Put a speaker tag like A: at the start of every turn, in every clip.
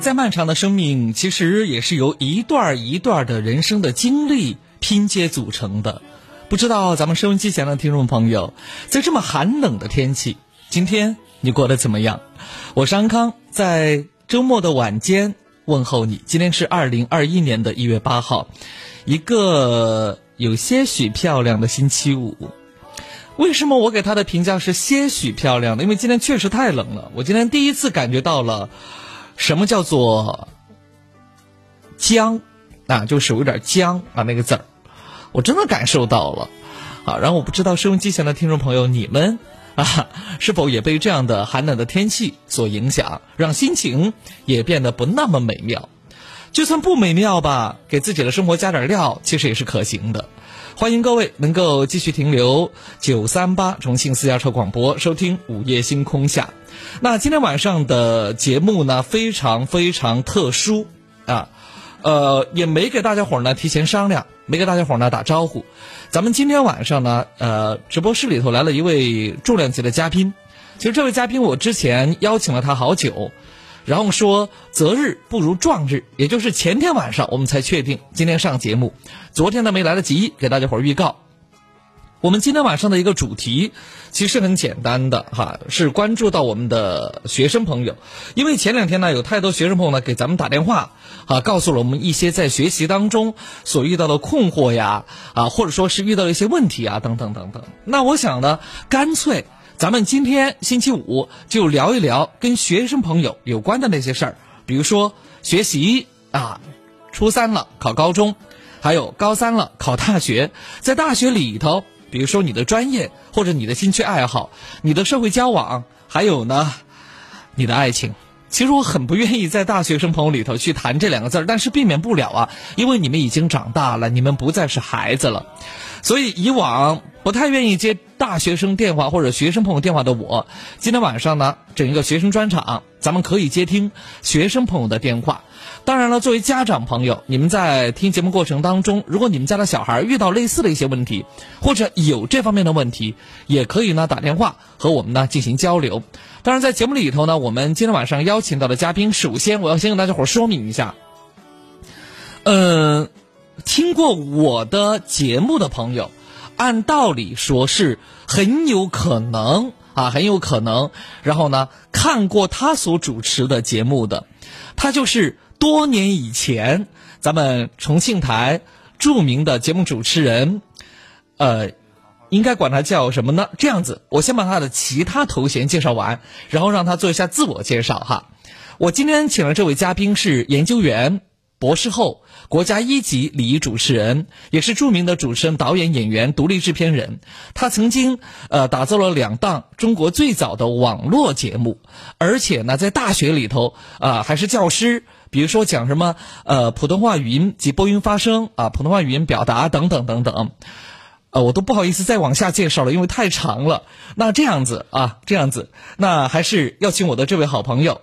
A: 在漫长的生命，其实也是由一段一段的人生的经历拼接组成的。不知道咱们收音机前的听众朋友，在这么寒冷的天气，今天你过得怎么样？我是安康，在周末的晚间问候你。今天是二零二一年的一月八号，一个有些许漂亮的星期五。为什么我给她的评价是些许漂亮呢？因为今天确实太冷了，我今天第一次感觉到了什么叫做僵啊，就手有点僵啊那个字儿，我真的感受到了啊。然后我不知道收音机前的听众朋友你们啊是否也被这样的寒冷的天气所影响，让心情也变得不那么美妙。就算不美妙吧，给自己的生活加点料，其实也是可行的。欢迎各位能够继续停留九三八重庆私家车广播，收听午夜星空下。那今天晚上的节目呢，非常非常特殊啊，呃，也没给大家伙儿呢提前商量，没给大家伙儿呢打招呼。咱们今天晚上呢，呃，直播室里头来了一位重量级的嘉宾。其实这位嘉宾我之前邀请了他好久，然后说择日不如撞日，也就是前天晚上我们才确定今天上节目。昨天呢没来得及给大家伙儿预告，我们今天晚上的一个主题其实很简单的哈，是关注到我们的学生朋友，因为前两天呢有太多学生朋友呢给咱们打电话啊，告诉了我们一些在学习当中所遇到的困惑呀啊，或者说是遇到的一些问题啊等等等等。那我想呢，干脆咱们今天星期五就聊一聊跟学生朋友有关的那些事儿，比如说学习啊，初三了考高中，还有高三了考大学，在大学里头，比如说你的专业或者你的兴趣爱好、你的社会交往，还有呢，你的爱情。其实我很不愿意在大学生朋友里头去谈这两个字儿，但是避免不了啊，因为你们已经长大了，你们不再是孩子了，所以以往不太愿意接大学生电话或者学生朋友电话的我，今天晚上呢，整一个学生专场，咱们可以接听学生朋友的电话。当然了，作为家长朋友，你们在听节目过程当中，如果你们家的小孩遇到类似的一些问题，或者有这方面的问题，也可以呢打电话和我们呢进行交流。当然，在节目里头呢，我们今天晚上邀请到的嘉宾，首先我要先跟大家伙儿说明一下，嗯、听过我的节目的朋友，按道理说是很有可能啊，很有可能，然后呢，看过他所主持的节目的，他就是多年以前咱们重庆台著名的节目主持人，呃，应该管他叫什么呢？这样子，我先把他的其他头衔介绍完，然后让他做一下自我介绍哈。我今天请的这位嘉宾是研究员、博士后、国家一级礼仪主持人，也是著名的主持人、导演、演员、独立制片人。他曾经呃打造了两档中国最早的网络节目，而且呢，在大学里头啊、还是教师。比如说讲什么呃普通话语音及播音发声啊，普通话语音表达等等等等。呃，我都不好意思再往下介绍了，因为太长了。那这样子啊，这样子，那还是要请我的这位好朋友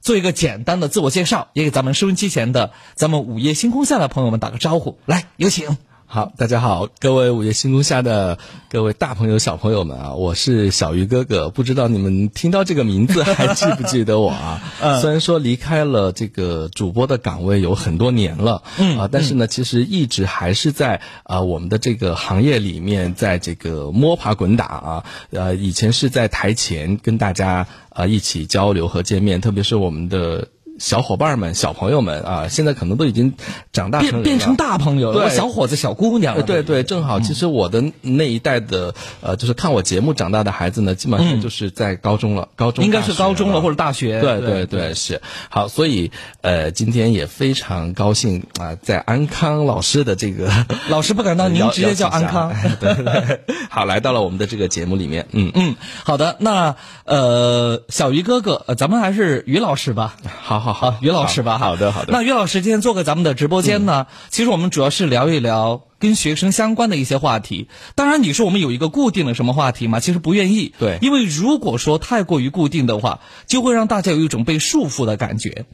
A: 做一个简单的自我介绍，也给咱们收音机前的咱们午夜星空下的朋友们打个招呼。来，有请。
B: 好，大家好，各位午夜星空下的各位大朋友、小朋友们啊，我是小鱼哥哥。不知道你们听到这个名字还记不记得我 啊？
A: 嗯
B: 虽然说离开了这个主播的岗位有很多年了，嗯啊，但是呢，其实一直还是在啊、我们的这个行业里面，在这个摸爬滚打啊。呃，以前是在台前跟大家啊、一起交流和见面，特别是我们的。小伙伴们、小朋友们啊，现在可能都已经长大成人
A: 变
B: 了
A: 变成大朋友了，
B: 对
A: 我小伙子、小姑娘了。
B: 呃对对，正
A: 嗯
B: 好，其实我的那一代的，呃，就是看我节目长大的孩子呢，基本上就是在高中了，高中
A: 嗯应该是高中了或
B: 者。
A: 者大学。
B: 对对对，是好，所以呃，今天也非常高兴啊、在安康老师的这个 呃
A: 老师不敢当，您
B: 邀
A: 直接叫安康。，
B: 邀请下 对对对，好，来到了我们的这个节目里面，嗯，
A: 嗯，好的，那呃，小鱼哥哥，呃咱们还是于老师吧。啊
B: 好好好，
A: 于老师吧，哈
B: 好的好嗯的，
A: 那于老师今天做客咱们的直播间呢，其实我们主要是聊一聊跟学生相关的一些话题。当然，你说我们有一个固定的什么话题嘛？其实不愿意，
B: 对
A: 因为如果说太过于固定的话，就会让大家有一种被束缚的感觉。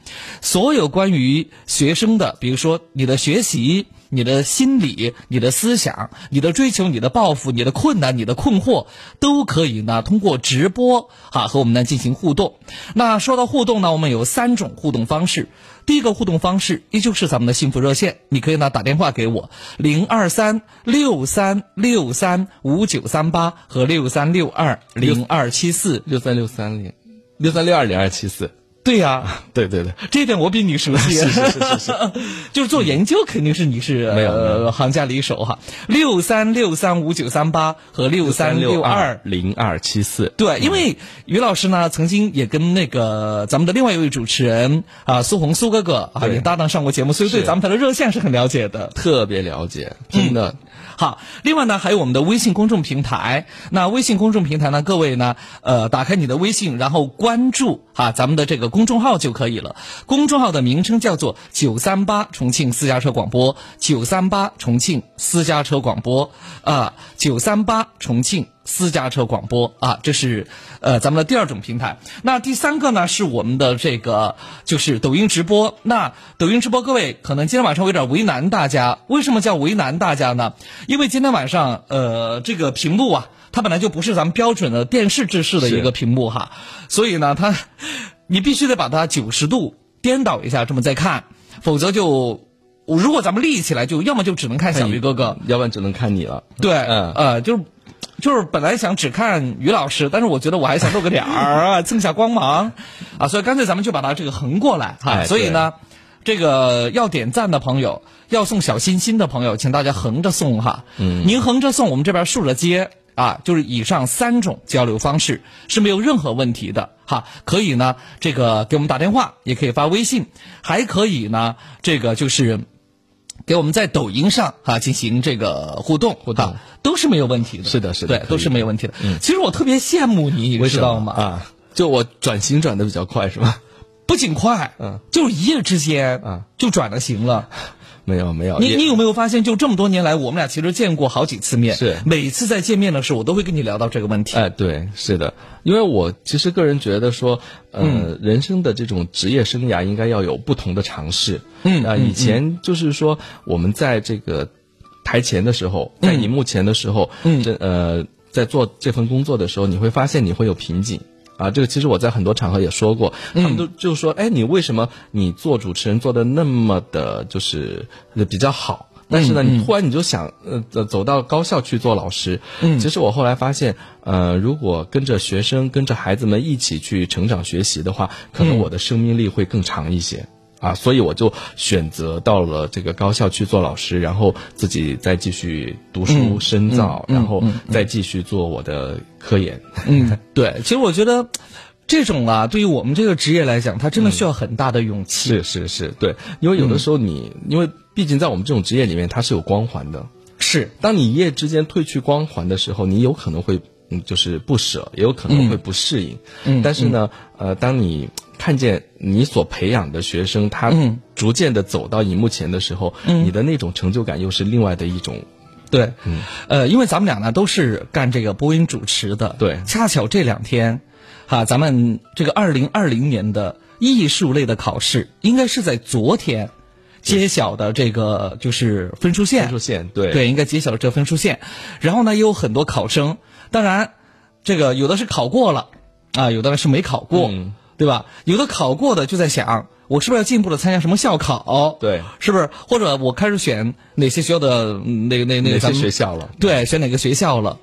A: 所有关于学生的，比如说你的学习。你的心理、你的思想、你的追求、你的抱负、你的困难、你的困惑，都可以呢通过直播啊和我们呢进行互动。那说到互动呢，我们有三种互动方式。第一个互动方式依旧是咱们的幸福热线，你可以呢打电话给我零二三六三六三五九三八和六三六二零二七四。
B: 六三六三零，六三六二零二七四。
A: 对呀、
B: 对对对，
A: 这点我比你熟 悉，
B: 是是是是是，
A: 就是做研究肯定是你是
B: 没有
A: 呃行家里手哈，六三六三五九三八和六三六二。
B: 零二七四。
A: 对，因为于老师呢，曾经也跟那个 咱们的另外一位主持人啊、苏红苏哥哥啊
B: 对
A: 也搭档上过节目，所以对
B: 是
A: 咱们台的热线是很了解的。嗯
B: 特别了解，真的，
A: 好，另外呢，还有我们的微信公众平台。那微信公众平台呢，各位呢，呃，打开你的微信，然后关注啊咱们的这个公众号就可以了。公众号的名称叫做“九三八重庆私家车广播”，九三八重庆私家车广播啊，九三八重庆。私家车广播啊，这是呃咱们的第二种平台。那第三个呢是我们的这个就是抖音直播。那抖音直播，各位可能今天晚上我有点为难大家，为什么叫为难大家呢？因为今天晚上呃这个屏幕啊，它本来就不是咱们标准的电视制式的一个屏幕哈，所以呢它你必须得把它九十度颠倒一下这么再看，否则就。如果咱们立起来就，要么就只
B: 哎
A: 能看小鱼哥哥，
B: 要不然只能看你了。
A: 对，
B: 嗯
A: 呃，就是。就是本来想只看于老师，但是我觉得我还想露个脸儿 啊，蹭下光芒啊，所以干脆咱们就把它这个横过来哈。
B: 哎
A: 所以呢，这个要点赞的朋友，要送小心心的朋友，请大家横着送哈。嗯， 您横着送，我们这边竖着接啊，就是以上三种交流方式是没有任何问题的哈。可以呢，这个给我们打电话，也可以发微信，还可以呢，这个就是。给我们在抖音上啊进行这个互动，互
B: 动
A: 都是没有问题的。
B: 是的是的
A: 对，嗯
B: 可以
A: 都是没有问题的。其实我特别羡慕你，你
B: 为什
A: 知
B: 么
A: 道吗？
B: 啊，就我转型转的比较快，是吧？
A: 不仅快，
B: 嗯，
A: 就是一夜之间，
B: 嗯，
A: 就转了型了。
B: 没有没有，
A: 你
B: 也
A: 你有没有发现，就这么多年来，我们俩其实见过好几次面，
B: 是
A: 每次在见面的时候，我都会跟你聊到这个问题。
B: 哎，对，是的，因为我其实个人觉得说，呃，
A: 嗯
B: 人生的这种职业生涯应该要有不同的尝试。
A: 嗯
B: 啊、以前就是说我们在这个台前的时候，在荧幕前的时候，
A: 嗯
B: 这呃，在做这份工作的时候，你会发现你会有瓶颈。啊，这个其实我在很多场合也说过，
A: 嗯
B: 他们都就说，哎，你为什么你做主持人做的那么的，就是呃比较好？但是呢，
A: 嗯
B: 你突然你就想，呃，走走到高校去做老师。嗯，其实我后来发现，呃，如果跟着学生、跟着孩子们一起去成长学习的话，可能我的生命力会更长一些。啊，所以我就选择到了这个高校去做老师，然后自己再继续读书深造，然后再继续做我的科研。
A: 嗯， 对，其实我觉得。这种啊，对于我们这个职业来讲，它真的需要很大的勇气。
B: 嗯是
A: 嗯
B: 是是，对，因为有的时候你，因为毕竟在我们这种职业里面，它是有光环的。
A: 是，
B: 当你一夜之间褪去光环的时候，你有可能会，嗯，就是不舍，也有可能会不适应。嗯，但是呢，呃，当你看见你所培养的学生他
A: 嗯
B: 逐渐的走到荧幕前的时候，你的那种成就感又是另外的一种。
A: 对，呃，因为咱们俩呢都是干这个播音主持的，
B: 对
A: 恰巧这两天，哈、咱们这个二零二零年的艺术类的考试，应该是在昨天揭晓的这个就是分数线，
B: 出现对
A: 对，应该揭晓了这分数线。然后呢，也有很多考生，当然，这个有的是考过了啊，有的是没考过，
B: 嗯
A: 对吧？有的考过的就在想，我是不是要进一步的参加什么校考？
B: 对
A: 是不是？或者我开始选哪些学校的嗯那个那个那个
B: 哪些
A: 咱们
B: 学校了？
A: 对，选哪个学校了？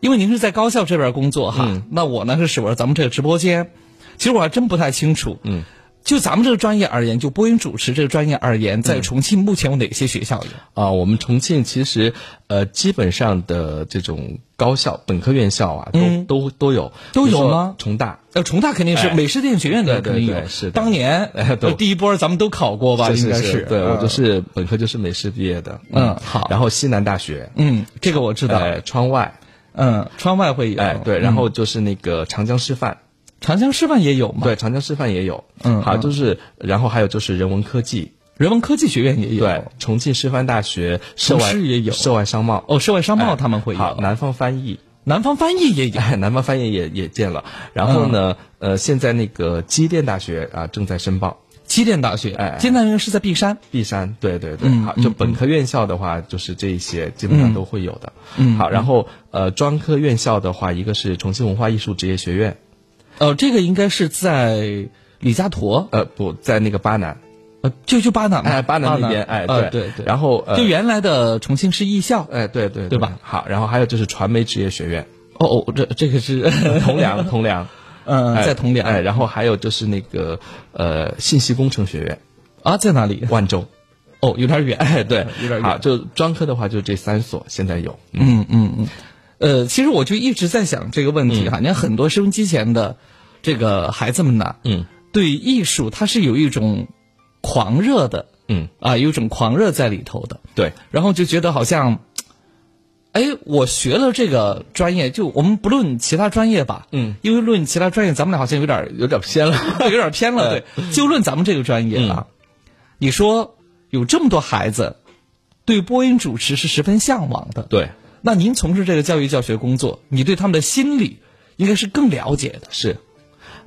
A: 因为您是在高校这边工作哈，
B: 嗯
A: 那我呢是守着咱们这个直播间，其实我还真不太清楚。嗯，就咱们这个专业而言，就播音主持这个专业而言，
B: 嗯
A: 在重庆目前有哪些学校有？
B: 啊，我们重庆其实呃，基本上的这种高校、本科院校啊，都、都都有，
A: 嗯都有
B: 比如说
A: 吗
B: 重大
A: 呃，重大肯定是
B: 哎
A: 美式电影学院的，
B: 对
A: 肯定
B: 对
A: 有。
B: 是的
A: 当年
B: 哎都
A: 呃第一波咱们都考过吧，应该
B: 对我就
A: 嗯
B: 是本科就是美师毕业的，
A: 嗯好
B: 然后西南大学，
A: 嗯，这个我知道。
B: 哎，窗外，
A: 嗯，川外会有。嗯
B: 哎，对，然后就是那个长江师范，
A: 长江师范也有嘛？，
B: 对，长江师范也有，
A: 嗯
B: 好，就是然后还有就是人文科技，
A: 人文科技学院也有。
B: 对，，重庆师范大学涉外
A: 重师也有
B: 涉外商贸。哎
A: 哦，社会商贸他们会
B: 好，
A: 有，
B: 南方翻译，
A: 南方翻译也有。嗯
B: 哎，南方翻译也也建了。然后呢，呃，现在那个机电大学啊正在申报，
A: 西滇大学，
B: 哎
A: 西滇大学是在璧山。
B: 璧山，对对对，
A: 嗯
B: 好，
A: 嗯
B: 就本科院校的话，就是这一些基本上都会有的。
A: 嗯
B: 好，然后呃，专科院校的话，一个是重庆文化艺术职业学院，
A: 呃，这个应该是在李家沱，
B: 呃，不在那个巴南，
A: 呃，就就巴南嘛，
B: 哎，巴南那边，哎，对
A: 呃对对，
B: 然后呃，
A: 就原来的重庆市艺校。
B: 哎，对对
A: 对吧？
B: 好，然后还有就是传媒职业学院，
A: 哦哦，这这 个是，
B: 铜梁，铜梁，
A: 嗯，
B: 哎
A: 在铜
B: 哎，
A: 梁
B: 然后还有就是那个呃，信息工程学院，
A: 啊，在哪里？
B: 万州。
A: 哦，有点远。
B: 哎，对，
A: 有点远
B: 好，就专科的话，就这三所现在有。
A: 嗯嗯嗯，呃，其实我就一直在想这个
B: 嗯
A: 问题哈，你看很多收音机前的这个孩子们呐，
B: 嗯
A: 对艺术它是有一种狂热的
B: 嗯，
A: 啊，有一种狂热在里头的，
B: 对，
A: 然后就觉得好像。哎，我学了这个专业，就我们不论其他专业吧，
B: 嗯，
A: 因为论其他专业，咱们俩好像有点
B: 有点偏 了。
A: 有点偏了，
B: 嗯
A: 对，就论咱们这个专业啊，你说有这么多孩子对播音主持是十分向往的，
B: 对，
A: 那您从事这个教育教学工作，你对他们的心理应该是更了解的。
B: 是，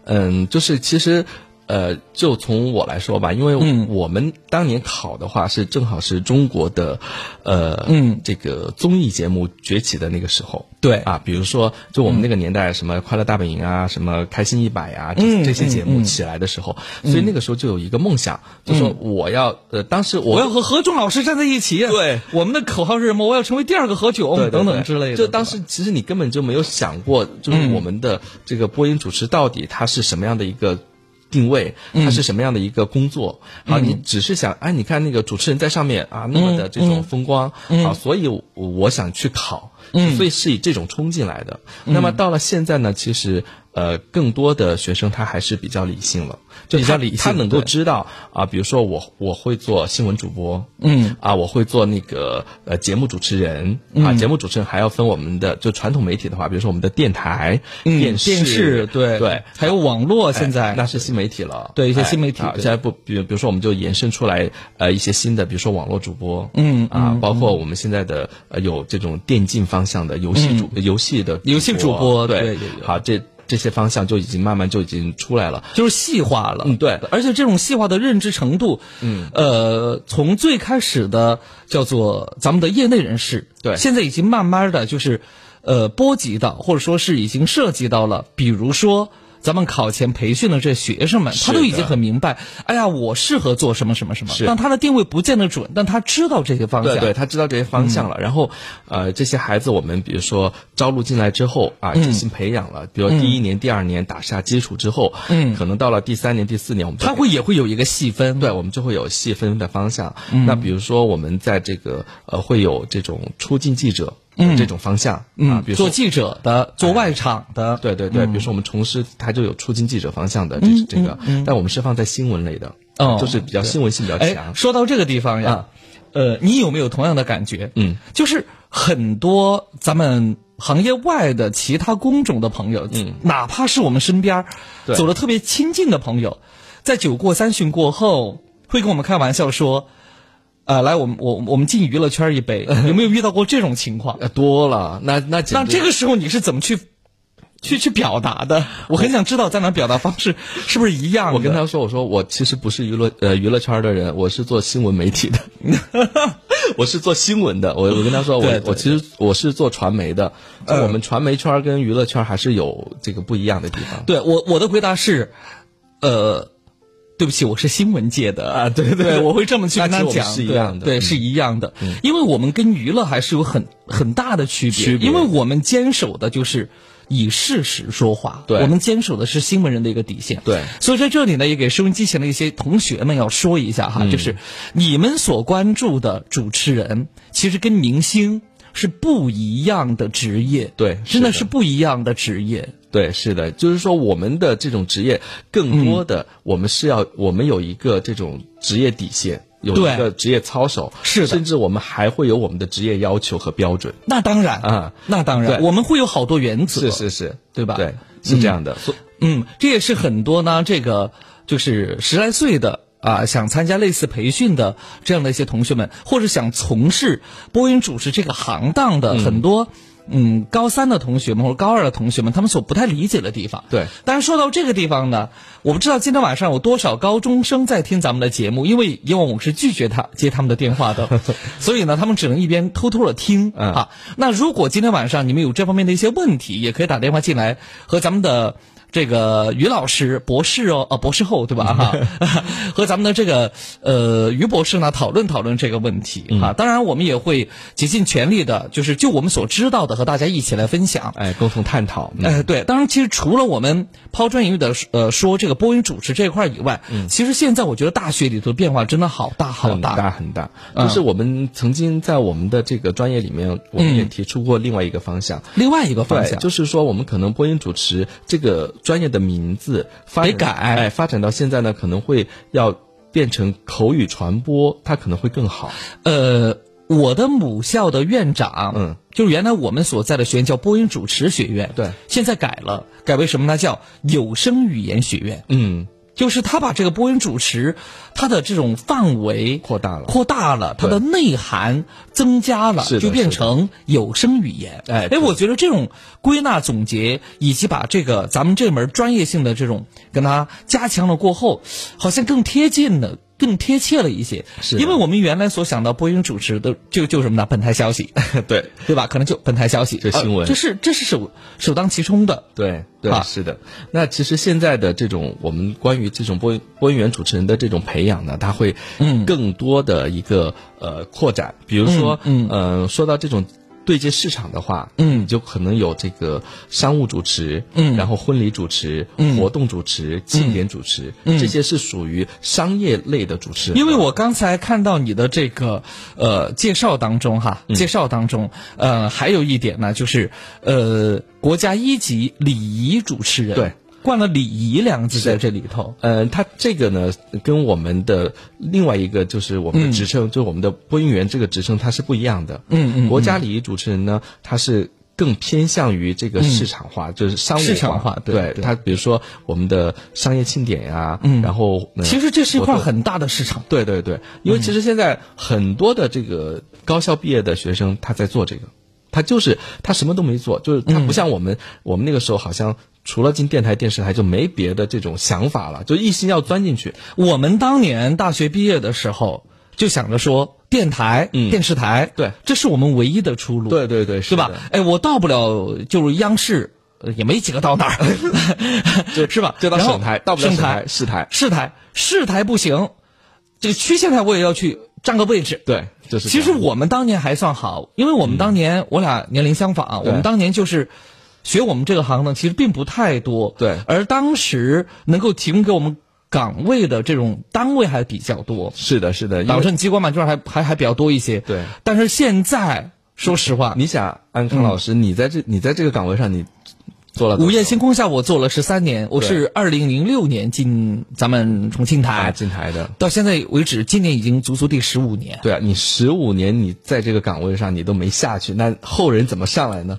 B: 嗯，就是其实，呃，就从我来说吧，因为
A: 嗯
B: 我们当年考的话是正好是中国的，呃，
A: 嗯，
B: 这个综艺节目崛起的那个时候。
A: 对嗯
B: 啊，比如说，就我们那个年代，什么《快乐大本营》啊，什么《开心一百》啊，这
A: 嗯嗯
B: 这些节目起来的时候，所以那个时候就有一个梦想，就说我要，呃，当时
A: 我
B: 我
A: 要和何炅老师站在一起。
B: 对，
A: 我们的口号是什么？我要成为第二个何炅，
B: 对对
A: 等
B: 对
A: 等之类的。
B: 就当
A: 对吧，
B: 时其实你根本就没有想过，
A: 嗯
B: 就是我们的这个播音主持到底它是什么样的一个。定位
A: 嗯
B: 它是什么样的一个工作？啊，你只是想，哎，你看那个主持人在上面啊，那么的这种风光
A: 嗯
B: 啊，所以我我想去考，所以是以这种冲进来的。
A: 嗯
B: 那么到了现在呢，其实呃，更多的学生他还是比较理性了，就
A: 比
B: 他
A: 较理性
B: 他能够
A: 对
B: 知道啊，比如说我我会做新闻主播，
A: 嗯，
B: 啊，我会做那个呃节目主持人啊，
A: 嗯
B: 节目主持人还要分我们的就传统媒体的话，比如说我们的电台、
A: 嗯
B: 电视、
A: 电视对
B: 对，
A: 还有网络
B: 哎
A: 现在、
B: 那是新媒体了，
A: 对一些
B: 哎
A: 新媒体
B: 啊
A: 对
B: 现在不，比如比如说我们就延伸出来呃一些新的，比如说网络主播，嗯啊，包括我们现在的呃有这种电竞方向的游戏主游戏的
A: 嗯游戏主播对
B: 对
A: 也，有
B: 好这这些方向就已经慢慢就已经出来了，
A: 就是细化了。
B: 嗯对
A: 而且这种细化的认知程度，嗯，呃，从最开始的叫做咱们的业内人士，
B: 对
A: 现在已经慢慢的就是，呃，波及到或者说是已经涉及到了，比如说。咱们考前培训的这学生们，
B: 是
A: 他都已经
B: 的
A: 很明白，哎呀，我适合做什么什么什么，
B: 是
A: 但他的定位不见得准，但他知道这些方向，嗯
B: 对对，他知道这些方向了。然后，呃，这些孩子我们比如说招录进来之后啊，
A: 嗯
B: 进行培养了，比如第一年、第二年打下基础之后，嗯，可能到了第三年、第四年，我们就
A: 他会也会有一个细分，嗯
B: 对，我们就会有细分的方向。那比如说，我们在这个呃，会有这种出境记者、这种方向、啊，
A: 嗯
B: 比，如说哎
A: 做记者的，做外场的，嗯
B: 对对对，比如说我们重师，它就有出境记者方向的这、这个，但我们是放在新闻类的，
A: 嗯哦
B: 就是比较新闻性比较
A: 哎
B: 强，。啊
A: 说到这个地方呀，呃，你有没有同样的感觉？
B: 嗯，
A: 就是很多咱们行业外的其他工种的朋友，嗯，哪怕是我们身边儿
B: 对
A: 走的特别亲近的朋友，在酒过三巡过后，会跟我们开玩笑说。啊、来，我们我我们进娱乐圈一杯， 有没有遇到过这种情况？
B: 呃多了，那那简
A: 那
B: 直
A: 这个时候你是怎么去去去表达的？ 我很想知道咱俩表达方 式是不是一样的？
B: 我跟他说，我说我其实不是娱乐呃娱乐圈的人，我是做新闻媒 体的，我是做新闻的。我我跟他说，
A: 对
B: 我
A: 对嗯
B: 我其实我是做传媒的，就我们传媒圈跟娱乐圈还是有这个不一样的地方。
A: 对我我的回答是，呃，对不起，我是新闻界的
B: 啊对对
A: 对，我会这么去跟
B: 那
A: 他
B: 其实我们
A: 讲，
B: 是一样的
A: 对，
B: 嗯
A: 对是一样的，因为我们跟娱乐还是有很很大的区别，
B: 区别
A: 因为我们坚守的就是。以事实说话，
B: 对
A: 我们坚守的是新闻人的一个底线。
B: 对
A: 所以在这里呢，也给收音机前的一些同学们要说一下哈，
B: 嗯
A: 就是你们所关注的主持人，其实跟明星是不一样的职业。
B: 对
A: 真
B: 是的
A: 的是不一样的职业。
B: 对，是的，就是说我们的这种职业，更多的
A: 嗯
B: 我们是要、我们有一个这种职业底线。有
A: 对
B: 一个职业操守，
A: 是的
B: 甚至我们还会有我们的职业要求和标准。
A: 那当
B: 啊
A: 然嗯那当然，
B: 对
A: 我们会有好多原则，
B: 是是是，
A: 对吧？
B: 对，，是这样的。所
A: 嗯，这也是很多呢，这个就是十来岁的啊，想参加类似培训的这样的一些同学们，或者想从事播音主持这个行当的很多嗯高三的同学们或者高二的同学们他们所不太理解的地方。
B: 对
A: 但是说到这个地方呢，我不知道今天晚上有多少高中生在听咱们的节目，因为以往我是拒绝他接他们的电话的，所以呢，他们只能一边偷偷的听、
B: 嗯
A: 啊。那如果今天晚上你们有这方面的一些问题，也可以打电话进来和咱们的。这个于老师博士哦，啊博士后对 吧？哈，和咱们的这个呃于博士呢讨论讨论这个问题
B: 嗯
A: 哈、当然，我们也会竭尽全力的，就是就我们所知道的和大家一起来分享。
B: 哎，共同探讨。嗯
A: 呃，对，当然，其实除了我们抛砖引玉的呃说这个播音主持这一块儿以外，其实现在我觉得大学里头变化真的好大好
B: 嗯很
A: 大。
B: 大很大，
A: 嗯
B: 就是我们曾经在我们的这个专业里面，我们也提出过另外一个方向，
A: 嗯另外一个方
B: 对，
A: 向，
B: 就是说我们可能播音主持这个专业的名字发展
A: 得改
B: 哎，发展到现在呢，可能会要变成口语传播，它可能会更好。
A: 呃，我的母校的院长，
B: 嗯，
A: 就是原来我们所在的学院叫播音主持学院，
B: 对，
A: 现在改了，改为什么呢？叫有声语言学院，
B: 嗯，
A: 就是他把这个播音主持它的这种范围
B: 扩大了。
A: 扩大了，它的内涵增加了
B: 是，的
A: 就变成有声语言。
B: 哎
A: 哎，
B: 对
A: 我觉得这种归纳总结，以及把这个咱们这门专业性的这种跟它加强了过后，好像更贴近了。更贴切了一些，
B: 是的
A: 因为我们原来所想到播音主持的就就什么呢？本台消息，
B: 对
A: 对吧？可能就本台消息，
B: 这新闻
A: 啊这是这是首首当其冲的，
B: 对对、
A: 啊
B: 是的。那其实现在的这种我们关于这种播音播音员主持人的这种培养呢，它会更多的一个、呃扩展，比如说
A: 嗯嗯
B: 呃说到这种。对接市场的话，
A: 嗯
B: 你就可能有这个商务主持，
A: 嗯
B: 然后婚礼主持、活动主持、庆典主持，
A: 嗯
B: 这些是属于商业类的主持人。
A: 因为我刚才看到你的这个呃介绍当中哈，
B: 嗯
A: 介绍当中呃还有一点呢，就是呃国家一级礼仪主持人，
B: 对，
A: 冠了礼仪两个字在这里头，
B: 呃，它这个呢，跟我们的另外一个就是我们的职称，就是我们的播音员这个职称，它是不一样的。
A: 嗯嗯
B: 国家礼仪主持人呢，它是。更偏向于这个市场化，就是商务
A: 嗯市场化对
B: 对
A: 对嗯
B: 它，比如说我们的商业庆典呀、然后、呃
A: 其实这是一
B: 活
A: 块
B: 动
A: 很大的市场，
B: 对对对，因为其实现在很多的这个高校毕业的学生，他在做这个，他就是他什么都没做，就是
A: 嗯
B: 他不像我们，我们那个时候好像除了进电台、电视台就没别的这种想法了，就一心要钻进去。
A: 我们当年大学毕业的时候就想着说电台、
B: 嗯
A: 电视台，
B: 对
A: 这是我们唯一的出路，
B: 对对对，
A: 是吧？哎，我到不了就是央视，呃也没几个到 那儿，是吧？
B: 就到
A: 然后
B: 省台，到不了
A: 省
B: 省
A: 台
B: 台、。市台，
A: 市台，市台不行，这个区县台我也要去占个位置。
B: 对，就是这
A: 其
B: 样。嗯
A: 实我们当年还算好，因为我们当年、我俩年龄相仿啊，我
B: 对
A: 们当年就是学我们这个行当，其实并不太多。
B: 对
A: 而当时能够提供给我们岗位的这种单位还比较多，
B: 是的，是的，因
A: 党
B: 为
A: 政机关嘛，就是还还还比较多一些。
B: 对
A: 但是现在说实话，嗯
B: 你想，安康老师，你在这你在这个岗位上，你做了多
A: 午夜
B: 久
A: 星空下我做了十三年，我
B: 对
A: 是二零零六年进咱们重庆
B: 啊
A: 台，
B: 进台的。
A: 到现在为止，今年已经足足第十五年。
B: 对啊，你十五年你在这个岗位上你都没下去，那后人怎么上来呢？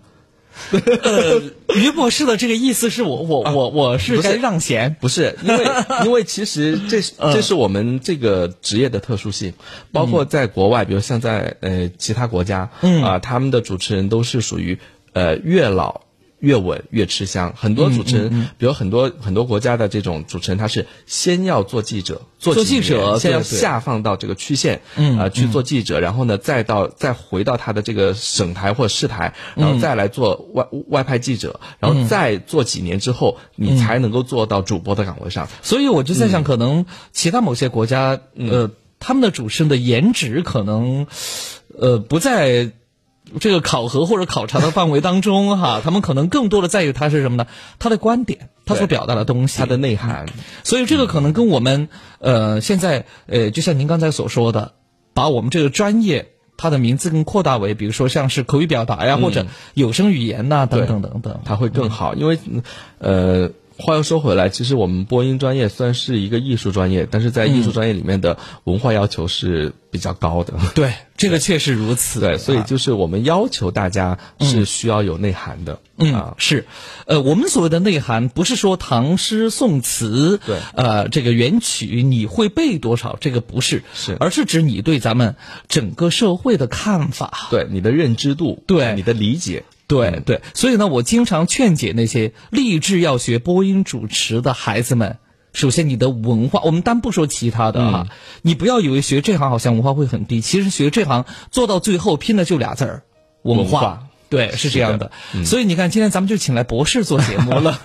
A: 于博士的这个意思是我我我我是
B: 不是
A: 该让贤，
B: 不是，因 为因为其实这是
A: 嗯
B: 这是我们这个职业的特殊性，包括在国外，比如像在呃其他国家，
A: 嗯
B: 啊、他们的主持人都是属于呃越老。越稳越吃香，很
A: 嗯
B: 多主持人，比如很多很多国家的这种主持人，他是先要做记者，做
A: 做
B: 几
A: 记者
B: 年先
A: 对
B: 要
A: 对
B: 下放到这个区县，嗯啊去做记者，然后呢再到再回到他的这个省台或者市台，然后
A: 嗯
B: 再来做外外派记者，然后再做几年之后，
A: 嗯
B: 你才能够做到主播的岗位上。嗯
A: 所以我就在想，可能其他某些国家，呃，他们的主持人的颜值可能，呃，不在。这个考核或者考察的范围当中， 哈，他们可能更多的在于他是什么呢？他的观点，他所
B: 对
A: 表达的东西，嗯
B: 它的内涵，
A: 所以这个可能跟我们呃现在呃，就像您刚才所说的，把我们这个专业它的名字更扩大为，比如说像是口语表达呀，或者有声语言呐、
B: 嗯
A: 等
B: 对
A: 等等等。
B: 它会更好。因为，嗯呃，话又说回来，其实我们播音专业算是一个艺术专业，但是在艺术专业里面的文化要求是比较高的。
A: 对，这个确实如此。
B: 对，所以
A: 啊
B: 就是我们要求大家是需要有内涵的。
A: 嗯
B: 啊，，
A: 是，呃，我们所谓的内涵，不是说唐诗宋词，
B: 对
A: 呃，这个元曲你会背多少，这个不是，
B: 是
A: 而是指你对咱们整个社会的看法。
B: 对你的认知度，
A: 对
B: 你的理解，嗯
A: 对对，所以呢，我经常劝解那些立志要学播音主持的孩子们。首先，你的文化，我们单不说其他的
B: 嗯
A: 啊，你不要以为学这行好像文化会很低，其实学这行做到最后拼的就俩字儿：文
B: 文化
A: 对，是这样的。嗯所以你看，今天咱们就请来博士做节目 了。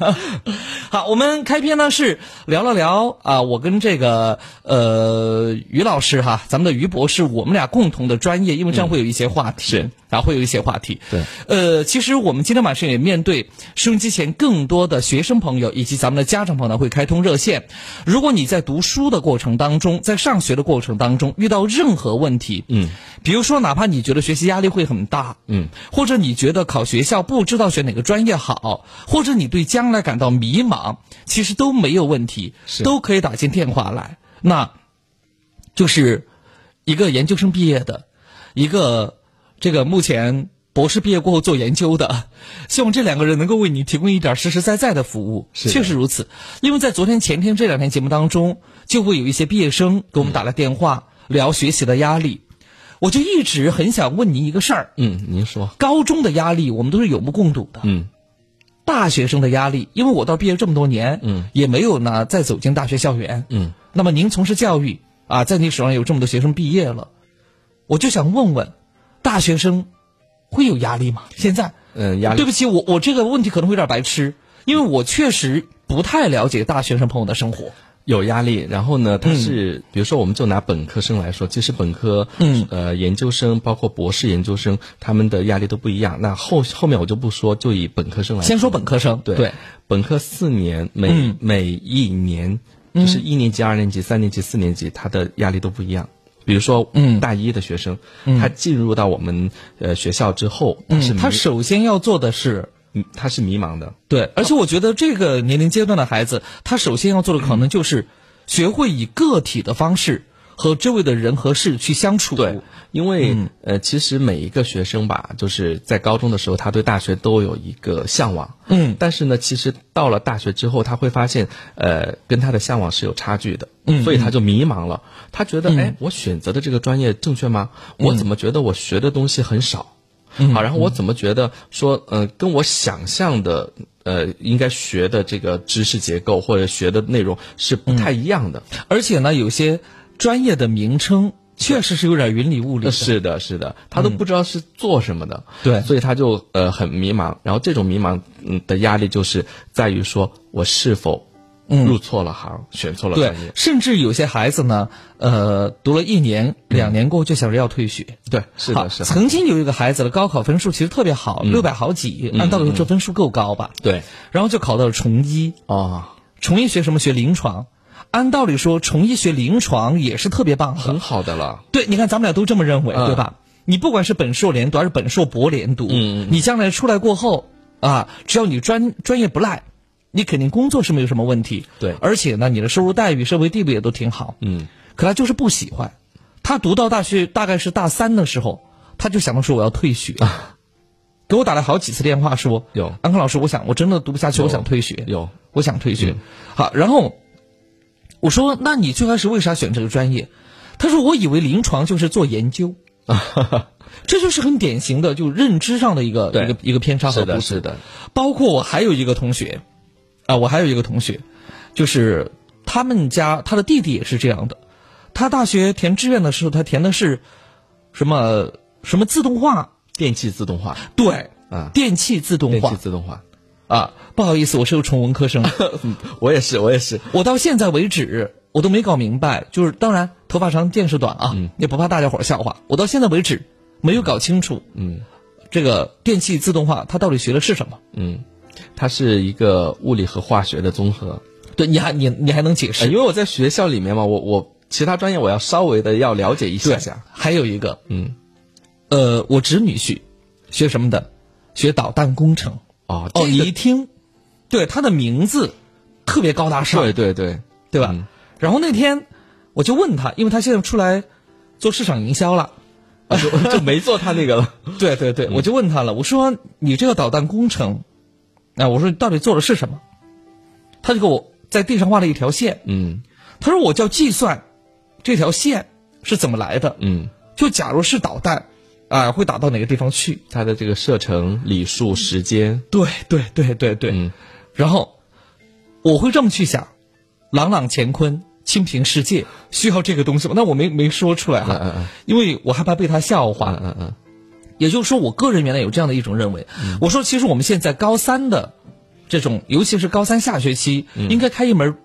A: 好，我们开篇呢是聊了聊啊，我跟这个呃于老师哈，咱们的于博士，我们俩共同的专业，因为这样会有一些话题，
B: 是
A: 啊，会有一些话题。
B: 对，
A: 呃，其实我们今天晚上也面对收音机前更多的学生朋友以及咱们的家长朋友呢会开通热线。如果你在读书的过程当中，在上学的过程当中遇到任何问题，嗯，比如说哪怕你觉得学习压力会很大，嗯，或者你觉得考学校不知道选哪个专业好，或者你对将来感到迷茫，其实都没有问题，
B: 是
A: 都可以打进电话来。那就是一个研究生毕业的，一个这个目前博士毕业过后做研究的，希望这两个人能够为你提供一点实实在在的服务。
B: 是的
A: 确实如此，因为在昨天、前天这两天节目当中，就会有一些毕业生给我们打来电
B: 嗯
A: 话、聊学习的压力，我就一直很想问您一个事儿：
B: 嗯，您说，
A: 高中的压力我们都是有目共睹的，
B: 嗯，
A: 大学生的压力，因为我到毕业这么多年，嗯，也没有呢再走进大学校园，
B: 嗯，
A: 那么您从事教育啊，在你手上有这么多学生毕业了，我就想问问，大学生会有压力吗？现在，
B: 嗯，压
A: 对
B: 力
A: 不起，我我这个问题可能会有点白痴，因为我确实不太了解大学生朋友的生活。
B: 有压力，然后呢，它是、比如说，我们就拿本科生来说，其实本科，
A: 嗯，
B: 呃，研究生包括博士研究生，他们的压力都不一样。那后后面我就不说，就以本科生来说
A: 先说本科生，
B: 对
A: 对，
B: 本科四年，每、
A: 嗯
B: 每一年就是一年级、二年级、三年级、四年级，他的压力都不一样。比如说，
A: 嗯
B: 大一的学生，他进入到我们呃学校之后，他是
A: 嗯，
B: 迷、
A: 他首先要做的是。
B: 嗯他是迷茫的，
A: 对，而且我觉得这个年龄阶段的孩子，他首先要做的可能就是学会以个体的方式和周围的人和事去相处。
B: 对，因为、呃，其实每一个学生吧，就是在高中的时候，他对大学都有一个向往，
A: 嗯，
B: 但是呢，其实到了大学之后，他会发现，呃，跟他的向往是有差距的，嗯，所以他就迷茫了。他觉得，哎，我选择的这个专业正确吗？我怎么觉得我学的东西很少？嗯嗯，好，然后我怎么觉得说，呃，跟我想象的，呃，应该学的这个知识结构或者学的内容是不太一样的。
A: 而且呢，有些专业的名称确实是有点云里雾里的。
B: 呃是的，是的，他都不知道是做什么的，
A: 对
B: 所以他就呃很迷茫。然后这种迷茫嗯的压力就是在于说我是否
A: 嗯
B: 入错了行，选错了
A: 对
B: 专业，。
A: 甚至有些孩子呢，呃，读了一年、两年过后就想着要退学。
B: 嗯对，是
A: 好
B: 的，嗯是的，
A: 曾经有一个孩子的高考分数其实特别好，六百好几，按道
B: 嗯
A: 理说这分数够高吧？
B: 对
A: 然后就考到了重一，
B: 哦，
A: 重一学什么？学临床。按道理说，重一学临床也是特别棒的。
B: 很好的了，
A: 对，你看咱们俩都这么认为，
B: 嗯
A: 对吧？你不管是本硕连读还是本硕博连读，
B: 嗯
A: 你将来出来过后啊，只要你专专业不赖，你肯定工作是没有什么问题。
B: 对
A: 而且呢，你的收入待遇、社会地位也都挺好。
B: 嗯，
A: 可他就是不喜欢。他读到大学大概是大三的时候，他就想到说我要退学，
B: 啊
A: 给我打了好几次电话说，
B: 有
A: 安康老师，我想我真的读不下去，我想退学。
B: 有嗯
A: 我想退学。好，然后我说：“那你最开始为啥选这个专业？”他说：“我以为临床就是做研究。”这就是很典型的，就认知上的一个
B: 啊对
A: 一个一个偏差和
B: 是
A: 不
B: 的，
A: 足
B: 是。的，
A: 包括我还有一个同学，啊，我还有一个同学，就是他们家他的弟弟也是这样的。他大学填志愿的时候，他填的是什么什么自动化？
B: 电气自动化，
A: 对，
B: 啊
A: 电气自动
B: 电气
A: 化
B: 自动化，
A: 啊。不好意思，我是个纯文科 生。
B: 我也是，我也是，
A: 我到现在为止，我都没搞明白，就是当然头发长见识短啊，也不怕大家伙儿笑话。我到现在为止没有搞清楚，
B: 嗯，
A: 这个电气自动化它到底学的是什么？
B: 嗯，它是一个物理和化学的综合，
A: 对，你还你你还能解
B: 呃
A: 释？
B: 因为我在学校里面嘛，我我其他专业我要稍微的要了解一下下，
A: 还有一个，
B: 嗯，
A: 呃，我侄女婿学什么的？学导弹工程。
B: 哦
A: 哦，你
B: 这个
A: 一听，对他的名字特别高大上，
B: 对对对，嗯
A: 对吧？然后那天我就问他，因为他现在出来做市场营销了。
B: 我啊就就没做他那个了。 嗯
A: 对对对，我就问他了，我说你这个导弹工程，啊，我说你到底做的是什么？他就给我在地上画了一条线，
B: 嗯
A: 他说我就要计算这条线是怎么来的，
B: 嗯
A: 就假如是导弹，啊、啊、会打到哪个地方去？
B: 它的这个射程、里数、时间，
A: 对对对对对，
B: 嗯
A: 然后我会这么去想：朗朗乾坤，清平世界，需要这个东西吗？那我没没说出来哈，
B: 嗯嗯嗯
A: 因为我害怕被他笑话。
B: 嗯嗯嗯，
A: 也就是说，我个人原来有这样的一种认为，我说其实我们现在高三的这种，尤其是高三下学期，
B: 嗯
A: 应该开一门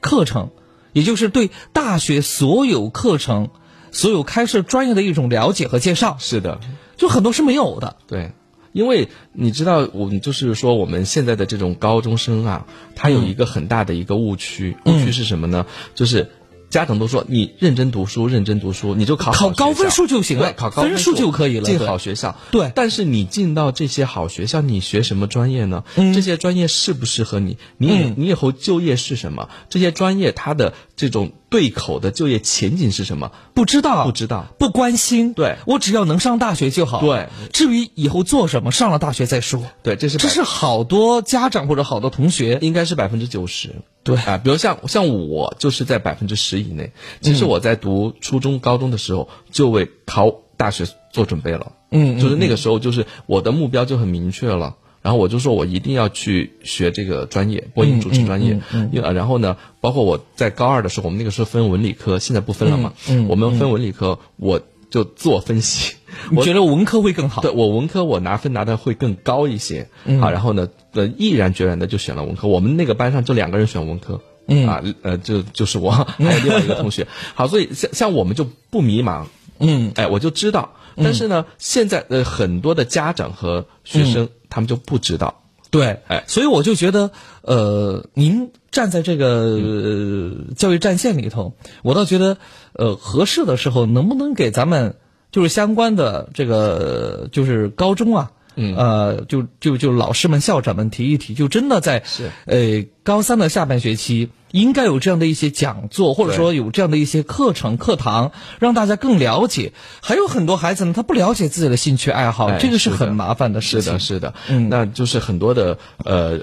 A: 课程，也就是对大学所有课程、所有开设专业的一种了解和介绍，
B: 是的，
A: 就很多是没有的。
B: 对，因为你知道，我们就是说，我们现在的这种高中生啊，他
A: 嗯
B: 有一个很大的一个误区，误区是什么呢？就是家长都说你认真读书，认真读书，你就考
A: 考
B: 好
A: 高
B: 学校
A: 分数就行
B: 对
A: 了
B: 考高分
A: 分数就可以了
B: 进
A: 对
B: 好学校。
A: 对
B: 但是你进到这些好学校，你学什么专业呢？
A: 嗯
B: 这些专业适不适合你？你以、你以后就业是什么？这些专业它的这种对口的就业前景是什么？
A: 不知道，
B: 不知道，
A: 不关心。
B: 对
A: 我只要能上大学就好。
B: 对，
A: 至于以后做什么，上了大学再说。
B: 对，这是
A: 这
B: 百
A: 是好多家长或者好多同学，
B: 应该是百分之九十。
A: 对
B: 啊，比如像像我就是在百分之十以内。其实我在读初中、高中的时候，就为考大学做准备了。
A: 嗯
B: 就是那个时候，就是我的目标就很明确了。然后我就说我一定要去学这个专
A: 嗯
B: 业，播音主持专业。因为呃然后呢，包括我在高二的时候，我们那个时候分文理科，现在不分了嘛。
A: 嗯嗯
B: 我们分文理科，我就自我分析。
A: 你觉得文科会更好？
B: 对我文科我拿分拿的会更高一些、啊，然后呢，呃，毅然决然的就选了文科。我们那个班上就两个人选文科，嗯啊，呃，就就是我，还有另外一个同学。好，所以像像我们就不迷茫，
A: 嗯，
B: 哎，我就知道。但是呢，现在呃很多的家长和学生、他们就不知道，
A: 对，
B: 哎
A: 所以我就觉得，呃，您站在这个、
B: 嗯
A: 呃、教育战线里头，我倒觉得，呃，合适的时候能不能给咱们就是相关的这个呃就是高中啊，嗯，呃，就就就老师们、校长们提一提，就真的在
B: 是
A: 呃高三的下半学期。应该有这样的一些讲座，或者
B: 对
A: 说有这样的一些课程、课堂，让大家更了解。还有很多孩子呢，他不了解自己的兴趣爱好，
B: 哎
A: 这个是
B: 是的
A: 很麻烦的事
B: 是
A: 情。
B: 的，是的，嗯，那就是很多的呃，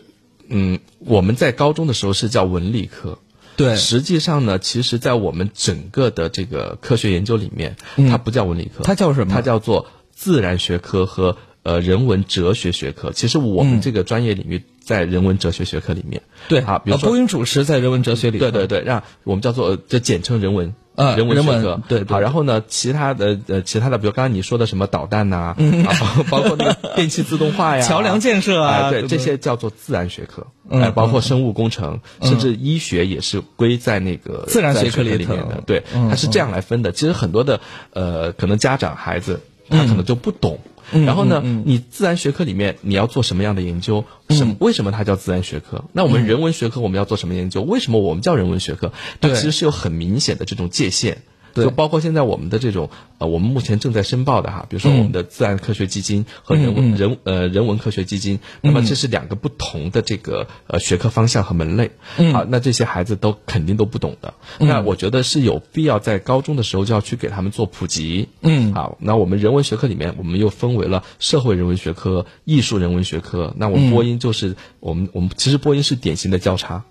B: 嗯，我们在高中的时候是叫文理科，
A: 对，
B: 实际上呢，其实，在我们整个的这个科学研究里面，它不叫文理科，
A: 嗯它叫什么
B: 它叫做自然学科和呃人文哲学学科。其实我们这个专业领域在人文哲学学科里面，
A: 嗯对
B: 啊，比如
A: 呃播
B: 说。
A: 音主持在人文哲学里，
B: 对对，对，让我们叫做呃就简称人文，
A: 呃
B: 人文
A: 人文
B: 学科，啊
A: 对对
B: 好，然后呢，其他的呃，其他的，比如刚刚你说的什么导弹呐， 啊，包括那个电气自动化呀，
A: 桥梁建设啊
B: 哎对，
A: 对
B: 这些叫做自然学科，
A: 嗯
B: 哎，包括生物工程，甚至医学也是归在那个
A: 自然学科里
B: 里面
A: 头嗯
B: 的，对，它是这样来分的。其实很多的呃，可能家长孩子
A: 嗯
B: 他可能就不懂。然后呢，你自然学科里面你要做什么样的研究？
A: 嗯
B: 什么为什么它叫自然学科？那我们人文学科我们要做什么研究？为什么我们叫人文学科？它
A: 对
B: 其实是有很明显的这种界限。
A: 对
B: 就包括现在我们的这种呃，我们目前正在申报的哈，比如说
A: 嗯
B: 我们的自然科学基金和人文、人呃人文科学基
A: 嗯
B: 金，那么这是两个不同的这个呃学科方向和门类。好，那这些孩子都肯定都不懂的。那我觉得是有必要在高中的时候就要去给他们做普及。
A: 嗯
B: 好，那我们人文学科里面，我们又分为了社会人文学科、艺术人文学科。那我们播音就是、我们我们其实播音是典型的交叉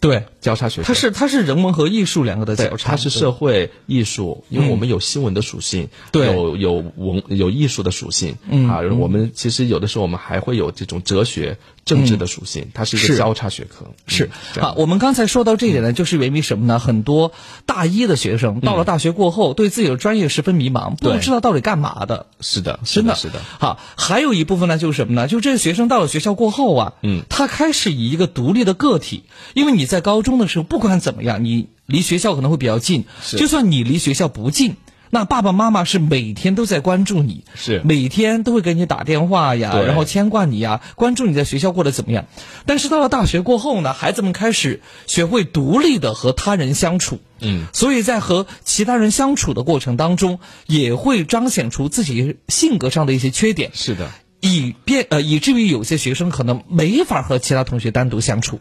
A: 对，
B: 交叉学科
A: 它。是它是人文和艺术两个的
B: 对
A: 交，叉，
B: 它是社会艺术，因为我们有新闻的属性，
A: 嗯对嗯
B: 有有文有艺术的属性，啊，我们其实有的时候我们还会有这种哲学、政治的属性，它是一
A: 嗯是
B: 个交叉学科。
A: 是
B: 嗯这样
A: 好，我们刚才说到这一点呢，就是源于什么呢？很多大一的学生到了大学过后，对自己的专业十分迷茫，不
B: 嗯对
A: 知道到底干嘛的。
B: 是的，是
A: 真的
B: 是的，
A: 好，还有一部分呢，就是什么呢？就这些学生到了学校过后啊，
B: 嗯，
A: 他开始以一个独立的个体，因为你在高中的时候，不管怎么样，你离学校可能会比较近，就算你离学校不近。那爸爸妈妈是每天都在关注你，
B: 是
A: 每天都会给你打电话呀，
B: 对
A: 啊然后牵挂你呀，关注你在学校过得怎么样。但是到了大学过后呢，孩子们开始学会独立的和他人相处，
B: 嗯，
A: 所以在和其他人相处的过程当中，也会彰显出自己性格上的一些缺点，
B: 是的。
A: 以便呃，以至于有些学生可能没法和其他同学单独相处。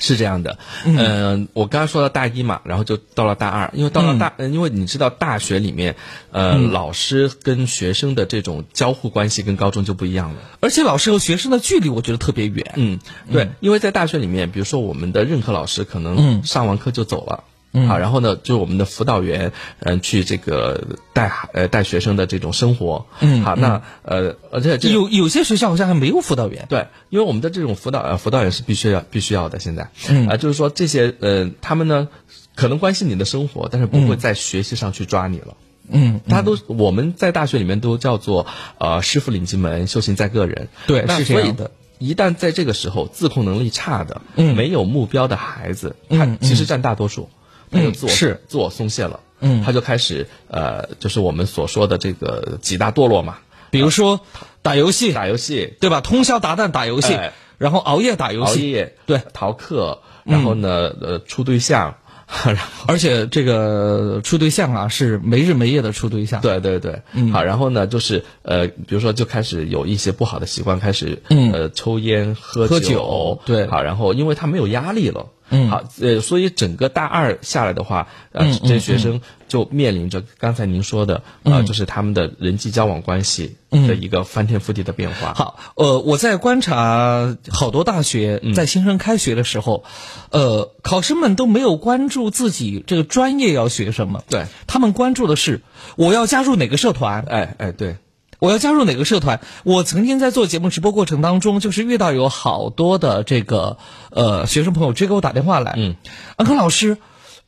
B: 是这样的，嗯、我刚刚说到大一嘛，然后就到了大二，因为到了
A: 嗯
B: 大，呃因为你知道大学里面，呃，老师跟学生的这种交互关系跟高中就不一样了。
A: 而且老师和学生的距离，我觉得特别远。嗯
B: 嗯，对，因为在大学里面，比如说我们的任课老师可能上完课就走了。啊，然后呢，就是我们的辅导员，嗯，去这个带呃带学生的这种生活，
A: 嗯
B: 好，那呃，而且这个
A: 有有些学校好像还没有辅导员，
B: 对，因为我们的这种辅导呃辅导员是必须要必须要的，现在，啊、
A: 嗯
B: 就是说这些呃他们呢可能关心你的生活，但是不会在学习上去抓你了。
A: 嗯，
B: 大家都我们在大学里面都叫做呃师傅领进门，修行在个人。
A: 对
B: 那
A: 是这
B: 所以
A: 样的。
B: 一旦在这个时候自控能力差的、
A: 嗯
B: 没有目标的孩子，
A: 嗯
B: 他其实占大多数，他就自我、
A: 嗯是
B: 自我松懈了，
A: 嗯
B: 他就开始呃，就是我们所说的这个几大堕落嘛，呃
A: 比如说打游戏，
B: 打游戏、
A: 对吧？通宵达旦打游戏，
B: 哎
A: 然后熬夜打游
B: 熬
A: 戏，
B: 夜、
A: 对
B: 逃课，然后呢、呃处对象， 然后。
A: 而且这个处对象啊是没日没夜的处对象。，嗯
B: 对对对，好，然后呢，就是呃，比如说就开始有一些不好的习惯，开始、
A: 嗯
B: 呃抽烟、喝
A: 喝酒对
B: 好，然后因为他没有压力了，嗯，好，呃，所以整个大二下来的话，呃，
A: 嗯
B: 这些学生就面临着刚才您说的，
A: 嗯
B: 呃，就是他们的人际交往关系的一个翻天覆地的变化。
A: 好，呃，我在观察好多大学
B: 嗯
A: 在新生开学的时候，呃，考生们都没有关注自己这个专业要学什么，
B: 对，
A: 他们关注的是我要加入哪个社团，
B: 哎哎，对，
A: 我要加入哪个社团？我曾经在做节目直播过程当中，就是遇到有好多的这个呃学生朋友直接给我打电话来，
B: 嗯，
A: 安康老师，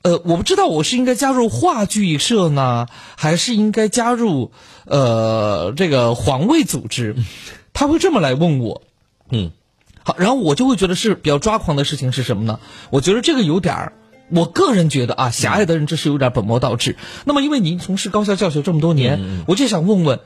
A: 呃，我不知道我是应该加入话剧社呢，还是应该加入呃这个环卫组织？他会这么来问我，
B: 嗯，
A: 好，然后我就会觉得是比较抓狂的事情是什么呢？我觉得这个有点儿，我个人觉得
B: 嗯
A: 啊，狭隘的人这是有点本末倒置。那么，因为您从事高校教学这么多年，
B: 嗯
A: 我就想问问，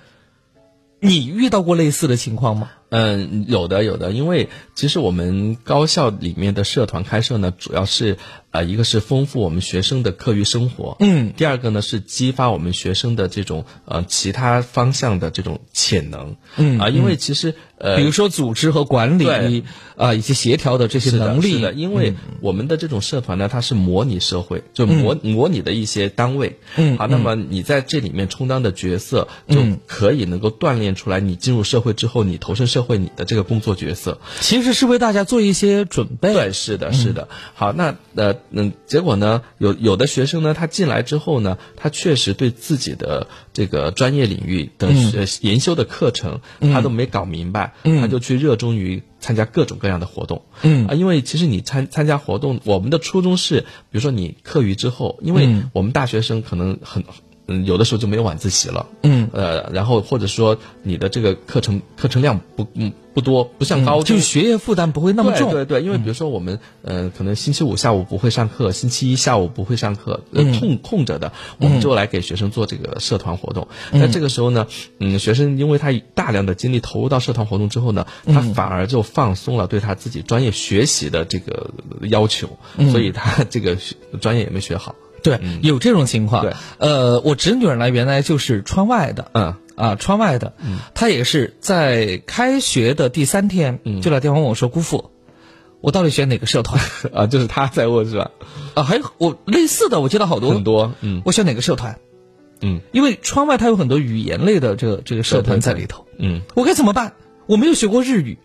A: 你遇到过类似的情况吗？
B: 嗯，有的有的，因为其实我们高校里面的社团开设呢，主要是呃，一个是丰富我们学生的课余生活，
A: 嗯，
B: 第二个呢是激发我们学生的这种呃其他方向的这种潜能，
A: 嗯
B: 啊、因为其实呃，
A: 比如说组织和管理
B: 对
A: 啊、以及协调的这些
B: 是的
A: 能力嗯
B: 是的，因为我们的这种社团呢，它是模拟社会，就模、模拟的一些单位，
A: 嗯
B: 啊，那么你在这里面充当的角色，就可以能够锻炼出来，你进入社会之后，你投身社会你的这个工作角色，
A: 其实是为大家做一些准备。，嗯
B: 对，是的，是的。好，那呃嗯，结果呢，有有的学生呢，他进来之后呢，他确实对自己的这个专业领域的
A: 嗯
B: 学、研修的课程，他都没搞明白，他就去热衷于参加各种各样的活动。
A: 嗯
B: 啊，因为其实你参参加活动，我们的初衷是，比如说你课余之后，因为
A: 嗯
B: 我们大学生可能很。嗯，有的时候就没有晚自习了，
A: 嗯，
B: 呃，然后或者说你的这个课程课程量不嗯不多，不像高中、
A: 嗯就是学业负担不会那么
B: 对
A: 重。
B: 对对，因为比如说我们，嗯、可能星期五下午不会上课，星期一下午不会上课，呃、
A: 嗯
B: 空空着的，我们就来给学生做这个社团活动。那、这个时候呢，嗯，学生因为他大量的精力投入到社团活动之后呢，
A: 嗯
B: 他反而就放松了对他自己专业学习的这个要求，
A: 嗯
B: 所以他这个学专业也没学好。
A: 对有这种情
B: 嗯
A: 况
B: 对。
A: 呃，我侄女儿呢，原来就是川外的，
B: 嗯
A: 啊，川外的，他也是在开学的第三天、
B: 嗯
A: 就来电话问我说：“姑父，我到底选哪个社团
B: 啊，就是他在问是吧？
A: 啊？”还有我类似的，我接到好多，
B: 很多，嗯
A: 我选哪个社团？
B: 嗯
A: 因为川外它有很多语言类的这个这个社团
B: 对对
A: 在里头，
B: 嗯
A: 我该怎么办？我没有学过日语，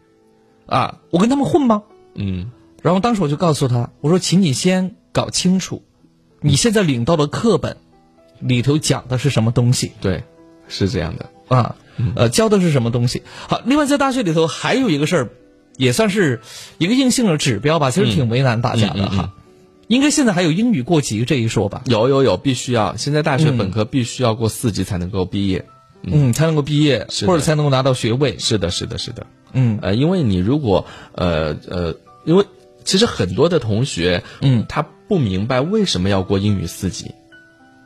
A: 啊，我跟他们混吗？
B: 嗯
A: 然后当时我就告诉他，我说，请你先搞清楚，你现在领到的课本里头讲的是什么东西。
B: 对，是这样的。嗯
A: 啊，呃，教的是什么东西？好，另外在大学里头还有一个事儿，也算是一个硬性的指标吧，其实挺为难大家
B: 嗯
A: 的
B: 嗯嗯
A: 哈。应该现在还有英语过级这一说吧？
B: 有有有，必须要！现在大学本科必须要过四级才能够毕业。
A: 嗯，才能够毕业，
B: 是的
A: 或者才能够拿到学位。
B: 是的，是的，是的。
A: 嗯
B: 呃，因为你如果呃呃，因为其实很多的同学，
A: 嗯，
B: 他不明白为什么要过英语四级，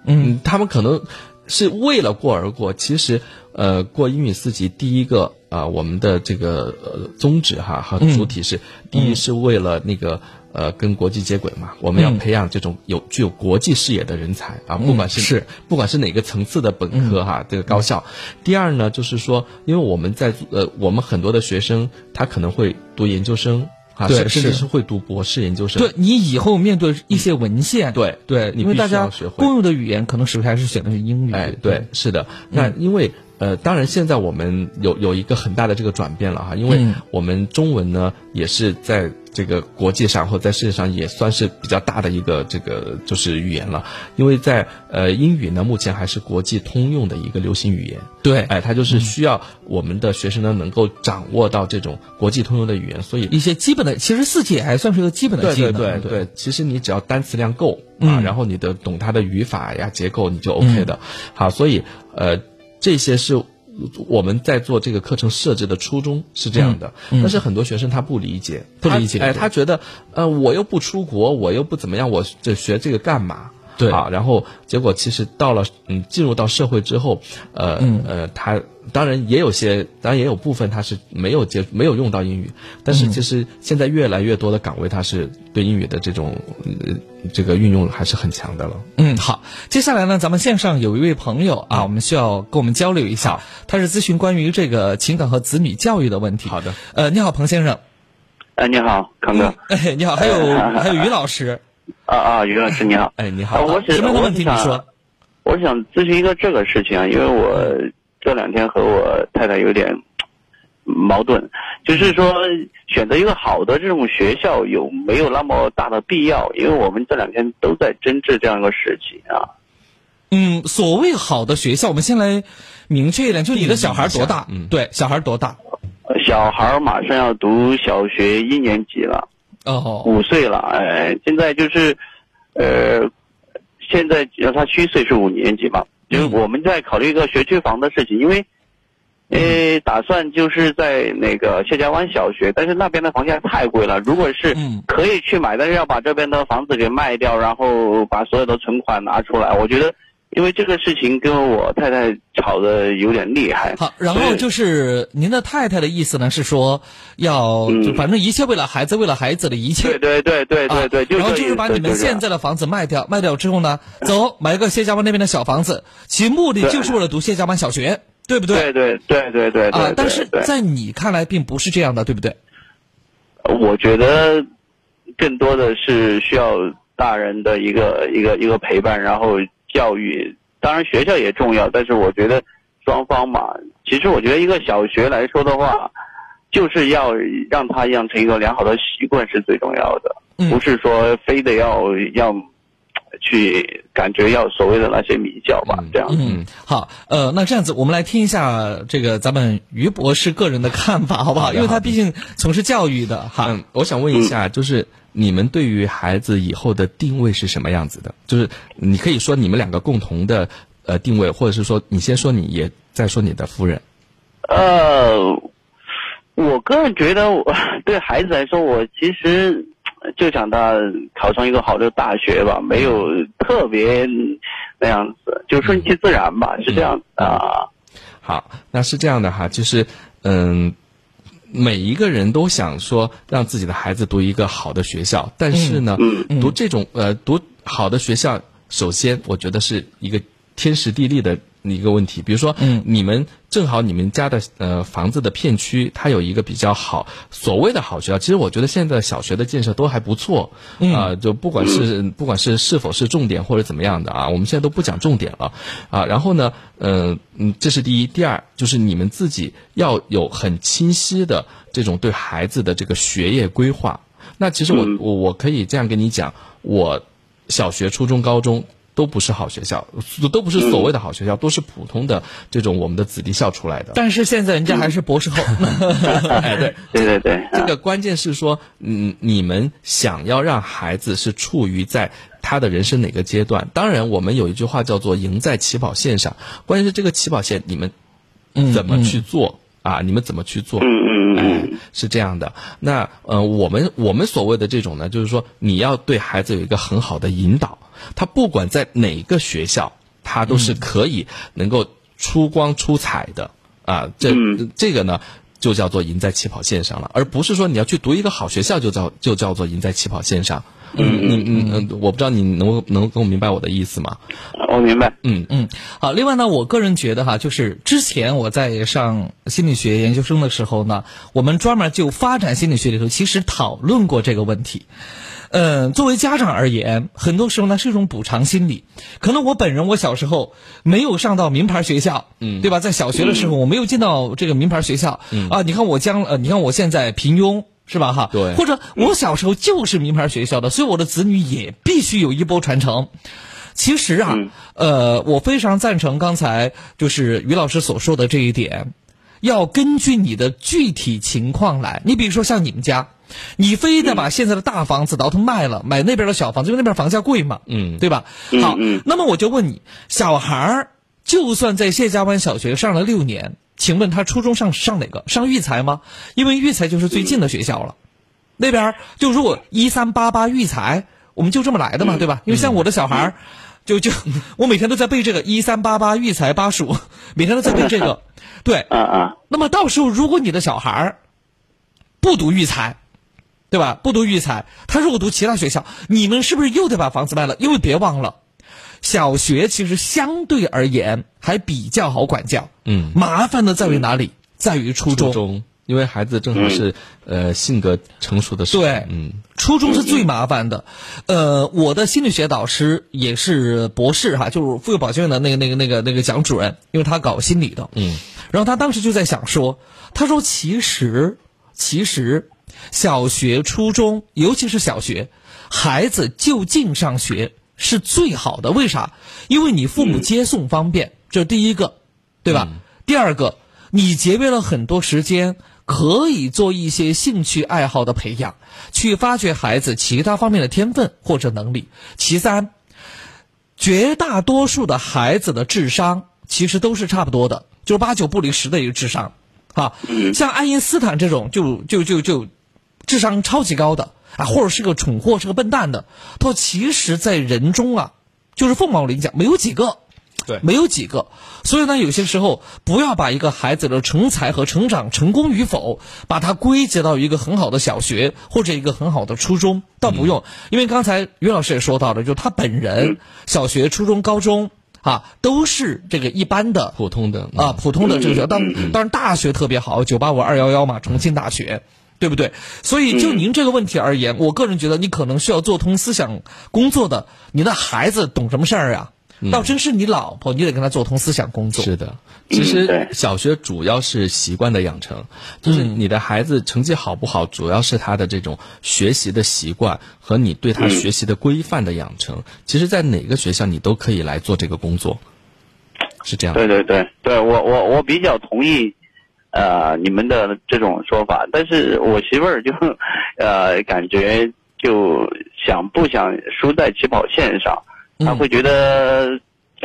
A: 嗯，
B: 他们可能是为了过而过。其实，呃，过英语四级，第一个啊、呃我们的这个呃宗旨哈和
A: 嗯
B: 主体是，第一是为了那个。呃，跟国际接轨嘛，我们
A: 嗯
B: 要培养这种有、具有国际视野的人才啊，不管是、
A: 嗯是嗯
B: 不管是哪个层次的本科哈、这个高校。第二呢，就是说，因为我们在呃，我们很多的学生他可能会读研究生啊，
A: 对
B: 甚甚至
A: 是
B: 是会读博士研究生。
A: 对你以后面对一些文献，
B: 嗯对
A: 对，
B: 你
A: 因为
B: 必须
A: 大家
B: 要学会
A: 共用的语言可能首先还是选的是英语。嗯
B: 哎，对，，是的。那因为、呃，当然现在我们有有一个很大的这个转变了哈，因为
A: 嗯
B: 我们中文呢也是在这个国际上或者在世界上也算是比较大的一个这个就是语言了，因为在呃英语呢目前还是国际通用的一个流行语言。
A: 对，
B: 哎，它就是需要我们的学生呢能够掌握到这种国际通用的语言，所以
A: 一些基本的，其实四级也还算是个基本的技
B: 对
A: 能。嗯
B: 对对，其实你只要单词量够啊，然后你的懂它的语法呀、结构，你就 OK 的。好，所以呃，这些是我们在做这个课程设置的初衷是这样的，
A: 嗯
B: 但是很多学生他不理解，
A: 不
B: 他
A: 理解
B: 哎，
A: 对
B: 他觉得呃，我又不出国，我又不怎么样，我这学这个干嘛？
A: 对
B: 啊，然后结果其实到了嗯，进入到社会之后，呃、
A: 嗯
B: 呃，他当然也有些，当然也有部分他是没有接没有用到英语，但
A: 嗯
B: 是其实现在越来越多的岗位，他是对英语的这种呃这个运用还是很强的了。
A: 嗯，好，接下来呢，咱们线上有一位朋友
B: 嗯
A: 啊，我们需要跟我们交流一下，他是咨询关于这个情感和子女教育的问题。
B: 好的，
A: 呃，你好，彭先生，
C: 哎，你好，康哥。
A: 哎，你 好，还有还有于老师，呃
C: 啊啊，于老师你好。
B: 哎， 你
C: 啊
B: 好，
C: 我
A: 什
C: 想
A: 么样的
C: 我
A: 问题你
C: 想
A: 说？
C: 我想咨询一个这个事情啊，因为我
A: 嗯
C: 这两天和我太太有点矛盾，就是
A: 嗯
C: 说选择一个好的这种学校有没有那么大的必要？因为我们这两天都在争执这样一个事情啊。
A: 嗯，所谓好的学校，我们先来明确一点，就你的小孩多大？
B: 嗯定义一下嗯
A: 对，小孩多大？
C: 呃小孩儿马上要读小学一年级了。
B: 嗯
A: 哦，
C: 五岁了，哎，现在就是，呃，现在呃他虚岁是五年级嘛，就是我们在考虑一个学区房的事情，因为，呃，打算就是在那个谢家湾小学，但是那边的房价太贵了，如果是
A: 嗯
C: 可以去买，但是要把这边的房子给卖掉，然后把所有的存款拿出来，我觉得，因为这个事情跟我太太吵得有点厉害，
A: 好，然后就是您的太太的意思呢，是说要，
C: 嗯
A: 就反正一切为了孩子，为了孩子的一切。
C: 对对对对对对，
A: 啊然后
C: 这
A: 就是把
C: 意思
A: 你们
C: 就这样
A: 现在的房子卖掉，卖掉之后呢，走买一个谢家湾那边的小房子，其目的
C: 对
A: 就是为了读谢家湾小学，对不对？
C: 对对对对对对
A: 啊，但是
C: 对
A: 在你看来并不是这样的，对不对？
C: 我觉得更多的是需要大人的一个一个一个陪伴，然后教育，当然学校也重要，但是我觉得双方嘛，其实我觉得一个小学来说的话，就是要让他养成一个良好的习惯是最重要的，
A: 嗯
C: 不是说非得要要去感觉要所谓的那些米教吧，这样子。
A: 嗯，好，呃，那这样子，我们来听一下这个咱们于博士个人的看法，好不
B: 好
A: 好？
B: 的
A: 因为
B: 好
A: 他
B: 的
A: 毕竟从事教育的哈。
B: 嗯，我想问一下，就是你们对于孩子以后的定位是什么样子的？就是你可以说你们两个共同的呃定位，或者是说你先说你，也再说你的夫人。
C: 呃，我个人觉得我，对孩子来说，我其实呃就想他考上一个好的大学吧，没有特别那样子，就顺其自然吧，是这样子啊。
B: 好，那是这样的哈，就是嗯，每一个人都想说让自己的孩子读一个好的学校，但是呢，
C: 嗯
B: 读这种呃读好的学校，首先我觉得是一个天时地利的。一个问题，比如说，
A: 嗯
B: 你们正好你们家的呃房子的片区，它有一个比较好所谓的好学校，其实我觉得现在小学的建设都还不错，啊、就不管是不管是是否是重点或者怎么样的啊，我们现在都不讲重点了啊。然后呢，嗯嗯，这是第一，第二就是你们自己要有很清晰的这种对孩子的这个学业规划。那其实我
C: 嗯
B: 我我可以这样跟你讲，我小学、初中、高中都不是好学校，都不是所
C: 嗯
B: 谓的好学校，都是普通的这种我们的子弟校出来的。
A: 但是现在人家还是博士 后，
B: 哎，对，
C: 对对对，
B: 这
C: 啊
B: 个关键是说，嗯，你们想要让孩子是处于在他的人生哪个阶段？当然，我们有一句话叫做“赢在起跑线上”，关键是这个起跑线你们怎么去做、啊？你们怎么去做？
C: 嗯嗯
B: 哎
C: 嗯，
B: 是这样的。那呃，我们我们所谓的这种呢，就是说你要对孩子有一个很好的引导，他不管在哪个学校，他都是可以能够出光出彩的啊。这、这个呢。就叫做赢在起跑线上了，而不是说你要去读一个好学校就叫就叫做赢在起跑线上。嗯嗯嗯嗯，我不知道你能够能够明白我的意思吗？
C: 我明白。
B: 嗯
A: 嗯，好。另外呢，我个人觉得哈，就是之前我在上心理学研究生的时候呢，我们专门就发展心理学里头其实讨论过这个问题。嗯，作为家长而言，很多时候呢是一种补偿心理。可能我本人我小时候没有上到名牌学校，嗯，对吧？在小学的时候我没有进到这个名牌学校，嗯啊，你看我将呃，你看我现在平庸是吧？哈，
B: 对
A: 或者我小时候就是名牌学校的，所以我的子女也必须有一波传承。其实啊，
C: 嗯
A: 呃，我非常赞成刚才就是于老师所说的这一点，要根据你的具体情况来。你比如说像你们家，你非得把现在的大房子倒腾卖了，买那边的小房子，因为那边房价贵嘛，
B: 嗯
A: 对吧？
C: 嗯
A: 好
C: 嗯，
A: 那么我就问你，小孩儿就算在谢家湾小学上了六年，请问他初中上上哪个？上育才吗？因为育才就是最近的学校了。那边儿就如果一三八八育才，我们就这么来的
B: 嗯
A: 嘛，对吧？因为像我的小孩儿， 就就我每天都在背这个一三八八育才巴蜀，每天都在背 这个。对，
C: 啊啊，
A: 那么到时候如果你的小孩儿不读育才，对吧？不读育才，他如果读其他学校，你们是不是又得把房子卖了？因为别忘了，小学其实相对而言还比较好管教。
B: 嗯
A: 麻烦的在于哪里？在于初中。嗯
B: 初中，因为孩子正好是、呃性格成熟的时候，
A: 对
B: 嗯，
A: 初中是最麻烦的，呃，我的心理学导师也是博士哈，就是妇幼保健院的那个那个那个那个蒋主任，因为他搞心理的，
B: 嗯，
A: 然后他当时就在想说，他说其实其实小学、初中，尤其是小学，孩子就近上学是最好的，为啥？因为你父
B: 嗯
A: 母接送方便，这是第一个，对吧？第二个，你节约了很多时间，可以做一些兴趣爱好的培养，去发掘孩子其他方面的天分或者能力。其三，绝大多数的孩子的智商其实都是差不多的，就是八九不离十的一个智商。啊，像爱因斯坦这种就就就就智商超级高的啊，或者是个蠢货，是个笨蛋的，他其实在人中啊，就是凤毛麟角，没有几个。
B: 对
A: 没有几个。所以呢，有些时候不要把一个孩子的成才和成长、成功与否，把它归结到一个很好的小学或者一个很好的初中，倒不用，因为刚才于老师也说到了，就他本
B: 嗯
A: 人小学、初中、高中啊，都是这个一般的
B: 普通的嗯
A: 啊，，普通的这个学校，当当然大学特别好，九八五二幺幺嘛，重庆大学。对不对？所以
B: 嗯
A: 就您这个问题而言，我个人觉得你可能需要做通思想工作的。你的孩子懂什么事儿啊？倒真是你老婆，你得跟她做通思想工
B: 嗯
A: 作。
B: 是的，其实
C: 嗯对嗯
B: 小学主要是习惯的养成，就是你的孩子成绩好不好，主要是他的这种学习的习惯和你对他学习的规范的养
C: 嗯
B: 成。其实，在哪个学校你都可以来做这个工作，是
A: 啊
B: 这样的。
C: 对对对对，我我我比较同意，呃，你们的这种说法，但是我媳妇儿就，呃，感觉就想不想输在起跑线上，
A: 嗯
C: 她会觉得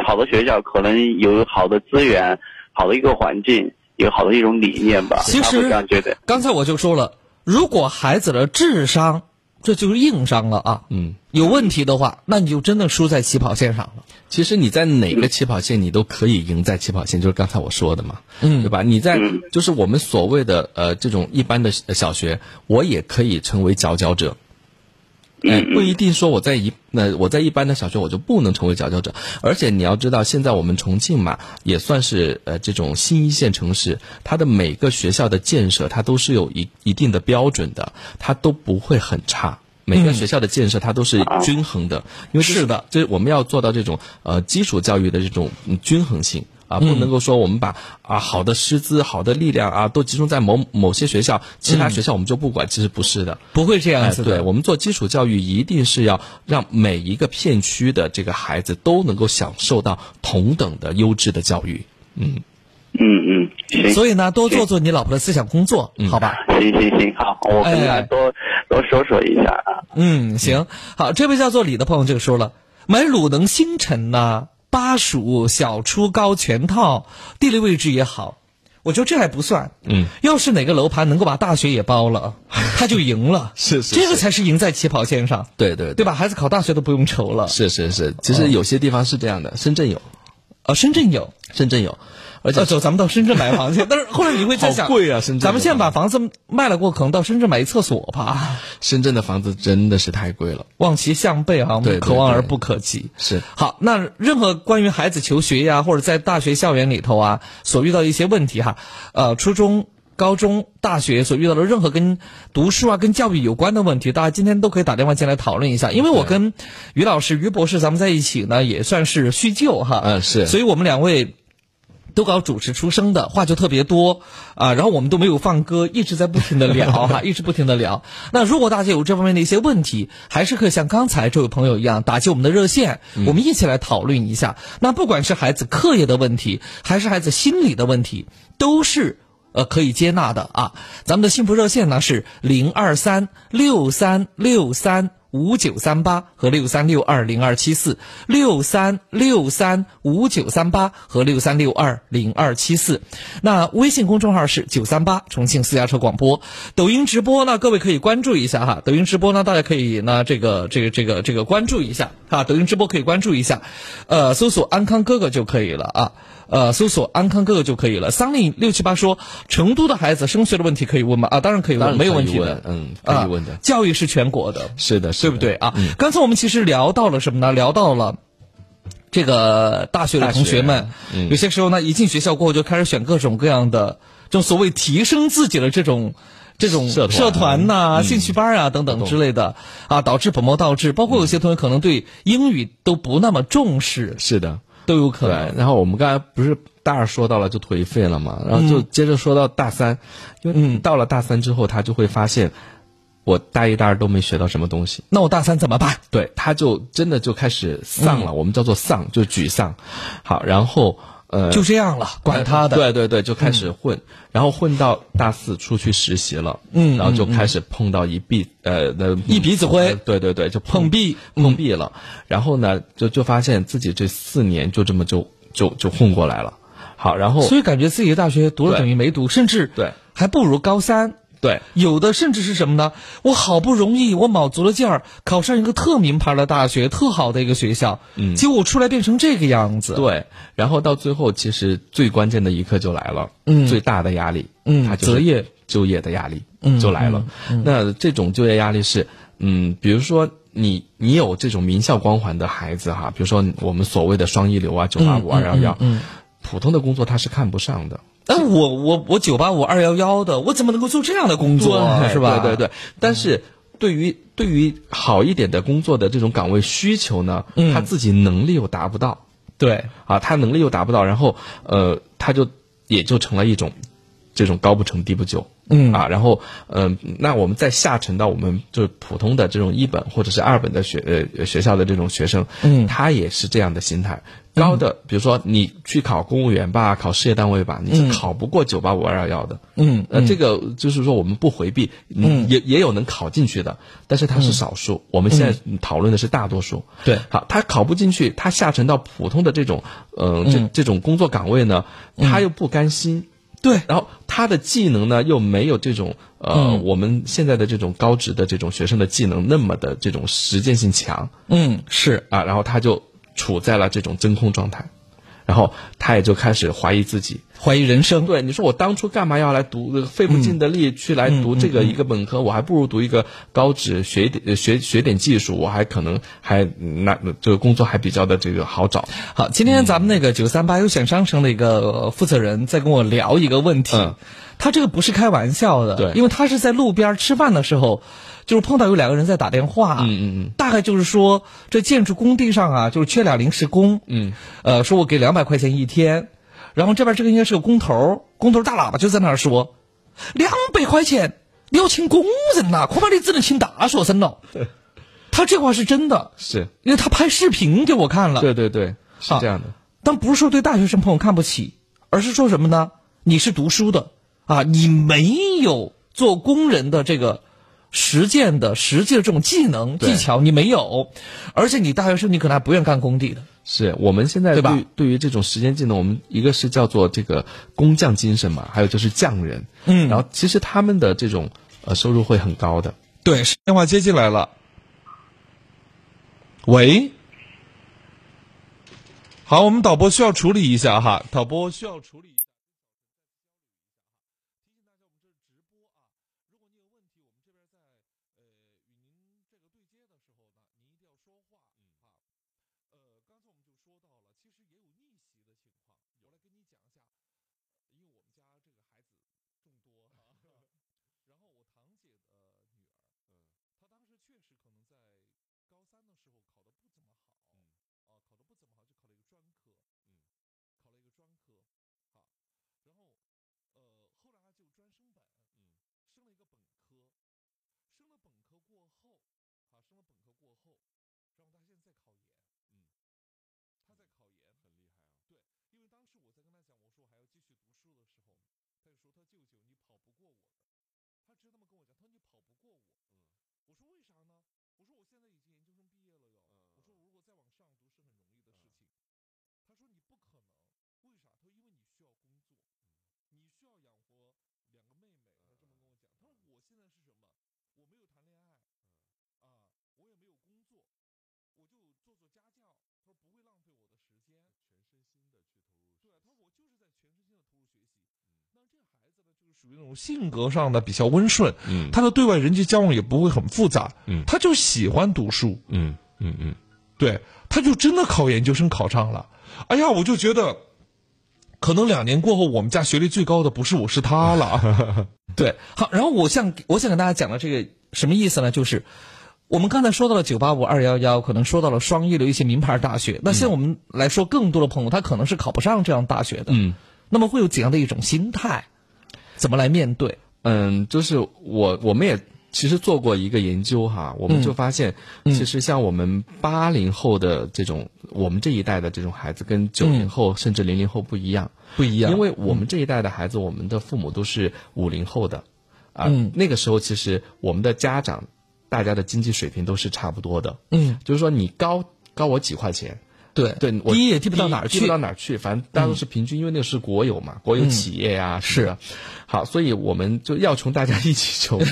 C: 好的学校可能有好的资源，好的一个环境，有好的一种理念吧，
A: 其
C: 她会这
A: 实
C: 样觉得。
A: 刚才我就说了，如果孩子的智商，这就是硬伤了啊，
B: 嗯，
A: 有问题的话，那你就真的输在起跑线上了。
B: 其实你在哪个起跑线，你都可以赢在起跑线，就是刚才我说的嘛，
A: 嗯
B: 对吧？你在
C: 嗯
B: 就是我们所谓的呃这种一般的呃小学，我也可以成为佼佼者。
A: 嗯
B: 哎，不一定说我在一那我在一般的小学我就不能成为佼佼者，而且你要知道，现在我们重庆嘛，也算是呃这种新一线城市，它的每个学校的建设，它都是有一一定的标准的，它都不会很差。每个学校的建设它都是均衡的，因为这
A: 嗯哦是的，
B: 这我们要做到这种呃基础教育的这种嗯均衡性。啊，不
A: 嗯
B: 能够说我们把啊好的师资、好的力量啊都集中在某某些学校，其
A: 嗯
B: 他学校我们就不管。其实不是的，
A: 不会这样
B: 哎，
A: 子的。
B: 对我们做基础教育，一定是要让每一个片区的这个孩子都能够享受到同等的优质的教育。
C: 嗯嗯，行。
A: 所以呢，多做做你老婆的思想工作，
B: 嗯
A: 好吧？
C: 行行行，好，我跟
A: 哎
C: 他多、多说说一下啊。
A: 嗯，行，好，这位叫做李的朋友就说了，买鲁能星辰呐、巴蜀小初高全套，地理位置也好，我觉得这还不算。
B: 嗯，
A: 要是哪个楼盘能够把大学也包了，他就赢了。
B: 是是
A: 这个
B: 是
A: 才是赢在起跑线上，
B: 对对
A: 对？吧？孩子考大学都不用愁了。
B: 是是是，其实有些地方是这样的，深圳有，
A: 呃，深圳有，
B: 深圳有，而且
A: 呃，走，咱们到深圳买 房去。但是后来你会在想，
B: 好贵啊深圳
A: 咱们现在把房子卖了过，可能到深圳买一厕所吧。
B: 深圳的房子真的是太贵了。
A: 望其项背啊，我
B: 对对
A: 们可望
B: 对
A: 而不可及。
B: 是
A: 好，那任何关于孩子求学呀，或者在大学校园里头啊，所遇到一些问题哈，呃，初中、高中、大学所遇到的任何跟读书啊、跟教育有关的问题，大家今天都可以打电话进来讨论一下。因为我跟于老师、于博士咱们在一起呢，也算是叙旧哈，
B: 嗯是
A: 所以我们两位。都搞主持出身的，话就特别多啊、然后我们都没有放歌，一直在不停的聊哈，一直不停的聊。那如果大家有这方面的一些问题，还是可以像刚才这位朋友一样打进我们的热线，我们一起来讨论一下。那不管是孩子课业的问题，还是孩子心理的问题，都是。呃，可以接纳的啊，咱们的幸福热线呢是零二三六三六三五九三八和六三六二零二七四，六三六三五九三八和六三六二零二七四。那微信公众号是九三八重庆私家车广播，抖音直播呢，各位可以关注一下哈。抖音直播呢，大家可以呢这个这个这个这个关注一下啊，抖音直播可以关注一下，呃，搜索安康哥哥就可以了啊。呃，搜索“安康哥哥”就可以了。桑林六七八说，成都的孩子升学的问题可以问吗？啊，当然可以
B: 当然
A: 问，没有
B: 可以
A: 问题的
B: 问。嗯
A: 啊
B: 可以问的
A: 教育是全国的，
B: 是的，嗯
A: 对不对啊？刚才我们其实聊到了什么呢？聊到了。这个大学的
B: 大
A: 同学
B: 学啊嗯
A: 们，有些时候呢，一进学校过后就开始选各种各样的，这种所谓提升自己的这种这种
B: 社团嗯
A: 呐、兴趣班啊等等之类的啊，导致本末倒置。包括有些同学可能对英语都不那么重视，
B: 嗯是的，
A: 都有可
B: 对
A: 能。。
B: 然后我们刚才不是大二说到了就颓废了嘛，然后
A: 嗯
B: 就接着说到大三，因为到了大三之后，他就会发现我大一、大二都没学到什么东西。
A: 那我大三怎么办？嗯
B: 对，他就真的就开始丧了，我们叫做丧，就是沮丧。好，然后呃，
A: 就这样了，管他的。，
B: 对对对，就开始混，然后混到大四出去实习了，
A: 嗯
B: 然后就开始碰到一壁呃那
A: 一鼻子灰
B: 呃对对对，就
A: 碰壁嗯
B: 碰壁了，然后呢就就发现自己这四年就这么就就就混过来了，好，然后
A: 所以感觉自己的大学读了
B: 哦对
A: 等于没读，甚至
B: 对
A: 还不如高三。
B: 对
A: 有的甚至是什么呢？我好不容易，我卯足了劲儿考上一个特名牌的大学，特好的一个学校，嗯，结果我出来变成这个样子，，
B: 对，然后到最后其实最关键的一刻就来了，嗯，最大的压力，
A: 嗯
B: 他就是
A: 择业
B: 就业的压力，嗯，就来了。那这种就业压力是，嗯，比如说你你有这种名校光环的孩子哈，比如说我们所谓的双一流啊、九八五、二幺幺，普通的工作他是看不上的，
A: 但呃我我我九八五二幺幺的，我怎么能够做这样的工作啊
B: 对
A: 是吧？
B: 对对对。但是对于对于好一点的工作的这种岗位需求呢，他自己能力又达不到，
A: 嗯对，
B: 啊，他能力又达不到，然后呃，他就也就成了一种这种高不成低不就，
A: 嗯
B: 啊，然后嗯、那我们再下沉到我们就是普通的这种一本或者是二本的学呃学校的这种学生，
A: 嗯
B: 他也是这样的心态。高的，比如说你去考公务员吧，考事业单位吧，你是考不过九八五二幺幺的。
A: 嗯
B: 呃，这个就是说我们不回避，嗯，也也有能考进去的，但是他是少数。我们现在讨论的是大多数。
A: 嗯对
B: 好，他考不进去，他下沉到普通的这种，呃，这
A: 嗯
B: 这种工作岗位呢，他又不甘心。
A: 对，
B: 然后他的技能呢，又没有这种呃、
A: 嗯
B: 我们现在的这种高职的这种学生的技能那么的这种实践性强
A: 嗯是，
B: 啊，然后他就处在了这种真空状态，然后他也就开始怀疑自己，
A: 怀疑人生，嗯
B: 对，你说我当初干嘛要来读，呃费不尽的力去来读这个一个本科，我还不如读一个高职，学一点呃学学点技术，我还可能还嗯那这个工作还比较的这个好找。
A: 好，今天咱们那个九三八优选商城的一个呃负责人在跟我聊一个问题，
B: 嗯
A: 他这个不是开玩笑的，
B: 对
A: 因为他是在路边吃饭的时候，就是碰到有两个人在打电话，嗯
B: 嗯嗯，
A: 大概就是说这建筑工地上啊，就是缺俩临时工，嗯，呃，说我给两百块钱一天，然后这边这个应该是个工头，工头大喇叭就在那儿说，两百块钱你要请工人呐、恐怕你只能请大学 生了，他这话是真的，
B: 是
A: 因为他拍视频给我看了，
B: 对对对，是
A: 啊
B: 这样的。
A: 但不是说对大学生朋友看不起，而是说什么呢？你是读书的啊，你没有做工人的这个实践的实际的这种技能
B: 对
A: 技巧，你没有，而且你大学生你可能还不愿干工地的，
B: 是我们现在
A: 对吧
B: 于对于这种时间技能，我们一个是叫做这个工匠精神嘛，还有就是匠人。嗯，然后其实他们的这种呃收入会很高的。
A: 对，是电话接进来了。喂，好，我们导播需要处理一下哈，导播需要处理。
B: 嗯
A: 啊呃升本，升了一个本科，升了本科过后，啊，升了本科过后，然后他现在在考研，
B: 嗯，
A: 他在考研，
B: 很厉害啊，
A: 对，因为当时我在跟他讲，我说我还要继续读书的时候，他就说他舅舅你跑不过我的，他直接这么跟我讲，他说你跑不过我，
B: 嗯
A: 我说为啥呢？我说我现在已经研究生毕业了哟，
B: 嗯
A: 我说我如果再往上读是很容易的事情，他说你不可能，为啥？他说因为你需要工作，
B: 嗯
A: 你需要养活两个妹妹，他这么跟我讲，他说我现在是什么？我没有谈恋爱，
B: 嗯
A: 啊，我也没有工作，我就做做家教。他说不会浪费我的时间，
B: 全身心的去投入，
A: 对啊，他说我就是在全身心的投入学习。那这个孩子呢，就是属于那种性格上的比较温顺，
B: 嗯
A: 他的对外人际交往也不会很复杂，
B: 嗯
A: 他就喜欢读书，
B: 嗯嗯嗯，
A: 对，他就真的考研究生考上了。哎呀，我就觉得，可能两年过后，我们家学历最高的不是我，是他了。 对，好，然后我想我想跟大家讲的这个什么意思呢？就是我们刚才说到了九八五、二幺幺，可能说到了双一流一些名牌大学。那
B: 嗯
A: 现在我们来说，更多的朋友他可能是考不上这样大学的，
B: 嗯。
A: 那么会有怎样的一种心态？怎么来面对？
B: 嗯，就是我我们也其实做过一个研究哈，我
A: 嗯
B: 们就发现，其实像我们八零后的这种，我们这一代的这种孩子跟九零后、甚至零零后不一样，
A: 不一
B: 因为我们这一代的孩子，我们的父母都是五零后的，啊、
A: 嗯
B: 那个时候其实我们的家长，大家的经济水平都是差不多的，
A: 嗯，
B: 就是说你高高我几块钱，
A: 对
B: 对，我
A: 低也低不到哪儿
B: 低
A: 去，
B: 不到哪儿去，反正大家都是平均，因为那是国有嘛，国有企业呀、什么的。好，所以我们就要穷，大家一起穷。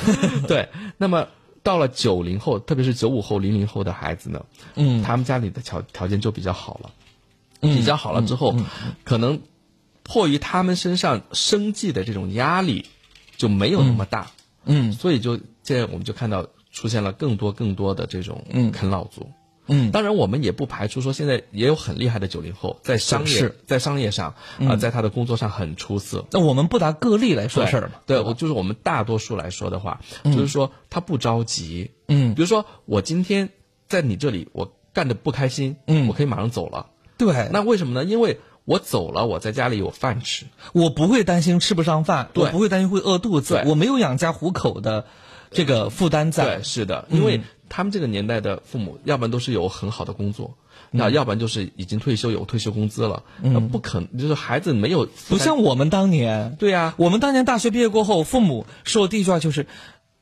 B: 对，那么到了九零后，特别是九五后、零零后的孩子呢，
A: 嗯
B: 他们家里的条条件就比较好了，比较好了之后，可能迫于他们身上生计的这种压力就没有那么大，
A: 嗯
B: 所以就现在我们就看到出现了更多更多的这种
A: 嗯
B: 啃老族。
A: 嗯
B: 当然，我们也不排除说现在也有很厉害的九零后，在商业
A: 是嗯
B: 在商业上啊、在他的工作上很出色。
A: 那我们不拿个例来说
B: 对
A: 事儿嘛，
B: 对
A: 吧
B: 我就是我们大多数来说的话，就是说他不着急。
A: 嗯
B: 比如说我今天在你这里我干的不开心，
A: 嗯
B: 我可以马上走了。
A: 对，
B: 那为什么呢？因为我走了，我在家里有饭吃。
A: 我不会担心吃不上饭，
B: 对
A: 我不会担心会饿肚子，
B: 对
A: 我没有养家糊口的这个负担在嗯
B: 对，。是的，因为他们这个年代的父母，要不然都是有很好的工作，
A: 嗯
B: 那要不然就是已经退休有退休工资了，那不可能嗯就是孩子没有
A: 不像我们当年，
B: 对呀、
A: 我们当年大学毕业过后，父母说的第一句话就是：“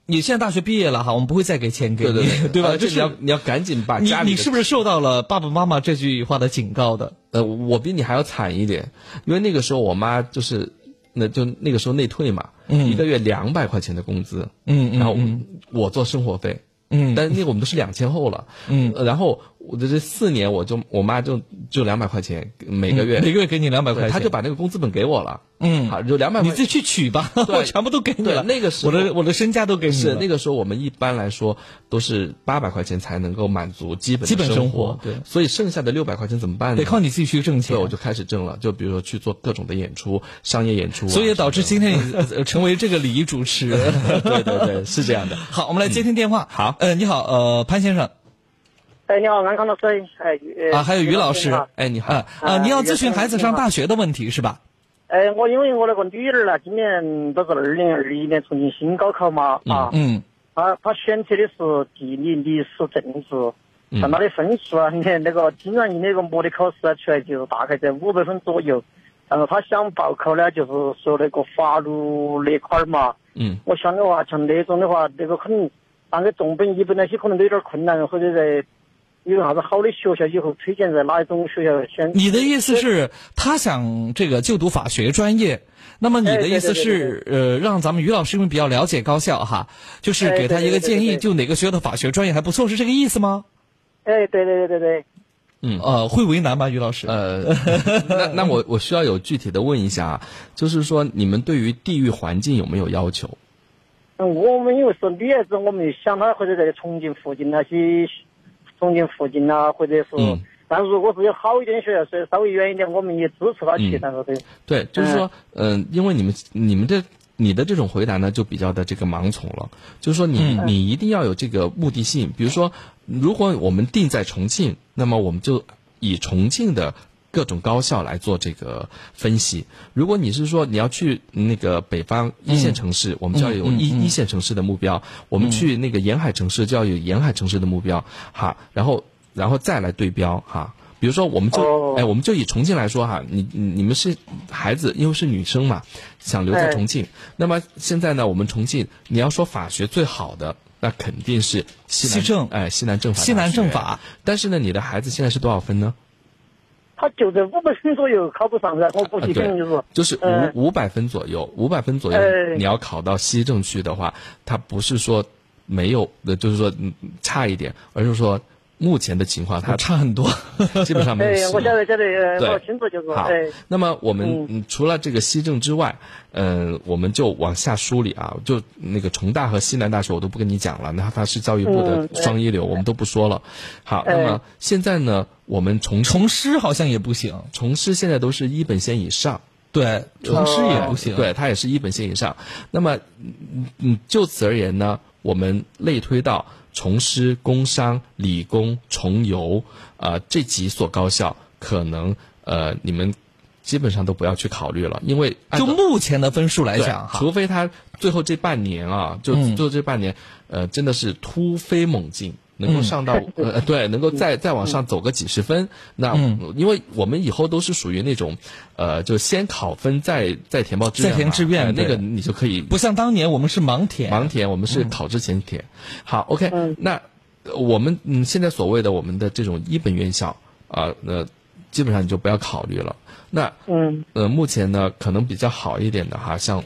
A: 你现在大学毕业了哈，我们不会再给钱给你，
B: 对 对
A: 吧？”
B: 而且
A: 这
B: 你要
A: 是
B: 你要赶紧把
A: 你
B: 家里
A: 你
B: 的
A: 是不是受到了爸爸妈妈这句话的警告的？
B: 呃，我比你还要惨一点，因为那个时候我妈就是，那就那个时候内退嘛，
A: 嗯
B: 一个月两百块钱的工资，
A: 嗯嗯
B: 然后我,、做生活费，
A: 嗯
B: 但那个我们都是两千后了，
A: 嗯
B: 呃，然后我的这四年我就我妈就就两百块钱每个月，
A: 嗯每个月给你两百块
B: 对
A: 钱，
B: 她就把那个工资本给我了，
A: 嗯
B: 好，就两百
A: 你
B: 块
A: 自己去取吧，
B: 对
A: 我全部都给你了。
B: 对那个时
A: 我
B: 候
A: 的我的身家都给你
B: 是
A: 了。
B: 那个时候，我们一般来说都是八百块钱才能够满足基本的
A: 基本
B: 生
A: 生活对
B: 所以剩下的六百块钱怎么办呢？
A: 得靠你自己去挣钱。
B: 对，我就开始挣了，就比如说去做各种的演出、商业演出啊、
A: 所以导致
B: 什
A: 今
B: 么
A: 天你呃成为这个礼仪主持人。
B: 的对对对，是这样的。 嗯
A: 好，我们来接听电话。
B: 好
A: 呃，你好，呃，潘先生
D: 哎，你好，南康老师，哎，呃
A: 啊，还有于老师
D: 你好，
B: 哎，你好，
A: 啊啊，你要咨询孩子上
D: 你好
A: 大学的问题是吧？
D: 哎，我因为我那个女儿呢，今年不是二零二一年重庆新高考嘛，啊，
A: 嗯
D: 她她选择的是地理、历史、政治，
B: 嗯
A: 嗯
D: 看她的分数啊，你看那个金软银那个模拟考试啊，出来就是大概在五百分左右，然后她想报考呢，就是说那个法律那块儿嘛，
B: 嗯
D: 我想的话，像那种的话，那个可能那个重本一本那些可能都有点困难，或者在有啥子好的学校以后推荐在哪一种学校选？
A: 你的意思是，他想这个就读法学专业，那么你
D: 哎
A: 的意思是，呃，让咱们于老师因为比较了解高校哈，就是
D: 哎
A: 给他
D: 对
A: 一个
D: 对对
A: 建议，
D: 对对
A: 就哪个学校的法学专业还不错，是这个意思吗？
D: 哎，对对对对对。
B: 嗯
A: 呃，会为难吗，于老师？
B: 呃，那那我我需要有具体的问一下啊，就是说你们对于地域环境有没有要求？
D: 嗯，我们因为是女孩子，我们想她或者在重庆附近那些，重庆附近呐、或者是，
B: 嗯
D: 但如果是有好一点学校，是稍微远一点，我们也支持她
B: 嗯
D: 去那个的。
B: 对，就是说，嗯、因为你们你们这你的这种回答呢，就比较的这个盲从了。就是说你，你、一定要有这个目的性。比如说，如果我们定在重庆，那么我们就以重庆的各种高校来做这个分析。如果你是说你要去那个北方一线城市，我们就要有一、一线城市的目标；我们去那个沿海城市就要有沿海城市的目标，哈，然后然后再来对标哈。比如说，我们就、
D: 哦
B: 哎，我们就以重庆来说哈，你你你们是孩子，因为是女生嘛，想留在
D: 哎
B: 重庆。那么现在呢，我们重庆，你要说法学最好的，那肯定是西南
A: 西政
B: 哎，西南政法大学，
A: 西南政法。
B: 但是呢，你的孩子现在是多少分呢？
D: 他九十五百分左右考不上噻，我估
B: 啊，
D: 计可
B: 对
D: 能就是说，
B: 就是
D: 呃
B: 五五百分左右，五百分左右
D: 哎，
B: 你要考到西政去的话，它不是说没有，呃就是说嗯差一点，而是说目前的情况，它
A: 差很多。
B: 基本上没有
D: 哎
B: 希，望。
D: 我晓得晓得，
B: 对
D: 呃我清楚就是说，
B: 好
D: 哎，，
B: 那么我们
D: 嗯
B: 嗯除了这个西政之外，嗯，我们就往下梳理啊，就那个重大和西南大学我都不跟你讲了，那它是教育部的
D: 嗯对
B: 双一流，我们都不说了。好，
D: 哎
B: 那么现在呢，我们重重
A: 重师好像也不行，
B: 重师现在都是一本线以上，哦
A: 对，重师也不行。，
B: 对，它也是一本线以上。那么，嗯嗯，就此而言呢，我们类推到重师、工商、理工、重邮，呃，这几所高校，可能呃，你们基本上都不要去考虑了，因为按
A: 就
B: 照
A: 目前的分数来
B: 对
A: 讲，哈，
B: 除非他最后这半年啊，就
A: 嗯
B: 最后这半年，呃，真的是突飞猛进。能够上到、呃对，能够再再往上走个几十分，那、
A: 嗯
B: 因为我们以后都是属于那种，呃，就先考分再再填报志愿嘛，
A: 再填志愿
B: 哎那
A: 啊对
B: 个你就可以
A: 不像当年我们是盲嗯填，
B: 盲填，我们是考之前填。好，OK，、那呃我们嗯现在所谓的我们的这种一本院校啊，那、基本上你就不要考虑了。那
D: 嗯，
B: 呃，目前呢，可能比较好一点的哈，像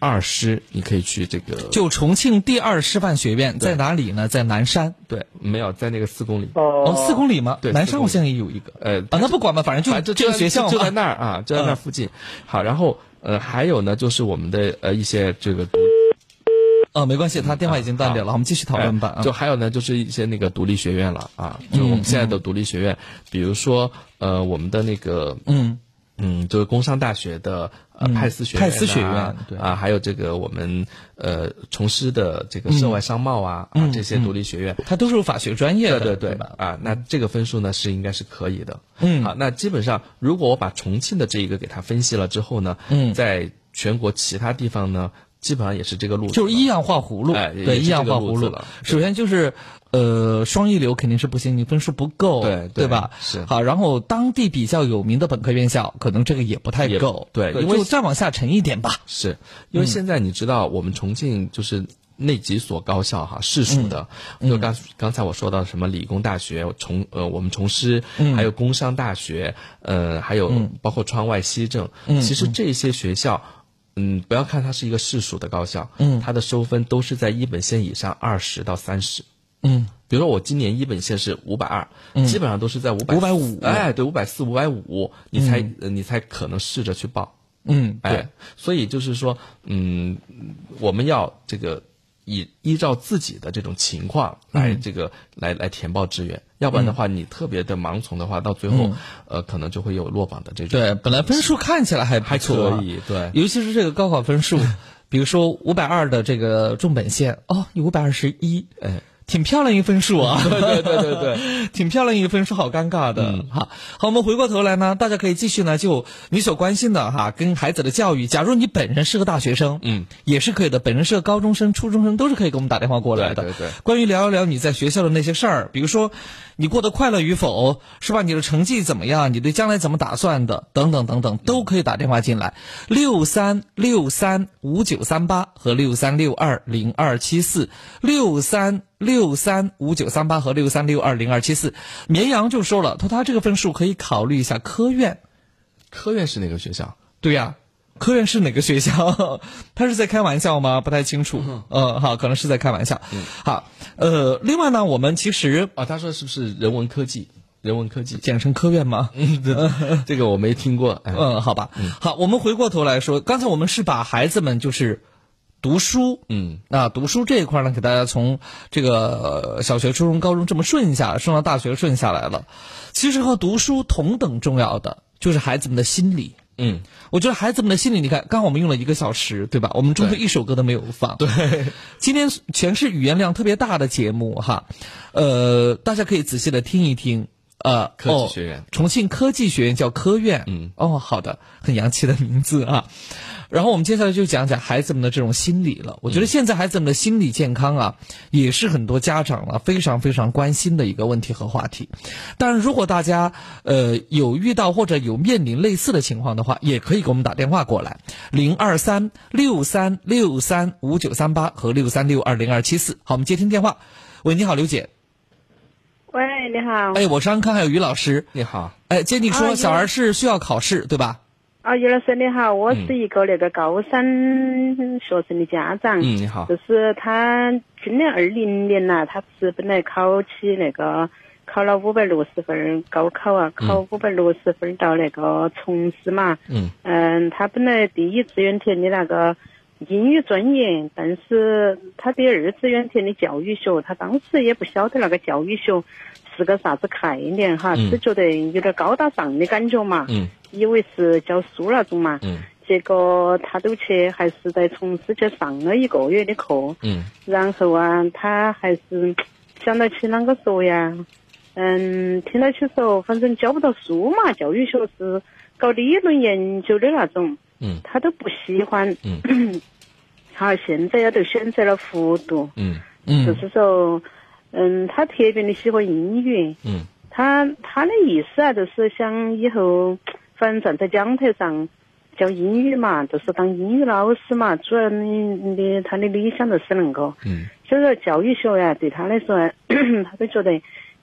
B: 二师，你可以去这个
A: 就重庆第二师范学院在哪里呢？在南山。
B: 对，没有在那个四公里，
A: 哦，
D: 哦，
A: 四公里吗？
B: 对
A: 南
B: 四
A: 山
B: 公里
A: 好像也有一个。
B: 呃，
A: 啊，那不管吧，反正
B: 反
A: 就
B: 正
A: 这个
B: 在
A: 学校
B: 就在
A: 嘛。嗯
B: 那儿啊，就在那儿附近。好，然后呃，还有呢，就是我们的呃一些这个独
A: 呃，没关系，他电话已经断掉了，我们继续讨论吧。嗯
B: 哎
A: 啊
B: 就还有呢，就是一些那个独立学院了啊，就我们现在的独立学院，比如说呃，我们的那个
A: 嗯，
B: 嗯，就是工商大学的呃
A: 嗯
B: 派斯学院、啊、
A: 派斯学院对
B: 啊，还有这个我们呃从师的这
A: 嗯
B: 个涉外商贸啊、啊这些独立学院。
A: 他嗯都是有法学专业的，
B: 对对
A: 吧？
B: 啊，那这个分数呢是应该是可以的。
A: 嗯
B: 好，那基本上如果我把重庆的这一个给它分析了之后呢，
A: 嗯
B: 在全国其他地方呢，基本上也是这个路子了，
A: 就是一样画葫芦，
B: 哎也
A: 对，
B: 也
A: 一
B: 是
A: 样
B: 这个
A: 画
B: 路
A: 葫
B: 子
A: 芦
B: 了。
A: 首先就是，呃，双一流肯定是不行，你分数不够，
B: 对
A: 对
B: 对
A: 吧？
B: 是
A: 好，然后当地比较有名的本科院校，可能这个也不太
B: 也
A: 够，
B: 对因为
A: 就再往下沉一点吧。嗯
B: 是因为现在你知道，我们重庆就是那几所高校哈，市属的，就刚刚才我说到什么理工大学、重呃我们重师，还有工商大学，呃还有包括川外西政，其实这些学校。嗯，不要看它是一个市属的高校，嗯，它的收分都是在一本线以上二十到三十，
A: 嗯，
B: 比如说我今年一本线是五百二，基本上都是嗯在五百
A: 550
B: 哎，对，五百四、五百五，你才、呃你才可能试着去报，
A: 嗯，对，
B: 哎，所以就是说，嗯，我们要这个以依照自己的这种情况来这个、来来填报志愿，要不然的话，你特别的盲从的话，到最后、呃可能就会有落榜的这种。
A: 对，本来分数看起来还不
B: 还
A: 错
B: 可以对
A: 尤其是这个高 考分数，比如说五百二的这个重本线，哦，你五百二十一，
B: 哎，
A: 挺漂亮一分数啊，对
B: 对对对对。 嗯
A: 挺漂亮一分是好尴尬的哈。好，我们回过头来呢，大家可以继续呢，就你所关心的哈，跟孩子的教育。假如你本人是个大学生，
B: 嗯，
A: 也是可以的，本人是个高中生、初中生，都是可以给我们打电话过来的。
B: 对对对
A: 关于聊一聊你在学校的那些事儿，比如说你过得快乐与否，是吧？你的成绩怎么样？你对将来怎么打算的？等等等等，都可以打电话进来，六三六三五九三八和六三六二零二七四，六三六三五九三八和六三六二零二七四。绵羊就说了，他说他这个分数可以考虑一下科院。
B: 科院是哪个学校？
A: 对呀、科院是哪个学校？他是在开玩笑吗？不太清楚。嗯、好，可能是在开玩笑。好，呃，另外呢，我们其实，
B: 嗯啊，他说是不是人文科技？人文科技嗯
A: 简称科院吗？
B: 这个我没听过。哎，
A: 嗯，好吧。好，我们回过头来说，刚才我们是把孩子们就是读书，
B: 嗯，
A: 那读书这一块呢，给大家从这个呃小学、初中、高中这么顺一下，顺到大学顺下来了。其实和读书同等重要的就是孩子们的心理。
B: 嗯，
A: 我觉得孩子们的心理，你看，刚刚我们用了一个小时，对吧？我们中途一首歌都没有放。对，今天全是语言量特别大的节目哈，呃，大家可以仔细的听一听。呃，
B: 科技
A: 哦
B: 学院
A: 重庆科技学院叫科院，
B: 嗯，
A: 哦，好的，很洋气的名字啊。然后我们接下来就讲讲孩子们的这种心理了。我觉得现在孩子们的心理健康啊，也是很多家长啊非常非常关心的一个问题和话题。但是如果大家呃有遇到或者有面临类似的情况的话，也可以给我们打电话过来，零二三六三六三五九三八和六三六二零二七四。好，我们接听电话。喂，你好，刘姐。
E: 喂，你好。
A: 哎，我是安康，还有于老师。
B: 你好，
A: 哎，接你
E: 啊
A: 说，
E: 有
A: 小孩是需要考试，对吧？
E: 啊，于老师你好，我是一个那个高三学生的家长。
B: 嗯，你好，
E: 就是他今年二零年呐、他不是本来考起那个考了五百六十分儿高考啊，考五百六十分儿到那个重师嘛。
B: 嗯
E: 嗯，他本来第一志愿填的那个英语专业，但是他第二志愿填的教育学，他当时也不晓得那个教育学是个啥子概念哈，
B: 嗯
E: 只觉得有点高大上的感觉嘛，
B: 嗯
E: 以为是教书那种嘛。
B: 嗯
E: 结果他都去，还是在重师去上了一个月的课，
B: 嗯
E: 然后啊，他还是想到起啷个说呀？嗯，听到起说，反正教不到书嘛，教育学是搞理论研究的那种，
B: 嗯
E: 他都不喜欢。
B: 嗯
E: 好，现在呀都选择了复读，
B: 嗯
E: 就
A: 嗯
E: 是说，嗯，他特别的喜欢英语，
B: 嗯
E: 他他的意思啊，就是想以后反正站在讲台上教英语嘛，就是当英语老师嘛。主要你你他的理想就是能够，
B: 嗯
E: 所以说教育学呀，对他来说啊， 他都觉得，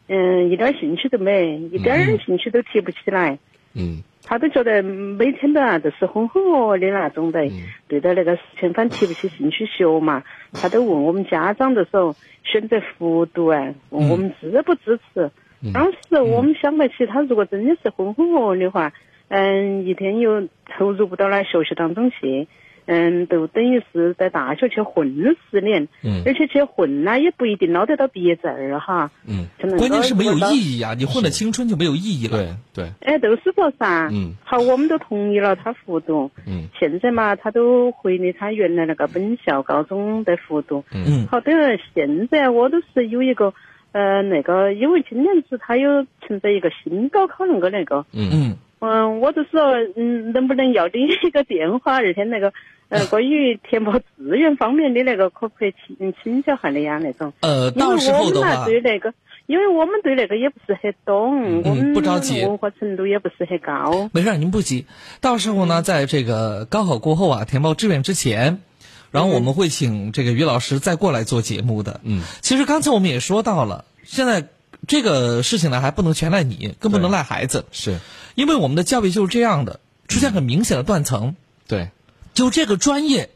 E: 嗯，一点兴趣都没，一点儿兴趣都提不起来。
B: 嗯
E: 他都觉得每天都啊，就是浑浑噩噩的那种的，
B: 嗯
E: 对待那个事情，反正提不起兴趣学嘛。他都问我们家长的时候，选择复读啊，
B: 嗯
E: 问我们支不支持。当时我们想得起，他如果真的是浑浑噩噩的话，嗯，一天又投入不到那学习当中去，嗯，都等于是在大学去混了十年，
B: 嗯
E: 而且去混呢也不一定捞得到毕业证儿哈。
B: 嗯，
E: 可能
A: 关键
E: 捞
A: 是没有
E: 捞
A: 意义啊！你混了青春就没有意义了。
B: 对对，
E: 哎，都是说噻。
B: 嗯。
E: 好，我们都同意了他复读。
B: 嗯
E: 现在嘛，他都回的他原来那个本校高中在复读。
B: 嗯
E: 好的，现在我都是有一个，呃，那个，因为今年子他有存在一个新高考那个那个，
B: 嗯
A: 嗯
E: 嗯、我就是说，嗯，能不能要你一个电话？二天那 个，呃，关于填报志愿方面的那个，可不可以请请教下你呀？那种。
A: 呃，
E: 因为
A: 到时候的
E: 我们
A: 话
E: 嘛，对那个，因为我们对那个也不是很懂，我们
A: 嗯不着急
E: 文化程度也不是很高。
A: 没事儿，您不急。到时候呢，在这个高考过后啊，填报志愿之前，然后我们会请这个于老师再过来做节目的。
B: 嗯，
A: 其实刚才我们也说到了，现在这个事情呢，还不能全赖你，更不能赖孩子，
B: 是
A: 因为我们的教育就是这样的，出现很明显的断层。
B: 对，
A: 就这个专业，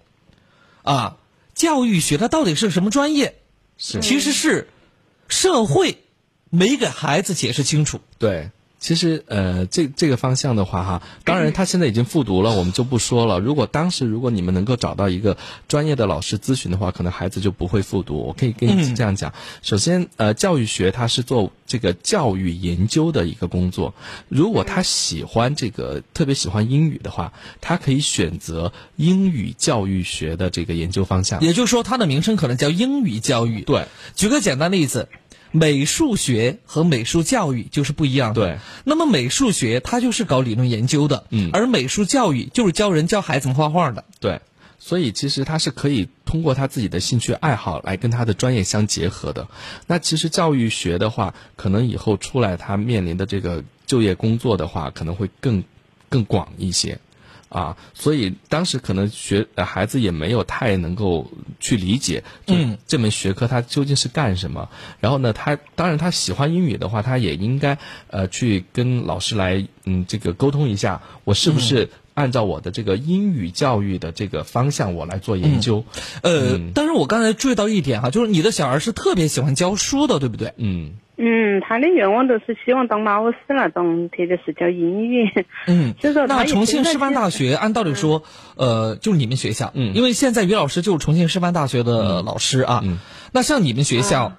A: 啊，教育学它到底是什么专业？
B: 是
A: 其实是社会没给孩子解释清楚。
B: 对。其实，呃，这这个方向的话，哈，当然他现在已经复读了，我们就不说了。如果当时如果你们能够找到一个专业的老师咨询的话，可能孩子就不会复读。我可以跟你这样讲，首先，呃，教育学它是做这个教育研究的一个工作。如果他喜欢这个，特别喜欢英语的话，他可以选择英语教育学的这个研究方向。
A: 也就是说，它的名称可能叫英语教育。，
B: 啊对，
A: 举个简单例子，美术学和美术教育就是不一样的。
B: 对，
A: 那么美术学它就是搞理论研究的，
B: 嗯
A: 而美术教育就是教人教孩子们画画的。
B: 对，所以其实他是可以通过他自己的兴趣爱好来跟他的专业相结合的。那其实教育学的话，可能以后出来他面临的这个就业工作的话，可能会更更广一些。啊，所以当时可能学呃孩子也没有太能够去理解，
A: 嗯，
B: 这门学科它究竟是干什么。然后呢，他当然他喜欢英语的话，他也应该呃去跟老师来嗯这个沟通一下，我是不是按照我的这个英语教育的这个方向我来做研究？
A: 呃，
B: 嗯
A: 但是我刚才注意到一点哈，就是你的小孩是特别喜欢教书的，对不对？
B: 嗯
E: 嗯，他的愿望都是希望当老师那种，特别是教英语。
A: 嗯
E: 就是说
A: 那
E: 他
A: 重庆
E: 现在
A: 师范大学嗯按道理说，呃，就是你们学校，
B: 嗯
A: 因为现在于老师就是重庆师范大学的老师啊，
B: 嗯
A: 那像你们学校，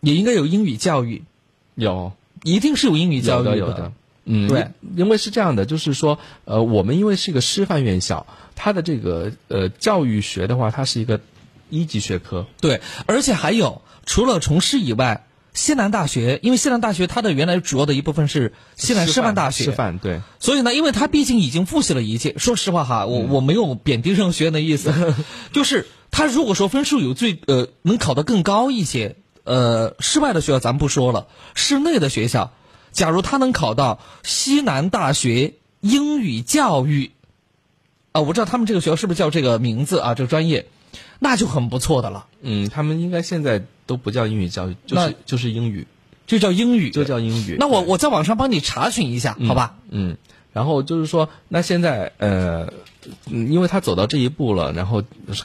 A: 也应该有英语教育，
B: 有
A: 一定是有英语教
B: 有
A: 育
B: 的有的。嗯，
A: 对
B: 因，因为是这样的，就是说，呃，我们因为是一个师范院校，它的这个呃教育学的话，它是一个一级学科，
A: 对，而且还有，除了重师以外，西南大学，因为西南大学它的原来主要的一部分是西南师范大学，
B: 师范对，
A: 所以呢，因为它毕竟已经复习了一届，说实话哈，我
B: 嗯
A: 我没有贬低任何学院的意 思，就是它如果说分数有最呃能考得更高一些，呃，室外的学校咱不说了，室内的学校，假如它能考到西南大学英语教育，啊、我不知道他们这个学校是不是叫这个名字啊，这个专业，那就很不错的了，
B: 嗯，他们应该现在都不叫英语教育，就
A: 那
B: 是就是英语，
A: 就叫英语，
B: 就叫英语。
A: 那我我在网上帮你查询一下，好吧？
B: 嗯，然后就是说，那现在呃，嗯因为他走到这一步了，然后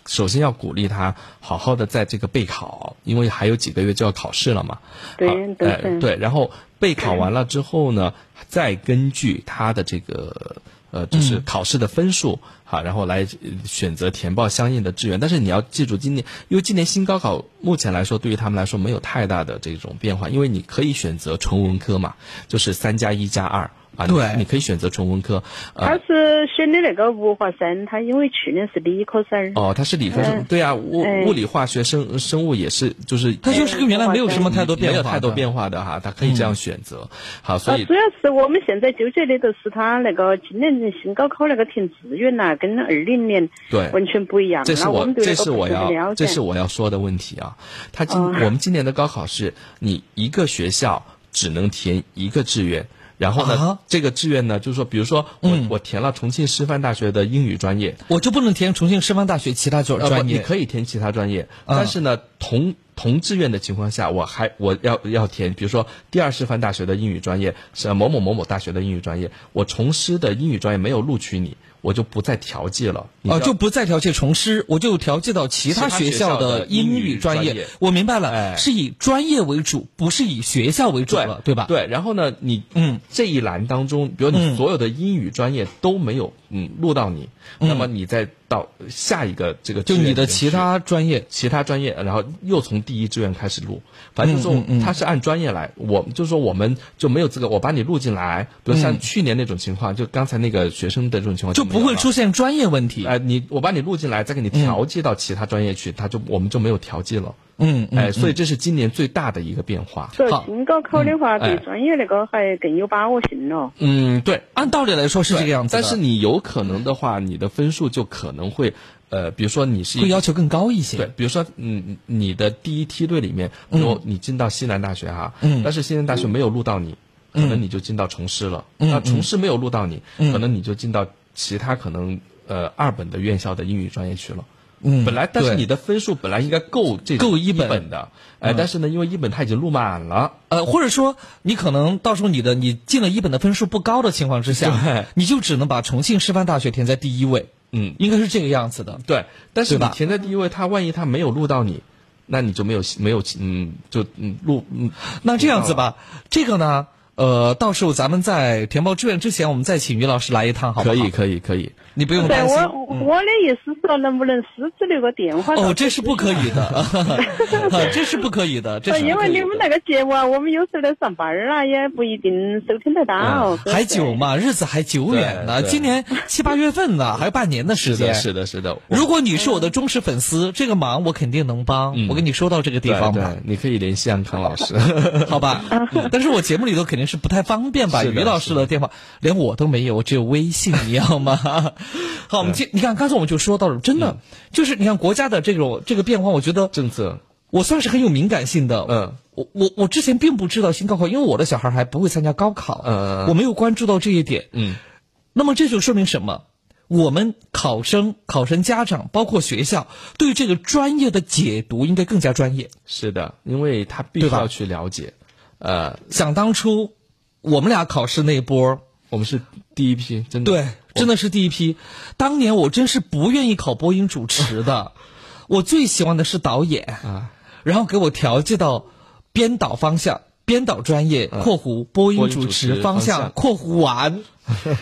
B: 首先要鼓励他好好的在这个备考，因为还有几个月就要考试了嘛。
E: 对
B: 好
E: 都
A: 哎
E: 是
B: 呃对，然后备
E: 嗯
B: 考完了之后呢，再根据他的这个。呃，
A: 嗯
B: 就是考试的分数好，然后来呃选择填报相应的志愿。但是你要记住，今年因为今年新高考目前来说，对于他们来说没有太大的这种变化，因为你可以选择纯文科嘛，就是三加一加二啊，你
A: 对
B: 你可以选择纯文科。呃，
E: 他是选的那个五华三，他因为去年是理科生，
B: 哦，它是理科生，
E: 嗯
B: 对啊，物
E: 哎
B: 物理、化学、生生物也是，就是
A: 它就是跟原来没有什么太多变
B: 没
A: 化
B: 有
A: 的，嗯
B: 太多变化的哈，它可以这样选择。好，所
E: 啊，
B: 以
E: 主要是我们现在纠结的都是他那个今年的新高考那个填志愿呐，跟二零年
B: 对
E: 完全不一样。
B: 这是
E: 然后
B: 我
E: 们对
B: 这
E: 那个
B: 是
E: 不
B: 我
E: 是很
B: 要
E: 了
B: 这
E: 解。
B: 是我要说的问题啊。他今
E: 哦
B: 我们今年的高考是，你一个学校只能填一个志愿。然后呢
A: 啊，
B: 这个志愿呢，就是说，比如说我
A: 嗯
B: 我填了重庆师范大学的英语专业，
A: 我就不能填重庆师范大学其他专
B: 呃，不
A: 专业，
B: 你可以填其他专业，
A: 嗯
B: 但是呢，同同志愿的情况下，我还我要要填，比如说第二师范大学的英语专业，是某某某某大学的英语专业，我重师的英语专业没有录取你，我就不再调剂了，你要
A: 哦，就不再调剂重师，我就调剂到其他学校的英语专
B: 其他学校的英语专业
A: 业。我明白了，
B: 哎
A: 是以专业为主，不是以学校为主
B: 对
A: 了，对吧？，
B: 对，然后呢，你
A: 嗯
B: 这一栏当中，比如你
A: 嗯
B: 所有的英语专业都没有嗯录到你，那么你再到下一个这个
A: 就
B: 志愿
A: 你的
B: 里面
A: 其
B: 去
A: 他专业，
B: 其他专业，然后又从第一志愿开始录，反正就是
A: 嗯嗯嗯
B: 说他是按专业来，我就是说我们就没有资格，我把你录进来，比如像
A: 嗯
B: 去年那种情况，就刚才那个学生的这种情况
A: 就
B: 没
A: 不
B: 有
A: 会
B: 了
A: 出现专业问题。
B: 哎、你我把你录进来，再给你调剂到其他专业去，他就我们就没有调剂了，
A: 嗯，嗯
B: 哎、所以这是今年最大的一个变化。
E: 主
A: 好
E: 要新高考的话，
B: 嗯哎
E: 对专业那个还更有把握性了。
B: 嗯，对，
A: 按道理来说是这个样子的，
B: 但是你有可能的话，你的分数就可能会，呃，比如说你是一
A: 会
B: 个
A: 要求更高一些。
B: 对，，比如说，嗯，你的第一梯队里面，比如你进到西南大学哈，
A: 嗯
B: 但是西南大学没有录到你，可能你就进到重师了。
A: 嗯
B: 那
A: 嗯
B: 重师没有录到你，
A: 嗯
B: 可能你就进到其他可能呃二本的院校的英语专业去了。
A: 嗯，
B: 本来，但是
A: 对
B: 你的分数本来应该够这
A: 够
B: 一
A: 一本嗯
B: 的，哎，但是呢，因为一本它已经录满了，
A: 呃，或者说你可能到时候你的你进了一本的分数不高的情况之
B: 对
A: 下，你就只能把重庆师范大学填在第一位，
B: 嗯，
A: 应该是这个样子的。
B: 对，但是
A: 对
B: 你
A: 吧
B: 填在第一位，他万一他没有录到你，那你就没有没有嗯，就嗯录嗯，
A: 那这样子吧，这个呢，呃，到时候咱们在填报志愿之前，我们再请于老师来一趟，好不
B: 可
A: 好？
B: 以，可以可以，
A: 你不用
E: 对
A: 担心。
E: 我
B: 嗯
E: 我的意思是说，能不能私自留个电话？
A: 哦，这是不可以 的，这是不可以的，这是
E: 呃啊因
A: 不可
E: 为
A: 以
E: 你
A: 的。
E: 们那个节目啊，我们有时候在上班儿啊，也不一定收听得
B: 啊
E: 到。对不对
A: 嗯还久？嘛，日子还久远呢，
B: 对对
A: 今年七八月份呢，还有半年的时
B: 是的，
A: 间。
B: 是的，是的。
A: 如果你是我的忠实粉丝，这个忙我肯定能帮，
B: 嗯
A: 我跟你说到这个地方
B: 对
A: 吧，
B: 对，你可以联系安康老师。
A: 好吧？但是我节目里头肯定是不太方便把
B: 是的
A: 于老师的电话，连我都没有，我只有微信，你 要吗？好，我们今你看刚才我们就说到了，真的就是你看国家的这种这个变化，我觉得
B: 嗯政策，
A: 我算是很有敏感性的，
B: 嗯，
A: 我我我之前并不知道新高考，因为我的小孩还不会参加高考，
B: 嗯嗯嗯
A: 我没有关注到这一点，
B: 嗯，
A: 那么这就说明什么？我们考生、考生家长，包括学校，对这个专业的解读应该更加专业。
B: 是的，因为他必须
A: 对吧
B: 要去了解。呃，
A: 想当初，我们俩考试那一波，
B: 我们是第一批，真的。
A: 对，真的是第一批。当年我真是不愿意考播音主 持的，我最喜欢的是导演
B: 啊，
A: 然后给我调剂到编导方向。编导专业（括弧播
B: 嗯播
A: 音
B: 音主
A: 主
B: 持
A: 持方
B: 方向
A: 向）（括弧完），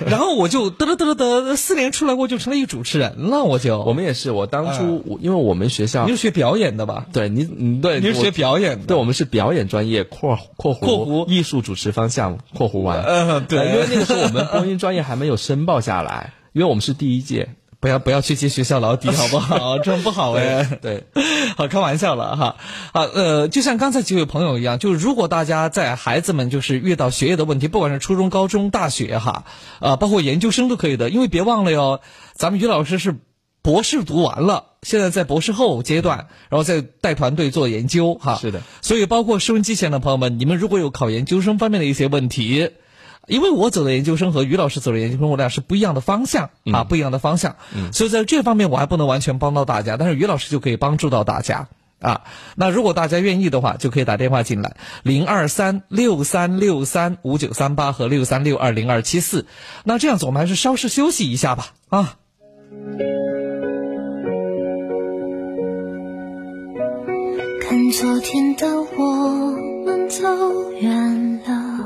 A: 然后我就嘚嘚嘚嘚嘚，四年出来我就成了一主持人了，我就。嗯
B: 我们也是。我当初，我因为我们学校
A: 你，是学表演的吧？
B: 对你，你对，
A: 你是
B: 我
A: 学表演的？
B: 对，我们是表演专业（括括弧
A: 括弧
B: 艺术主持方向）（括弧完）。
A: 呃对
B: 呃因为那个时候我们播音专业还没有申报下来，因为我们是第一届。
A: 不要不要去揭学校老底，好 不好？这样不好哎。
B: 对，
A: 好开玩笑了哈。啊呃，就像刚才几位朋友一样，就是如果大家在孩子们就是遇到学业的问题，不管是初中、高中、大学哈，啊、包括研究生都可以的，因为别忘了哟，咱们于老师是博士读完了。现在在博士后阶段，然后再带团队做研究，哈，
B: 是的。
A: 所以包括收音机前的朋友们，你们如果有考研究生方面的一些问题，因为我走的研究生和于老师走的研究生，我俩是不一样的方向、啊，
B: 嗯
A: 不一样的方向，所以在这方面我还不能完全帮到大家，但是于老师就可以帮助到大家啊。那如果大家愿意的话，就可以打电话进来，零二三六三六三五九三八和六三六二零二七四。那这样子，我们还是稍事休息一下吧，啊。
F: 看昨天的我们走远了，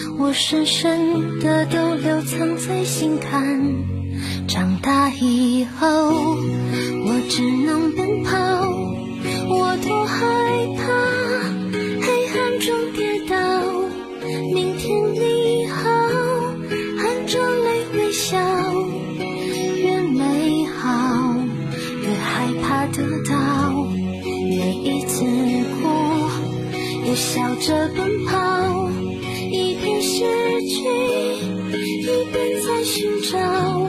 F: 我深深的都留藏在心坎。长大以后，我只能奔跑，我多害怕黑暗中跌倒。明天你好，含着泪微笑，越美好，越害怕得到，越一直哭。也笑着奔跑，一边失去，一边在寻找。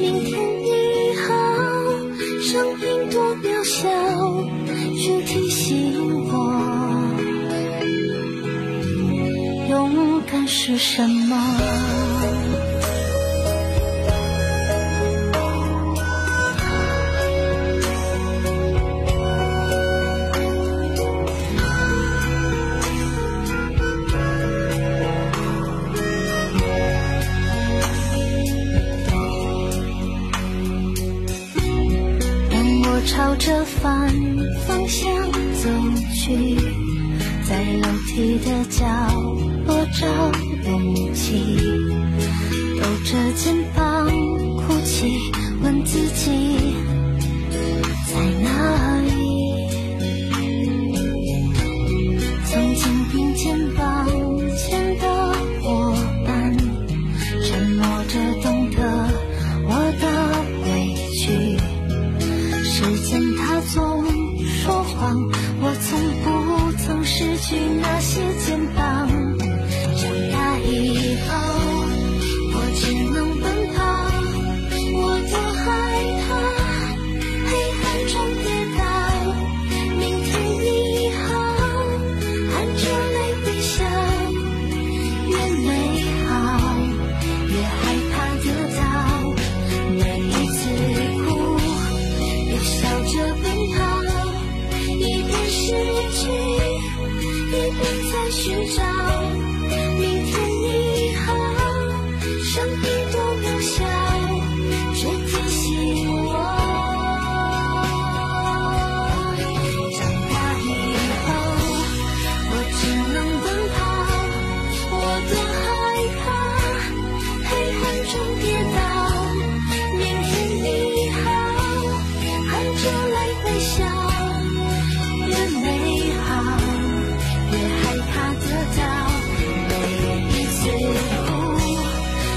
F: 明天你好，声音多渺小，就提醒我，勇敢是什么。当我朝着反方向走去，在楼梯的角落找勇气，抖着肩膀哭泣，问自己在哪里？曾经并肩往前的伙伴，沉默着懂得我的委屈。时间它总说谎，我从不曾失去那些肩膀。长大以后，我只能奔跑，我多害怕黑暗中跌倒。明天你好，含着泪微笑，越美好越害怕得到，每一次哭。也笑着奔跑，一边失去，一边在寻找。明天你好，生命多渺小，却提醒我，长大以后我只能奔跑，我多害怕黑暗中跌倒。明天你好。含着泪微笑，越美好越害怕得到。每一次哭，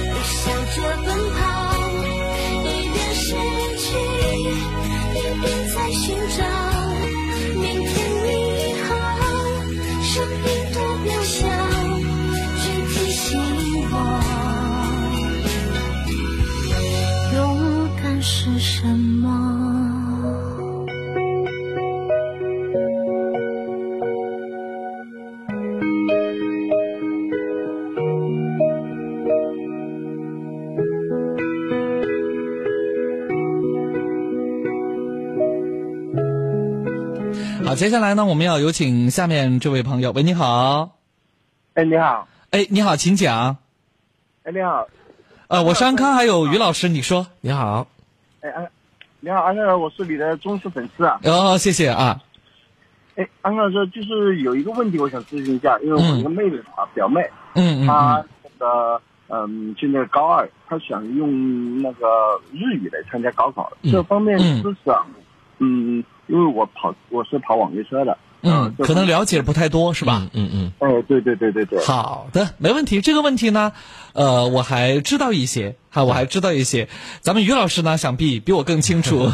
F: 也笑着奔跑，一边失去，一边在寻找。明天你好，生命多渺小，只提醒我。勇敢是什么？
A: 好，接下来呢，我们要有请下面这位朋友。喂，你好。
D: 哎，你好，
A: 哎，你好，请讲。
D: 哎，你好，
A: 呃，我是安康，还有于老师，你说。
B: 你好，
D: 哎安你好，安哥老师，我是你的忠实粉丝啊。
A: 哦，谢谢啊，
D: 哎，安哥老师，就是有一个问题我想咨询一下，因为我一个妹妹啊，表妹，
A: 嗯嗯嗯
D: 她的嗯现在高二，她想用那个日语来参加高考，这方面
A: 嗯
D: 知识啊，嗯，因为我跑我是跑网约车的，
A: 嗯，可能了解不太多是吧？
B: 嗯嗯嗯，
D: 哎，对对对对对，
A: 好的，没问题。这个问题呢，呃，我还知道一些，哈，我还知道一些。咱们于老师呢，想必比我更清 楚。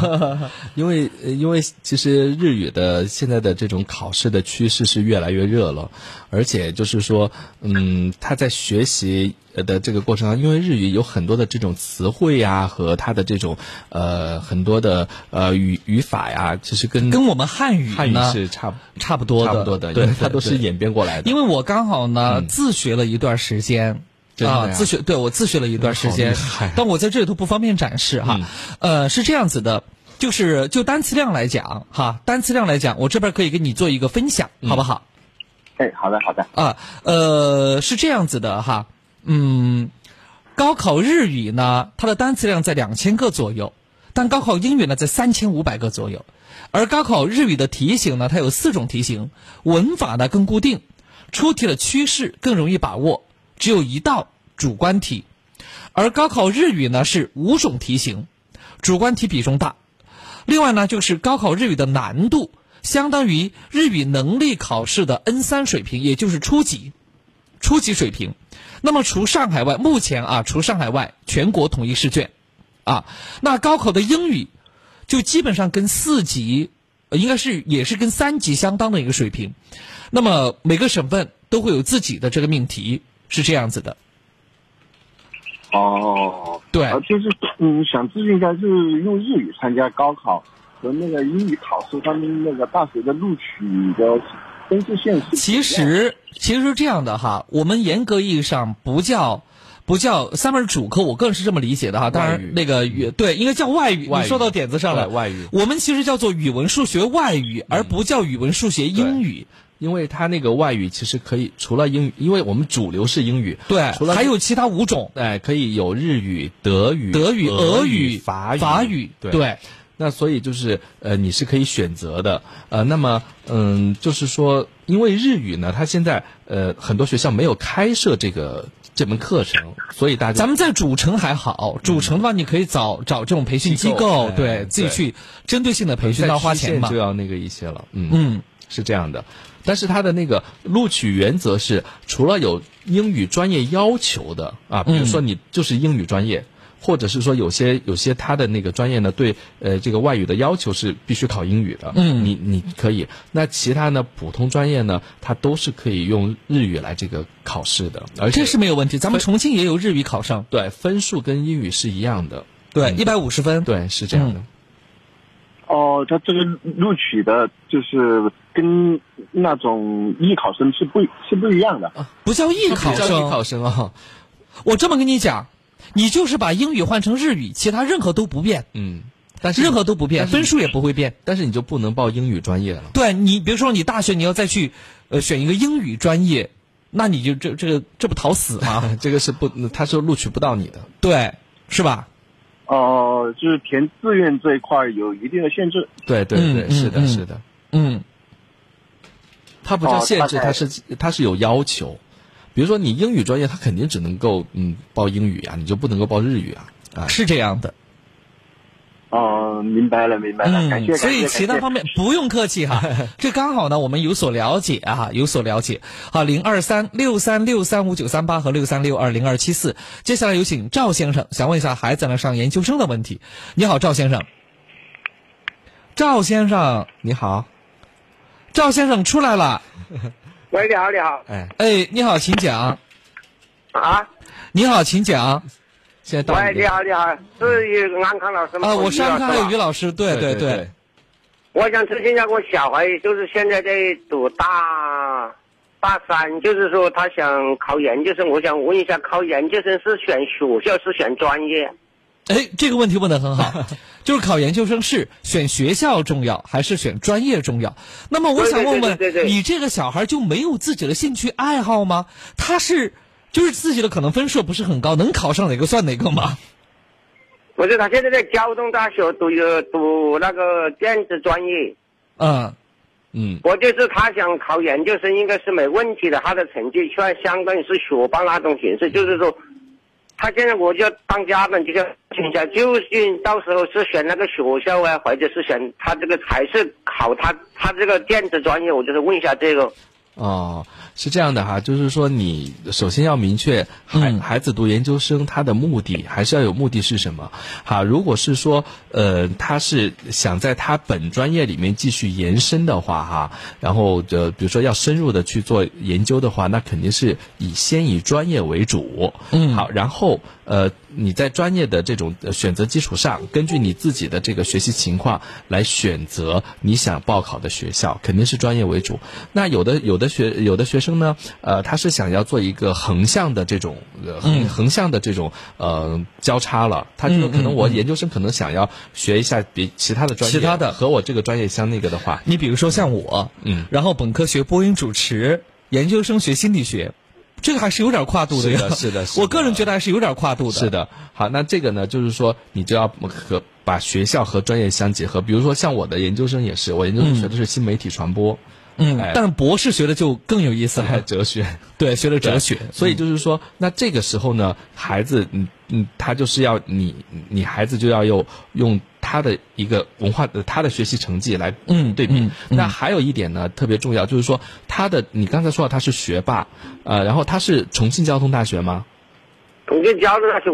B: 因为呃因为其实日语的现在的这种考试的趋势是越来越热了，而且就是说，嗯，他在学习呃的这个过程当中，因为日语有很多的这种词汇呀、和它的这种呃很多的呃语语法呀、其实跟
A: 跟我们汉语
B: 汉语
A: 呢
B: 是差不
A: 差不多的，
B: 差不多的，
A: 对
B: 因为，它
A: 对
B: 都是
A: 对
B: 演变过来的。
A: 因为我刚好呢、
B: 嗯
A: 自学了一段时间。啊
B: 真的呀
A: 自学对我自学了一段时间
B: 嗯好厉害，
A: 但我在这里头不方便展示
D: 嗯
A: 哈。呃，是这样子的，就是就单词量来讲哈，单词量来讲，我这边可以给你做一个分享，好不好？
D: 哎，好的好的，
A: 啊，呃，是这样子的哈，嗯，高考日语呢，它的单词量在两千个左右，但高考英语呢在三千五百个左右，而高考日语的题型呢，它有四种题型，文法呢更固定，出题的趋势更容易把握，只有一道主观题，而高考日语呢是五种题型，主观题比重大，另外呢，就是高考日语的难度相当于日语能力考试的 N 三水平，也就是初级，初级水平。那么除上海外，目前啊，除上海外，全国统一试卷，啊，那高考的英语就基本上跟四级，呃应该是也是跟三级相当的一个水平。那么每个省份都会有自己的这个命题，是这样子的。
D: 哦，
A: 对
D: 啊，就是嗯，想咨询一下，就是用日语参加高考和那个英语考试，他们那个大学的录取的分数线是不一样的
A: 其实其实是这样的哈，我们严格意义上不叫不叫三门主科，我个人是这么理解的哈。当
B: 外语嗯
A: 然那个语对应该叫外语，
B: 外语
A: 你说到点子上了。
B: 对外语
A: 我们其实叫做语文、数学、外语，而不叫语文、数学、英语。
B: 嗯因为它那个外语其实可以除了英语，因为我们主流是英语，
A: 对，
B: 除了
A: 还有其他五种，
B: 哎，可以有日语、德语、
A: 德语、
B: 俄
A: 俄语、
B: 法语、
A: 法语，
B: 对。
A: 对
B: 那所以就是呃，你是可以选择的，呃，那么嗯，就是说，因为日语呢，它现在呃很多学校没有开设这个这门课程，所以大家
A: 咱们在主城还好，主城的话你可以找找这种培训机构，
B: 嗯机构哎
A: 对自己
B: 对
A: 去针对性的培训，
B: 在
A: 要花
B: 区
A: 钱
B: 县
A: 嘛
B: 就。要那个一些了，嗯
A: 嗯，
B: 是这样的。但是它的那个录取原则是，除了有英语专业要求的啊，
A: 嗯
B: 比如说你就是英语专业，或者是说有些有些它的那个专业呢，对呃这个外语的要求是必须考英语的，
A: 嗯
B: 你你可以。那其他呢，普通专业呢，它都是可以用日语来这个考试的，而且
A: 这是没有问题。咱们重庆也有日语考生，
B: 对分数跟英语是一样的，
A: 对，
B: 嗯
A: 一百五十分。
B: 对是这样的。
D: 哦，他这个录取的，就是跟那种艺考生是不是不一样的。
A: 啊不叫艺考
B: 不叫艺考
A: 生。
B: 生啊，
A: 我这么跟你讲，你就是把英语换成日语，其他任何都不变，
B: 嗯，但是
A: 任何都不变，
B: 但是你
A: 分数也不会变。
B: 但是你就不能报哦英语专业了。
A: 对你，比如说你大学你要再去，呃，选一个英语专业，那你就这这个这不讨死吗？
B: 啊， 这个是不，他是录取不到你的。
A: 对，是吧？
D: 哦，就是填志愿这一块儿有一定的限制。
B: 对对
A: 嗯
B: 对，
A: 嗯
B: 是的，
A: 嗯
B: 是的，
A: 嗯，
B: 他不叫限制，
D: 哦大概
B: 他是他是有要求。比如说你英语专业，他肯定只能够嗯报英语啊，你就不能够报日语啊啊。
A: 是这样的。
D: 哦，明白了，明白了，感
A: 嗯，
D: 谢感谢。
A: 所以其他
D: 感谢
A: 方面不用客气哈，这刚好呢，我们有所了解啊，有所了解。好，零二三六三六三五九三八和六三六二零二七四，接下来有请赵先生，想问一下孩子呢上研究生的问题。你好，赵先生。赵先生，
B: 你好，
A: 赵先生出来了，
G: 喂，你好，你好
B: 哎，
A: 哎，你好，请讲。
G: 啊！
A: 你好，请讲。
B: 现在到
G: 喂，
B: 你
G: 你
B: 的
G: 好，你好，是安康老师吗？
A: 啊，我上
G: 安
A: 课还有于老师，对
B: 对
A: 对，
G: 我想咨询一下我小孩，就是现在在读大大三，就是说他想考研究生，我想问一下，考研究生是选学校是选专业？
A: 哎，这个问题问得很 好，就是考研究生是选学校重要还是选专业重要？那么我想问
G: 对对
A: 问
G: 对对，对
A: 你这个小孩就没有自己的兴趣爱好吗？他是就是自己的可能分数不是很高，能考上哪个算哪个吗？
G: 我说他现在在交通大学读有读那个电子专业，
A: 嗯
B: 嗯
G: 我就是他想考研究生，应该是没问题的，他的成绩算相当于是学霸那种形式，就是说，他现在我就当家长就想请教，究竟到时候啊是选那个学校啊，或者是选他这个还是考他他这个电子专业，我就是问一下这个。
B: 哦，是这样的哈，就是说你首先要明确孩、
A: 嗯
B: 孩子读研究生他的目的，还是要有目的是什么？哈，如果是说呃他是想在他本专业里面继续延伸的话哈，然后呃比如说要深入的去做研究的话，那肯定是以先以专业为主，
A: 嗯
B: 好，然后呃你在专业的这种呃选择基础上，根据你自己的这个学习情况来选择你想报考的学校，肯定是专业为主。那有的有的学有的学生呢，呃，他是想要做一个横向的这种呃
F: 嗯
B: 横、
A: 嗯
B: 横向的这种呃交叉了，他就可能我研究生可能想要学一下别其他的专业，
A: 其他的
B: 和我这个专业相那个的话，
A: 你比如说像我，
B: 嗯
A: 然后本科学播音主持，研究生学心理学，这个还是有点跨度的呀。
B: 是的是的是的
A: 我个人觉得还是有点跨度的。
B: 是，的，好，那这个呢，就是说你就要和把学校和专业相结合。比如说像我的研究生也是，我研究生学的是新媒体传播，
A: 嗯
B: 哎，
A: 但是博士学的就更有意思
B: 还有
A: 了。
B: 哲学。
A: 对，学了哲
B: 对
A: 学，
B: 所以就是说，那这个时候呢，孩子，嗯嗯，他就是要你，你孩子就要用用他的一个文化，呃他的学习成绩来
A: 嗯
B: 对比。
A: 嗯嗯
B: 那还有一点呢，特别重要，就是说他的，你刚才说到他是学霸，呃，然后他是重庆交通大学吗？
G: 重庆交通大学，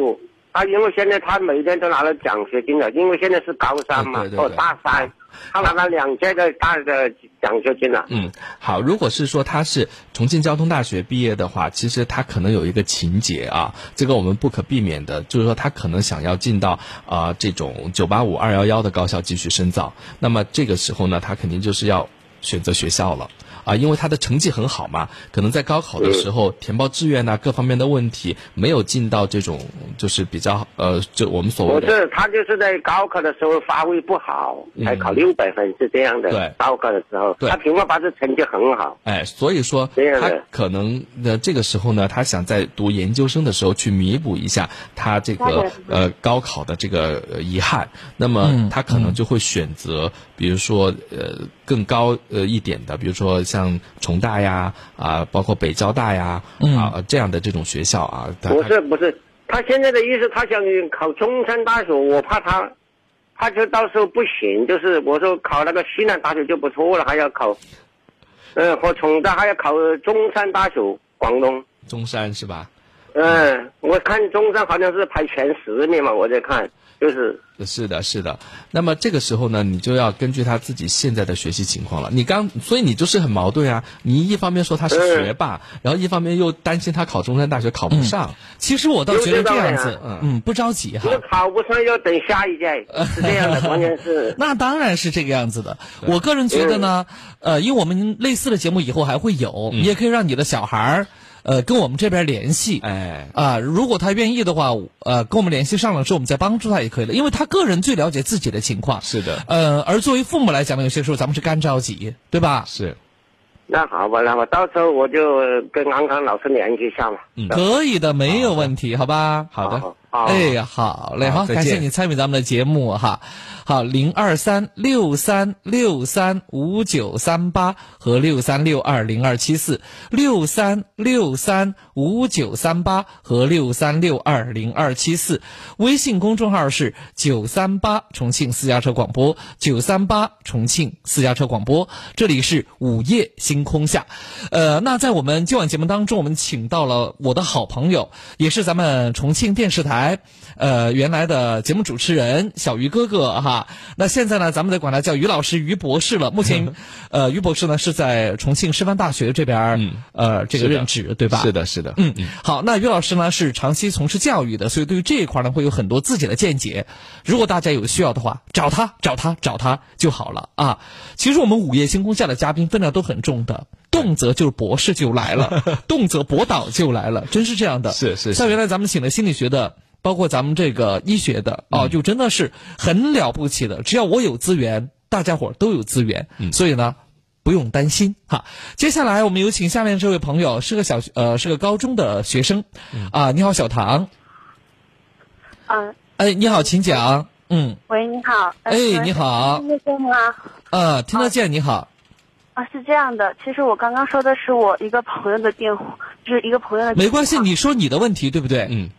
G: 他因为现在他每天都拿了奖学金了，因为现在是高三嘛，
B: 对对对
G: 哦大三，他拿了两届的大的奖学金了。
B: 嗯，好，如果是说他是重庆交通大学毕业的话，其实他可能有一个情节啊，这个我们不可避免的，就是说他可能想要进到啊、这种九八五、二幺幺的高校继续深造。那么这个时候呢，他肯定就是要选择学校了。啊，因为他的成绩很好嘛，可能在高考的时候填报志愿呐、各方面的问题没有进到这种就是比较呃，就我们所
G: 不
B: 谓的
G: 是，他就是在高考的时候发挥不好，才考
B: 嗯
G: 六百分是这样的。
B: 对
G: 高考的时候，
B: 对
G: 他平凡八字成绩很好。
B: 哎，所以说
G: 这样
B: 他
G: 的
B: 可能呃这个时候呢，他想在读研究生的时候去弥补一下他这个呃高考的这个呃遗憾，那么
A: 嗯
B: 他可能就会选择，比如说呃更高呃一点的，比如说像重大呀啊、包括北交大呀
A: 嗯
B: 啊、这样的这种学校啊，他
G: 不
B: 他
G: 是不是，他现在的意思，他想考中山大学，我怕他，他就到时候不行。就是我说考那个西南大学就不错了，还要考，嗯，和重大还要考中山大学，广东。
B: 中山是吧？
G: 嗯，我看中山好像是排前十名嘛，我在看，就是
B: 呃是的，是的。那么这个时候呢，你就要根据他自己现在的学习情况了。你刚，所以你就是很矛盾啊。你一方面说他是学霸，然后一方面又担心他考中山大学考不上。
A: 哎嗯其实我倒觉得这样
G: 有这，
A: 子
B: 道理啊
A: 嗯，不着急哈
G: 我。考不上要等下一届， 是这 样的，关键是
A: 那当然是这个样子的。我个人觉得呢，
G: 嗯
A: 呃，因为我们类似的节目以后还会有，你也可以让你的小孩儿，呃，跟我们这边联系。
B: 哎，
A: 啊、如果他愿意的话，呃，跟我们联系上了之后，我们再帮助他也可以了，因为他个人最了解自己的情况。
B: 是的
A: 呃，而作为父母来讲呢，有些时候咱们是干着急，对吧？
B: 是，
G: 那好吧，那么到时候我就跟安康老师联系一下嘛。
B: 嗯
A: 可以的，没有问题，好吧？
B: 好的，
G: 好，好
A: 哎，好嘞，
B: 好
A: 好，
B: 再
A: 感谢
B: 见
A: 你参与咱们的节目哈。好，零二三六三六三五九三八和六三六二零二七四，六三六三五九三八和六三六二零二七四，微信公众号是九三八重庆私家车广播，九三八重庆私家车广播，这里是午夜星空下。呃，那在我们今晚节目当中，我们请到了我的好朋友，也是咱们重庆电视台呃原来的节目主持人小于哥哥哈。那现在呢，咱们得管他叫于老师、于博士了。目 前，呃，于博士呢是在重庆师范大学这边儿、
B: 嗯
A: 呃这个
B: 是的
A: 任职，对吧？
B: 是的，是的，
A: 嗯，好，那于老师呢是长期从事教育的，所以对于这一块呢会有很多自己的见解。如果大家有需要的话，找他，找他，找他就好了啊。其实我们午夜星空下的嘉宾分量都很重的，动辄就是博士就来了，动辄博导就来了，真是这样 的。
B: 是是是
A: 像原来咱们请了心理学的。包括咱们这个医学的啊，就真的是很了不起的。只要我有资源，大家伙儿都有资源，所以呢，不用担心哈。接下来我们有请下面这位朋友，是个小学呃是个高中的学生，啊、你好，小唐，
H: 嗯，
A: 哎，你好，请讲。嗯，
H: 喂，你好。呃
A: 哎
H: 请问
A: 你好
H: 听得见吗？
A: 啊，听得见，你好。
H: 啊，是这样的，其实我刚刚说的是我一个朋友的电话，就是一个朋友的电话。
A: 没关系，你说你的问题，对不对？
B: 嗯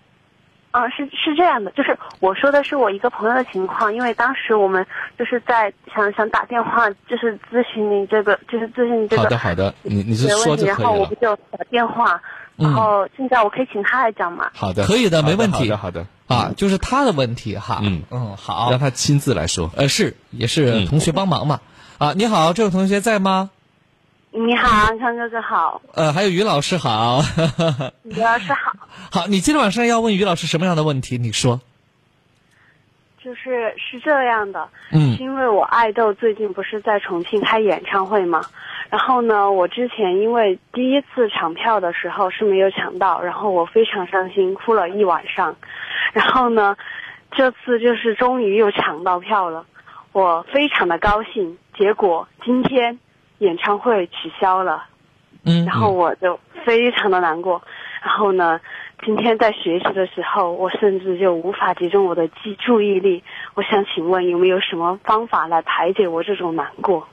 H: 啊，是是这样的，就是我说的是我一个朋友的情况，因为当时我们就是在想想打电话，就是咨询你这个，就是咨询你这个
B: 好的好的，你你是
H: 没
B: 说
H: 问题，
B: 就
H: 然
B: 可
H: 后
B: 以
H: 我
B: 了嗯
H: 不。就打电话，然后现在我可以请他来讲嘛？
B: 好的，
A: 可以的
B: 好
A: 没问题
B: 好的好的，
A: 啊，就是他的问题哈。
B: 嗯
A: 嗯，
B: 好让
A: 好。
B: 他亲自来说。
A: 呃，是也
B: 嗯
A: 是同学帮忙嘛。啊，你好，这位同学在吗？
H: 你好，康哥哥好，
A: 呃，还有于老师好。
H: 你老师好。
A: 好，你今天晚上要问于老师什么样的问题？你说。
H: 就是是这样的，
A: 嗯
H: 是因为我爱豆最近不是在重庆开演唱会嘛，然后呢，我之前因为第一次抢票的时候是没有抢到，然后我非常伤心，哭了一晚上，然后呢，这次就是终于又抢到票了，我非常的高兴，结果今天演唱会取消了。
A: 嗯
H: 然后我就非常的难过。然后呢，今天在学习的时候，我甚至就无法集中我的记注意力。我想请问有没有什么方法来排解我这种难过？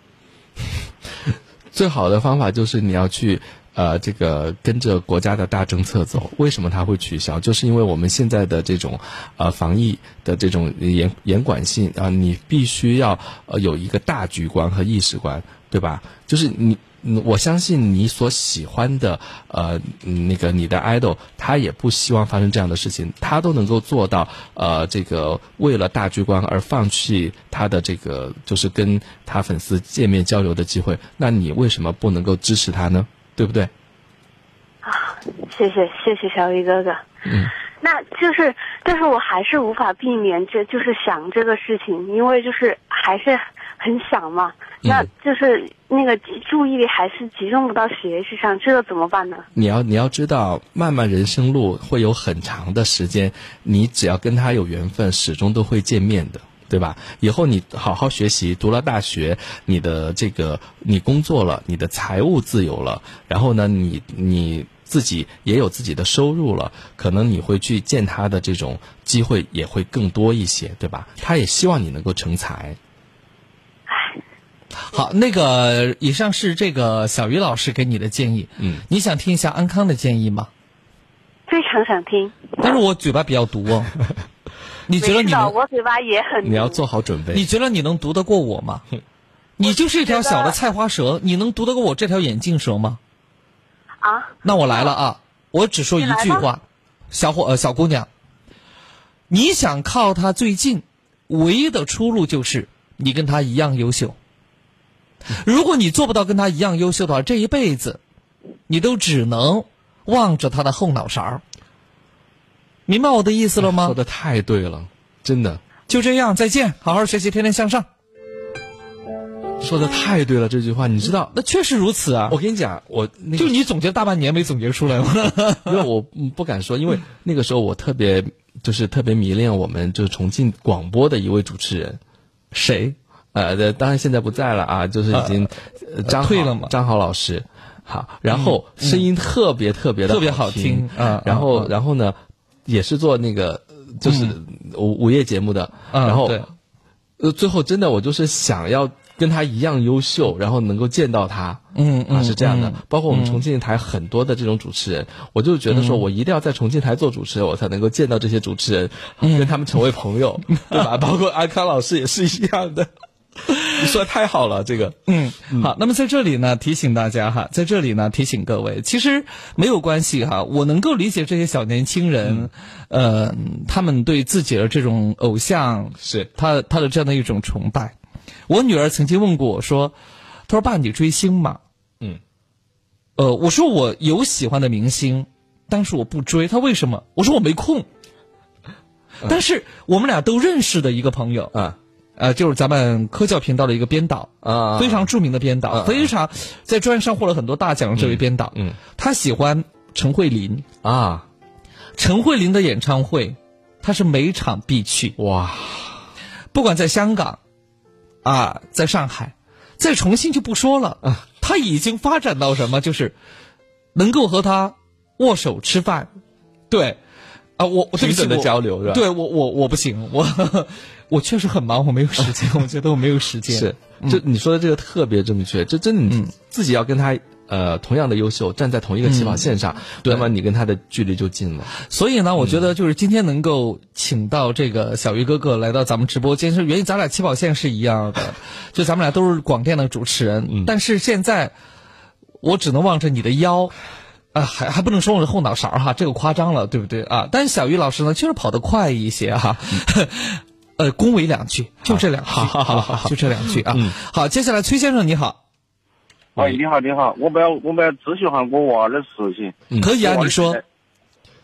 B: 最好的方法就是你要去。呃，这个跟着国家的大政策走，为什么它会取消？就是因为我们现在的这种，呃，防疫的这种严严管性啊、你必须要呃有一个大局观和意识观，对吧？就是你，嗯我相信你所喜欢的，呃，嗯那个你的 idol，他也不希望发生这样的事情，他都能够做到，呃，这个为了大局观而放弃他的这个，就是跟他粉丝见面交流的机会，那你为什么不能够支持他呢？对不对？
H: 啊谢谢，谢谢小雨哥哥。
B: 嗯。
H: 那就是，但是我还是无法避免这就是想这个事情，因为就是还是很想嘛。
A: 嗯
H: 那就是那个集注意力还是集中不到学习上，这个怎么办呢？
B: 你要你要知道，漫漫人生路会有很长的时间，你只要跟他有缘分，始终都会见面的，对吧？以后你好好学习，读了大学，你的这个你工作了，你的财务自由了，然后呢，你你自己也有自己的收入了，可能你会去见他的这种机会也会更多一些，对吧？他也希望你能够成才。
A: 好，那个以上是这个小于老师给你的建议。
B: 嗯，
A: 你想听一下安康的建议吗？
H: 非常想听。
A: 但是我嘴巴比较毒 哦。你觉得
H: 没
A: 你
H: 事的，
A: 能？
H: 我嘴巴也很毒。
B: 你要做好准备。
A: 你觉得你能读得过 我吗？你就是一条小的菜花蛇，你能读得过我这条眼镜蛇吗？
B: 嗯
H: 啊，
A: 那我来了啊！我只说一句
H: 你来
A: 话，小伙呃小姑娘，你想靠他最近，唯一的出路就是你跟他一样优秀。如果你做不到跟他一样优秀的话，这一辈子你都只能望着他的后脑勺。明白我的意思了吗
B: 哎说？的太对了，真的。
A: 就这样，再见，好好学习，天天向上。
B: 说的太对了，这句话你知道，
A: 那确实如此啊！
B: 我跟你讲，我那
A: 就
B: 个，
A: 你总结大半年没总结出来吗？
B: 因为我嗯不敢说，因为那个时候我特别就是特别迷恋我们就是重庆广播的一位主持人，
A: 谁？
B: 呃，对当然现在不在了啊，就是已经、呃张
A: 退
B: 豪
A: 了嘛嗯
B: 张豪老师，好，然后声音特别特别的
A: 特别好
B: 听
A: 听啊
B: 然后、
A: 啊啊
B: 然后呢，也是做那个呃就是午午夜节目的，
A: 啊
B: 然后
A: 嗯对
B: 呃最后真的我就是想要跟他一样优秀，然后能够见到他，
A: 嗯
B: 啊，
A: 嗯
B: 是这样的
A: 嗯，嗯
B: 包括我们重庆台很多的这种主持人，我就觉得说我一定要在重庆台做主持人，我才能够见到这些主持人，
A: 嗯
B: 跟他们成为朋 友，对吧？包括安康老师也是一样的。你说得太好了，这个，
A: 嗯，好，那么在这里呢，提醒大家哈，在这里呢，提醒各位，其实没有关系哈，我能够理解这些小年轻人，呃，他们对自己的这种偶像
B: 是
A: 他他的这样的一种崇拜。我女儿曾经问过我说：“她说爸，你追星吗？”
B: 嗯，
A: 呃，我说我有喜欢的明星，但是我不追。她为什么？我说我没空。
B: 嗯
A: 但是我们俩都认识的一个朋友，
B: 啊
A: 呃，就是咱们科教频道的一个编导，
B: 啊，
A: 非常著名的编导，
B: 啊
A: 非常在专业上获了很多大奖的这位编导，
B: 嗯嗯
A: 他喜欢陈慧琳，
B: 啊，
A: 陈慧琳的演唱会，他是每场必去，
B: 哇，
A: 不管在香港，啊，在上海，在重庆就不说了，
B: 嗯
A: 啊、他已经发展到什么，就是能够和他握手吃饭，对，啊，我我对不
B: 平
A: 起
B: 等的
A: 我
B: 交流是吧
A: 对我我我不行，我 我确实很忙，我没有时间，我觉得我没有时间。
B: 是，这你说的这个特别正确，这真的
A: 嗯
B: 你自己要跟他。呃，同样的优秀，站在同一个起跑线上，
A: 嗯对
B: 那么你跟他的距离就近了。
A: 所以呢，我觉得就是今天能够请到这个小鱼哥哥来到咱们直播间，是源于咱俩起跑线是一样 的，就咱们俩都是广电的主持人，
B: 嗯
A: 但是现在我只能望着你的腰。啊，还还不能说我是后脑勺哈，这个夸张了，对不对啊？但是小鱼老师呢，确实跑得快一些哈、 呃，恭维两句，就这两句，
B: 嗯好好好嗯
A: 不就这两句啊。好，接下来崔先生你好，嗯
I: 哎，你好，你娃我不要，我不要咨询下我娃儿的事情。
A: 可以啊，你说，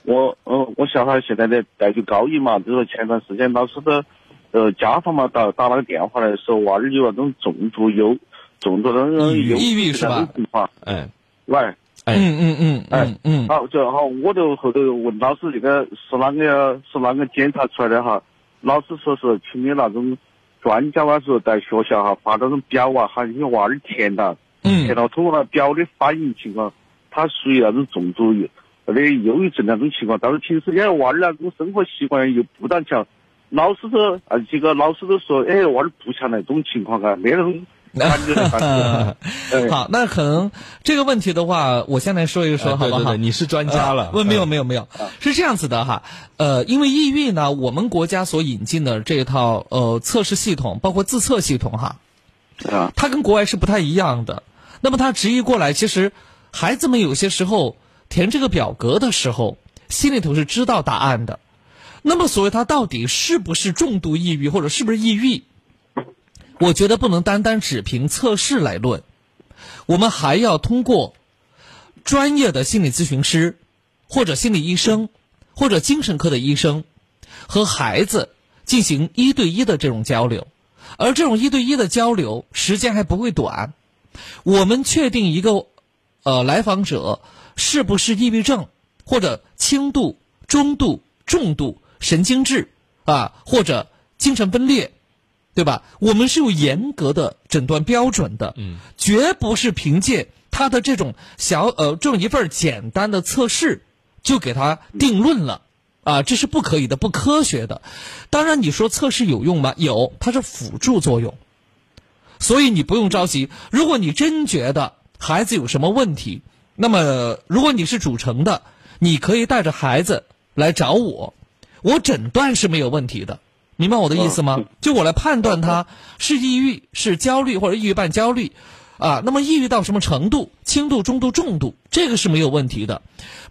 I: 我呃，我小孩现在在在读高一嘛，就是前段时间老师的呃家访嘛，打打了个电话来说娃儿有那种重度忧重度的那种
B: 抑郁
I: 忧
A: 抑郁是吧
I: 那种情况。
B: 哎，
I: 喂，
B: 哎
A: 嗯嗯嗯嗯嗯，
I: 好，就好，我就后头问老师这个是啷个是啷个检查出来的哈？老师说是请的那种专家哇，说在学校哈发那种表啊，喊你娃儿填了，
A: 嗯
I: 填了通过那表的反应情况，他属于那种重度忧那个忧郁症那种情况，但是平时呢娃儿那种生活习惯又不当强，老师都啊几个老师都说，哎，娃儿不像那种情况啊，没那种感觉的感觉 哎
A: 好，那可能这个问题的话，我先来说一说，
B: 哎
A: 好
B: 对
A: 不
B: 对
A: 好
B: 对，？你是专家了。
A: 问没有
B: 嗯
A: 没有没有，是这样子的哈，呃，因为抑郁呢，我们国家所引进的这一套呃测试系统，包括自测系统哈，
I: 啊，
A: 它跟国外是不太一样的。那么它直译过来，其实孩子们有些时候填这个表格的时候，心里头是知道答案的。那么所谓他到底是不是重度抑郁，或者是不是抑郁，我觉得不能单单只凭测试来论，我们还要通过专业的心理咨询师，或者心理医生，或者精神科的医生，和孩子进行一对一的这种交流。而这种一对一的交流时间还不会短。我们确定一个呃来访者是不是抑郁症，或者轻度、中度、重度神经质啊，或者精神分裂，对吧？我们是有严格的诊断标准的，嗯，绝不是凭借他的这种小呃这种一份儿简单的测试就给他定论了。啊，这是不可以的，不科学的。当然，你说测试有用吗？有，它是辅助作用，所以你不用着急。如果你真觉得孩子有什么问题，那么如果你是主城的，你可以带着孩子来找我，我诊断是没有问题的，明白我的意思吗？就我来判断他是抑郁、是焦虑或者抑郁伴焦虑。啊，那么抑郁到什么程度？轻度、中度、重度，这个是没有问题的。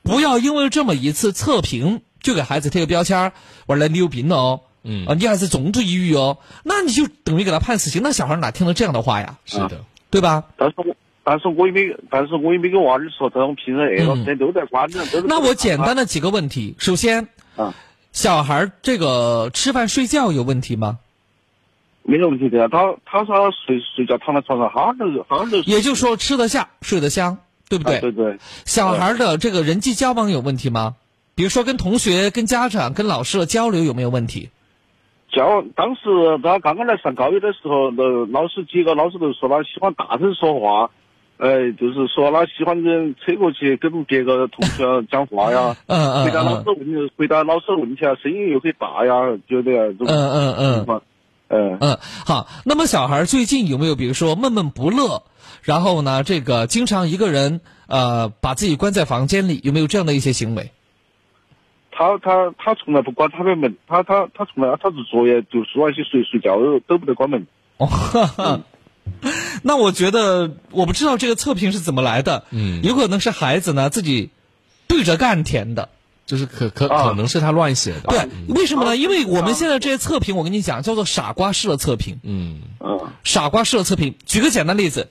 A: 不要因为这么一次测评就给孩子贴个标签儿，我说来你有病了哦，嗯啊，你孩子重度抑郁哦，那你就等于给他判死刑，那小孩哪听得这样的话呀？
B: 是的，
A: 对吧？
I: 但是我但是我也没，但是我也没跟娃儿说，他我平时挨了
A: 嗯
I: 天都在关着，都是
A: 那我简单的几个问题，首先，
I: 啊，
A: 小孩儿这个吃饭睡觉有问题吗？
I: 没有问题的。他他说他睡睡觉躺在床上，哈都哈都，
A: 也就是说吃得下，睡得香，对不对？
I: 啊对对，
A: 小孩儿的这个人际交往有问题吗？比如说跟同学、跟家长、跟老师的交流有没有问题？
I: 教当时他刚刚来上高一的时候，那老师几个老师都说他喜欢大声说话，呃，就是说他喜欢跟扯过去跟别个同学讲话呀，
A: 嗯嗯
I: 回答老
A: 嗯
I: 师问题，回答老师问题啊，声音又很大呀，就这样这
A: 嗯
I: 种
A: 嗯
I: 情
A: 嗯
I: 况，嗯，
A: 嗯，好。那么小孩儿最近有没有比如说闷闷不乐，然后呢，这个经常一个人呃把自己关在房间里，有没有这样的一些行为？
I: 他他他从来不关他的门，他他他从来他是作业读书啊去睡睡觉都不得关门。
A: 哦，哈哈，那我觉得我不知道这个测评是怎么来的，
B: 嗯
A: 有可能是孩子呢自己对着干填的。
B: 就是可可
I: 啊
B: 可能是他乱写的。
A: 对，为什么呢？
I: 嗯
A: 因为我们现在这些测评，我跟你讲，叫做傻瓜式的测评。
B: 嗯，
I: 嗯，
A: 傻瓜式的测评，举个简单例子，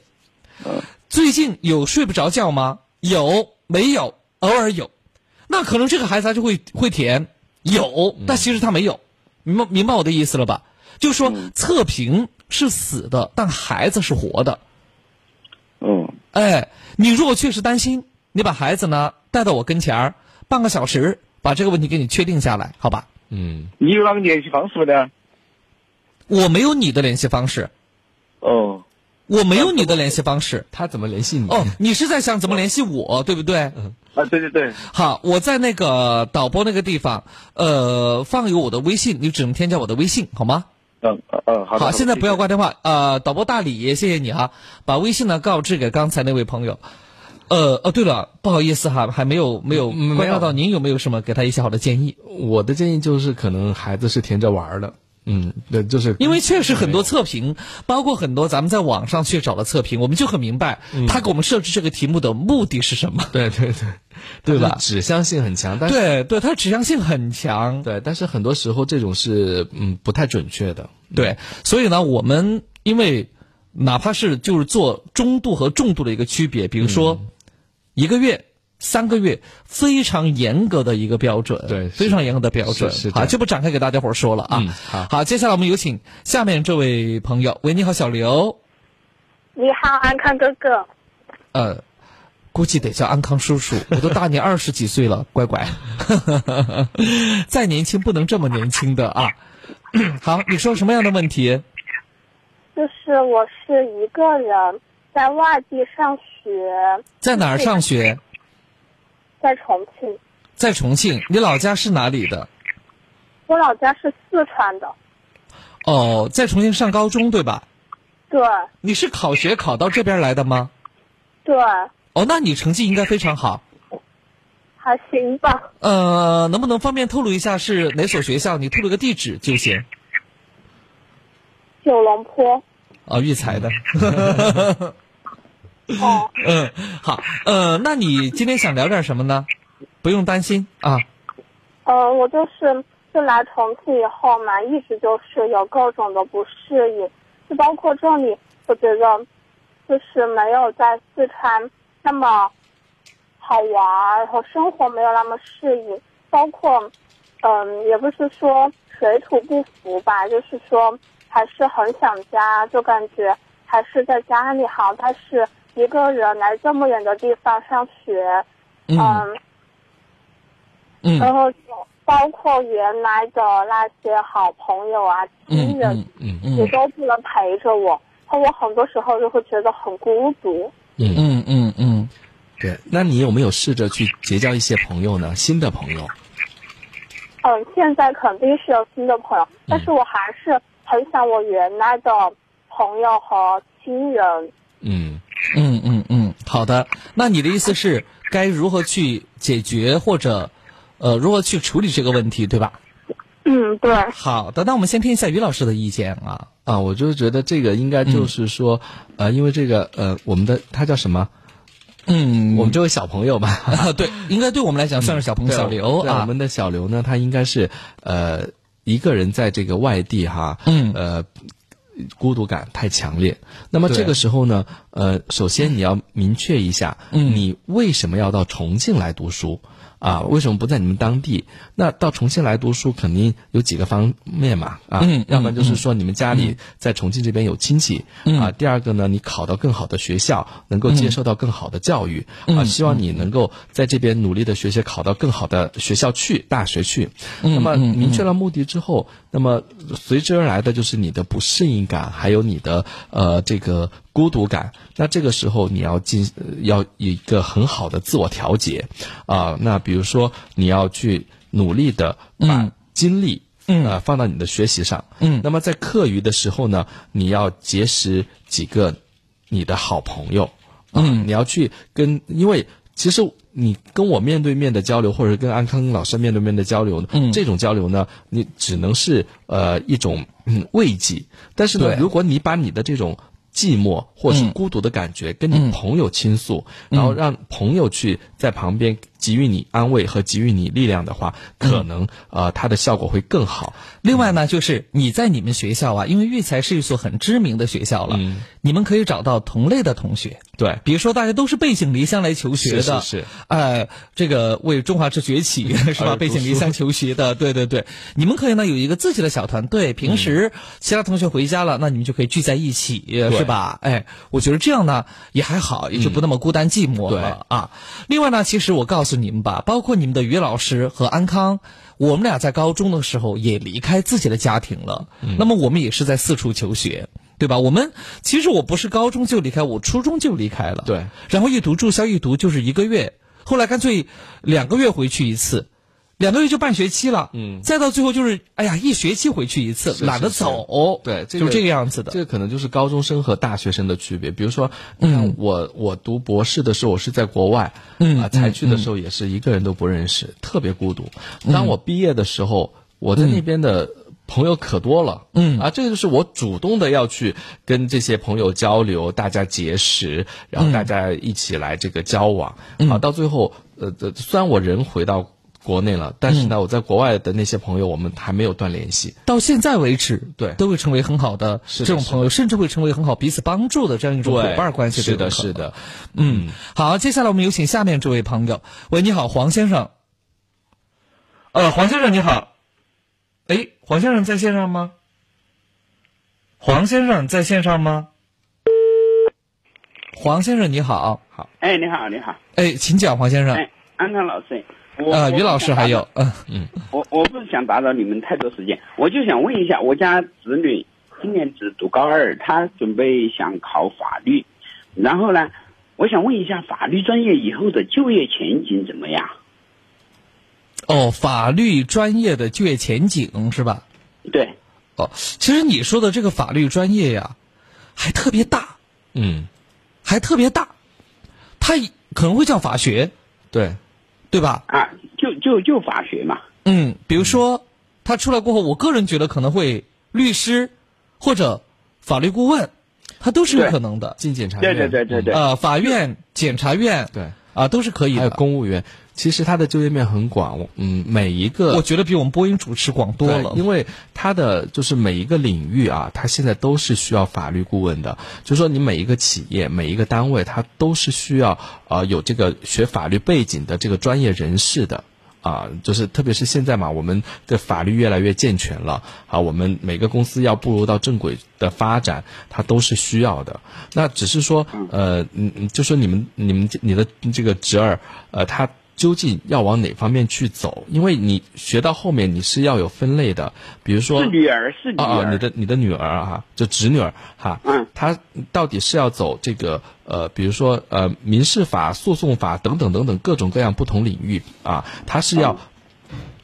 A: 最近有睡不着觉吗？有，没有，偶尔有。那可能这个孩子他就会会填有，但其实他没有，明白明白我的意思了吧？就说测评是死的，但孩子是活的。
I: 嗯，
A: 哎，你如果确实担心，你把孩子呢带到我跟前儿，半个小时把这个问题给你确定下来，好吧？
B: 嗯，
I: 你有那个联系方式没得？
A: 我没有你的联系方式，
I: 哦，
A: 我没有你的联系方式。
B: 他怎么联系你？嗯
A: 哦，你是在想怎么联系我，对不对？
I: 啊，对对对，
A: 好，我在那个导播那个地方，呃，放有我的微信，你只能添加我的微信，好吗？
I: 嗯嗯嗯，好的。
A: 好，现在
I: 谢谢
A: 不要挂电话。呃，导播大李，谢谢你哈，把微信呢告知给刚才那位朋友。呃哦，对了，不好意思哈，还没有没有
B: 嗯没有
A: 关照到您，有没有什么给他一些好的建议？
B: 我的建议就是，可能孩子是填着玩儿的，嗯，对，就是
A: 因为确实很多测评，包括很多咱们在网上去找了测评，我们就很明白他给我们设置这个题目的目的是什么。
B: 嗯对对对，
A: 对吧
B: 它是指向性很强，但是
A: 对对，它的指向性很强。
B: 对，但是很多时候这种是嗯不太准确的，嗯
A: 对，所以呢，我们因为哪怕是就是做中度和重度的一个区别，比如说
B: 嗯
A: 一个月、三个月，非常严格的一个标准，
B: 对
A: 非常严格的标
B: 是
A: 准。
B: 是这
A: 好，
B: 样
A: 就不展开给大家伙儿说了啊。
B: 嗯好
A: 接下来我们有请下面这位朋友，喂，你好，小刘，
J: 你好，安康哥哥。
A: 呃。估计得叫安康叔叔，我都大你二十几岁了，乖乖， 再年轻不能这么年轻的啊！ 好，你说什么样的问题？
J: 就是我是一个人在外地上学，
A: 在哪儿上学？
J: 在重庆。
A: 在重庆，你老家是哪里的？
J: 我老家是四川的，
A: 哦，在重庆上高中对吧？
J: 对
A: 你是考学考到这边来的吗？
J: 对，
A: 哦，那你成绩应该非常好。
J: 还行吧。
A: 呃，能不能方便透露一下是哪所学校？你透露个地址就行。
J: 九龙坡，
A: 哦，育才的。
J: 哦，
A: 嗯，好。呃，那你今天想聊点什么呢？不用担心啊。
J: 呃，我就是自来重庆以后嘛，一直就是有各种的不适应，就包括这里，我觉得就是没有在四川那么好玩儿，然后生活没有那么适应，包括嗯，也不是说水土不服吧，就是说还是很想家，就感觉还是在家里好，但是一个人来这么远的地方上学，
A: 嗯
J: 嗯然
A: 嗯
J: 后包括原来的那些好朋友啊、亲
A: 嗯
J: 人
A: 嗯
B: 嗯
J: 也
A: 嗯
J: 都不能陪着我，那我很多时候就会觉得很孤独。
B: 嗯
A: 嗯嗯嗯。
B: 对。那你有没有试着去结交一些朋友呢？新的朋友？
J: 嗯，现在肯定是有新的朋
A: 嗯
J: 友，但是我还是很想我原来的朋友和亲人。
B: 嗯
A: 嗯嗯嗯，好的。那你的意思是该如何去解决或者，呃，如何去处理这个问题，对吧？
J: 嗯，对，
A: 好的，那我们先听一下于老师的意见啊。
B: 啊，我就觉得这个应该
A: 嗯
B: 就是说，呃，因为这个呃，我们的他叫什么？
A: 嗯
B: 我们这位小朋友吧，
A: 啊， 对，应该对我们来讲算是小朋友、
B: 对
A: 小刘
B: 对我
A: 啊。
B: 们的小刘呢，他应该是呃一个人在这个外地哈，
A: 嗯
B: 呃。孤独感太强烈，那么
A: 对
B: 这个时候呢，呃，首先你要明确一下，
A: 嗯
B: 你为什么要到重庆来读书啊？为什么不在你们当地？那到重庆来读书，肯定有几个方面嘛啊，
A: 嗯
B: 要不然就是
A: 嗯
B: 说你们家里在重庆这边有亲戚、
A: 嗯
B: 啊，第二个呢，你考到更好的学校，能够接受到更好的教育、啊，
A: 嗯
B: 希望你能够在这边努力的学习，考到更好的学校去，大学去。
A: 嗯
B: 那么明确了目的之后，那么随之而来的就是你的不适应感，还有你的呃这个孤独感。那这个时候你要进呃要有一个很好的自我调节啊、那比如说你要去努力的把
A: 嗯
B: 精力。
A: 嗯
B: 呃，放到你的学习上。
A: 嗯
B: 那么在课余的时候呢，你要结识几个你的好朋友。啊
A: 嗯
B: 你要去跟，因为其实你跟我面对面的交流，或者跟安康老师面对面的交流，
A: 嗯
B: 这种交流呢，你只能是呃一种嗯慰藉。但是呢，
A: 对
B: 如果你把你的这种寂寞或是
A: 嗯
B: 孤独的感觉跟你朋友倾诉，然后让朋友去在旁边给予你安慰和给予你力量的话，可能呃它的效果会更好。
A: 另外呢，就是你在你们学校啊，因为育才是一所很知名的学校了，
B: 嗯
A: 你们可以找到同类的同学。
B: 对，
A: 比如说，大家都是背井离乡来求学的，
B: 是是是
A: 呃，这个为中华之崛 起是吧？
B: 而
A: 背井
B: 读
A: 离
B: 书
A: 乡求学的， 对对对，你们可以呢有一个自己的小团队，平时
B: 嗯
A: 其他同学回家了，那你们就可以聚在一起，是吧？哎，我觉得这样呢也还好，也就不那么孤单寂寞了、啊。另外呢，其实我告诉你们吧，包括你们的于老师和安康。我们俩在高中的时候也离开自己的家庭了，
B: 嗯
A: 那么我们也是在四处求学，对吧？我们其实我不是高中就离开，我初中就离开了，
B: 对，
A: 然后一读住校一读就是一个月，后来干脆两个月回去一次，两个月就半学期了。
B: 嗯
A: 再到最后就是，哎呀，一学期回去一次，
B: 是
A: 懒得
B: 是是
A: 走。
B: 对，这
A: 就是这个样子的。
B: 这个可能就是高中生和大学生的区别。比如说，你看我我读博士的时候，我是在国外，
A: 嗯嗯
B: 啊，才去的时候也是一个人都不认识，特别孤独。当我毕业的时候，我在那边的。朋友可多了，
A: 嗯
B: 啊，这个就是我主动的要去跟这些朋友交流，大家结识，然
A: 嗯
B: 后大家一起来这个交往，啊，到最后，呃，这虽然我人回到国内了，但是呢，我在国外的那些朋友，我们还没有断联系，
A: 嗯到现在为止，
B: 对
A: 都会成为很好的
B: 是
A: 这
B: 的
A: 种
B: 是的
A: 朋友，甚至会成为很好彼此帮助的这样一种伙伴关系。
B: 是
A: 都有
B: 的，
A: 可能
B: 是。的，
A: 嗯，好，接下来我们有请下面这位朋友。喂，你好，黄先生。呃，黄先生你好。哎，黄先生在线上吗？黄先生在线上吗？黄先生你好，
K: 哎，你好，你好，
A: 哎，请讲，黄先生。
K: 哎，安康老师，我
A: 呃，于老师还有，，嗯、
K: 我不想打扰我我不想打扰你们太多时间，我就想问一下，我家子女今年只读高二，他准备想考法律，然后呢，我想问一下法律专业以后的就业前景怎么样？
A: 哦，法律专业的就业前景是吧？
K: 对，
A: 哦，其实你说的这个法律专业呀，还特别大，
B: 嗯，
A: 还特别大，它可能会叫法学，
B: 对，
A: 对吧？
K: 啊，就就就法学嘛，
A: 嗯，比如说他出来过后，我个人觉得可能会律师或者法律顾问，他都是有
K: 对
A: 可能的。
B: 进检察
K: 对
B: 院，
K: 对对对对，
A: 呃，法院、检察院，
B: 对
A: 啊，都是可以
B: 还有
A: 的。
B: 公务员，其实他的就业面很广，我嗯，每一个
A: 我觉得比我们播音主持广多
B: 对
A: 了。
B: 因为他的就是每一个领域啊，他现在都是需要法律顾问的。就是说，你每一个企业、每一个单位，它都是需要呃有这个学法律背景的这个专业人士的。啊，就是特别是现在嘛，我们的法律越来越健全了啊，我们每个公司要步入到正轨的发展，它都是需要的。那只是说，呃，嗯，嗯就说你们、你们、你的这个侄儿，呃，他究竟要往哪方面去走？因为你学到后面你是要有分类的，比如说
K: 是女儿是女
B: 啊
K: 儿，
B: 啊，你的你的女儿啊，就侄女儿哈，
K: 嗯，
B: 她到底是要走这个呃，比如说呃民事法、诉讼法等等等等各种各样不同领域啊，她是
K: 哦
B: 要。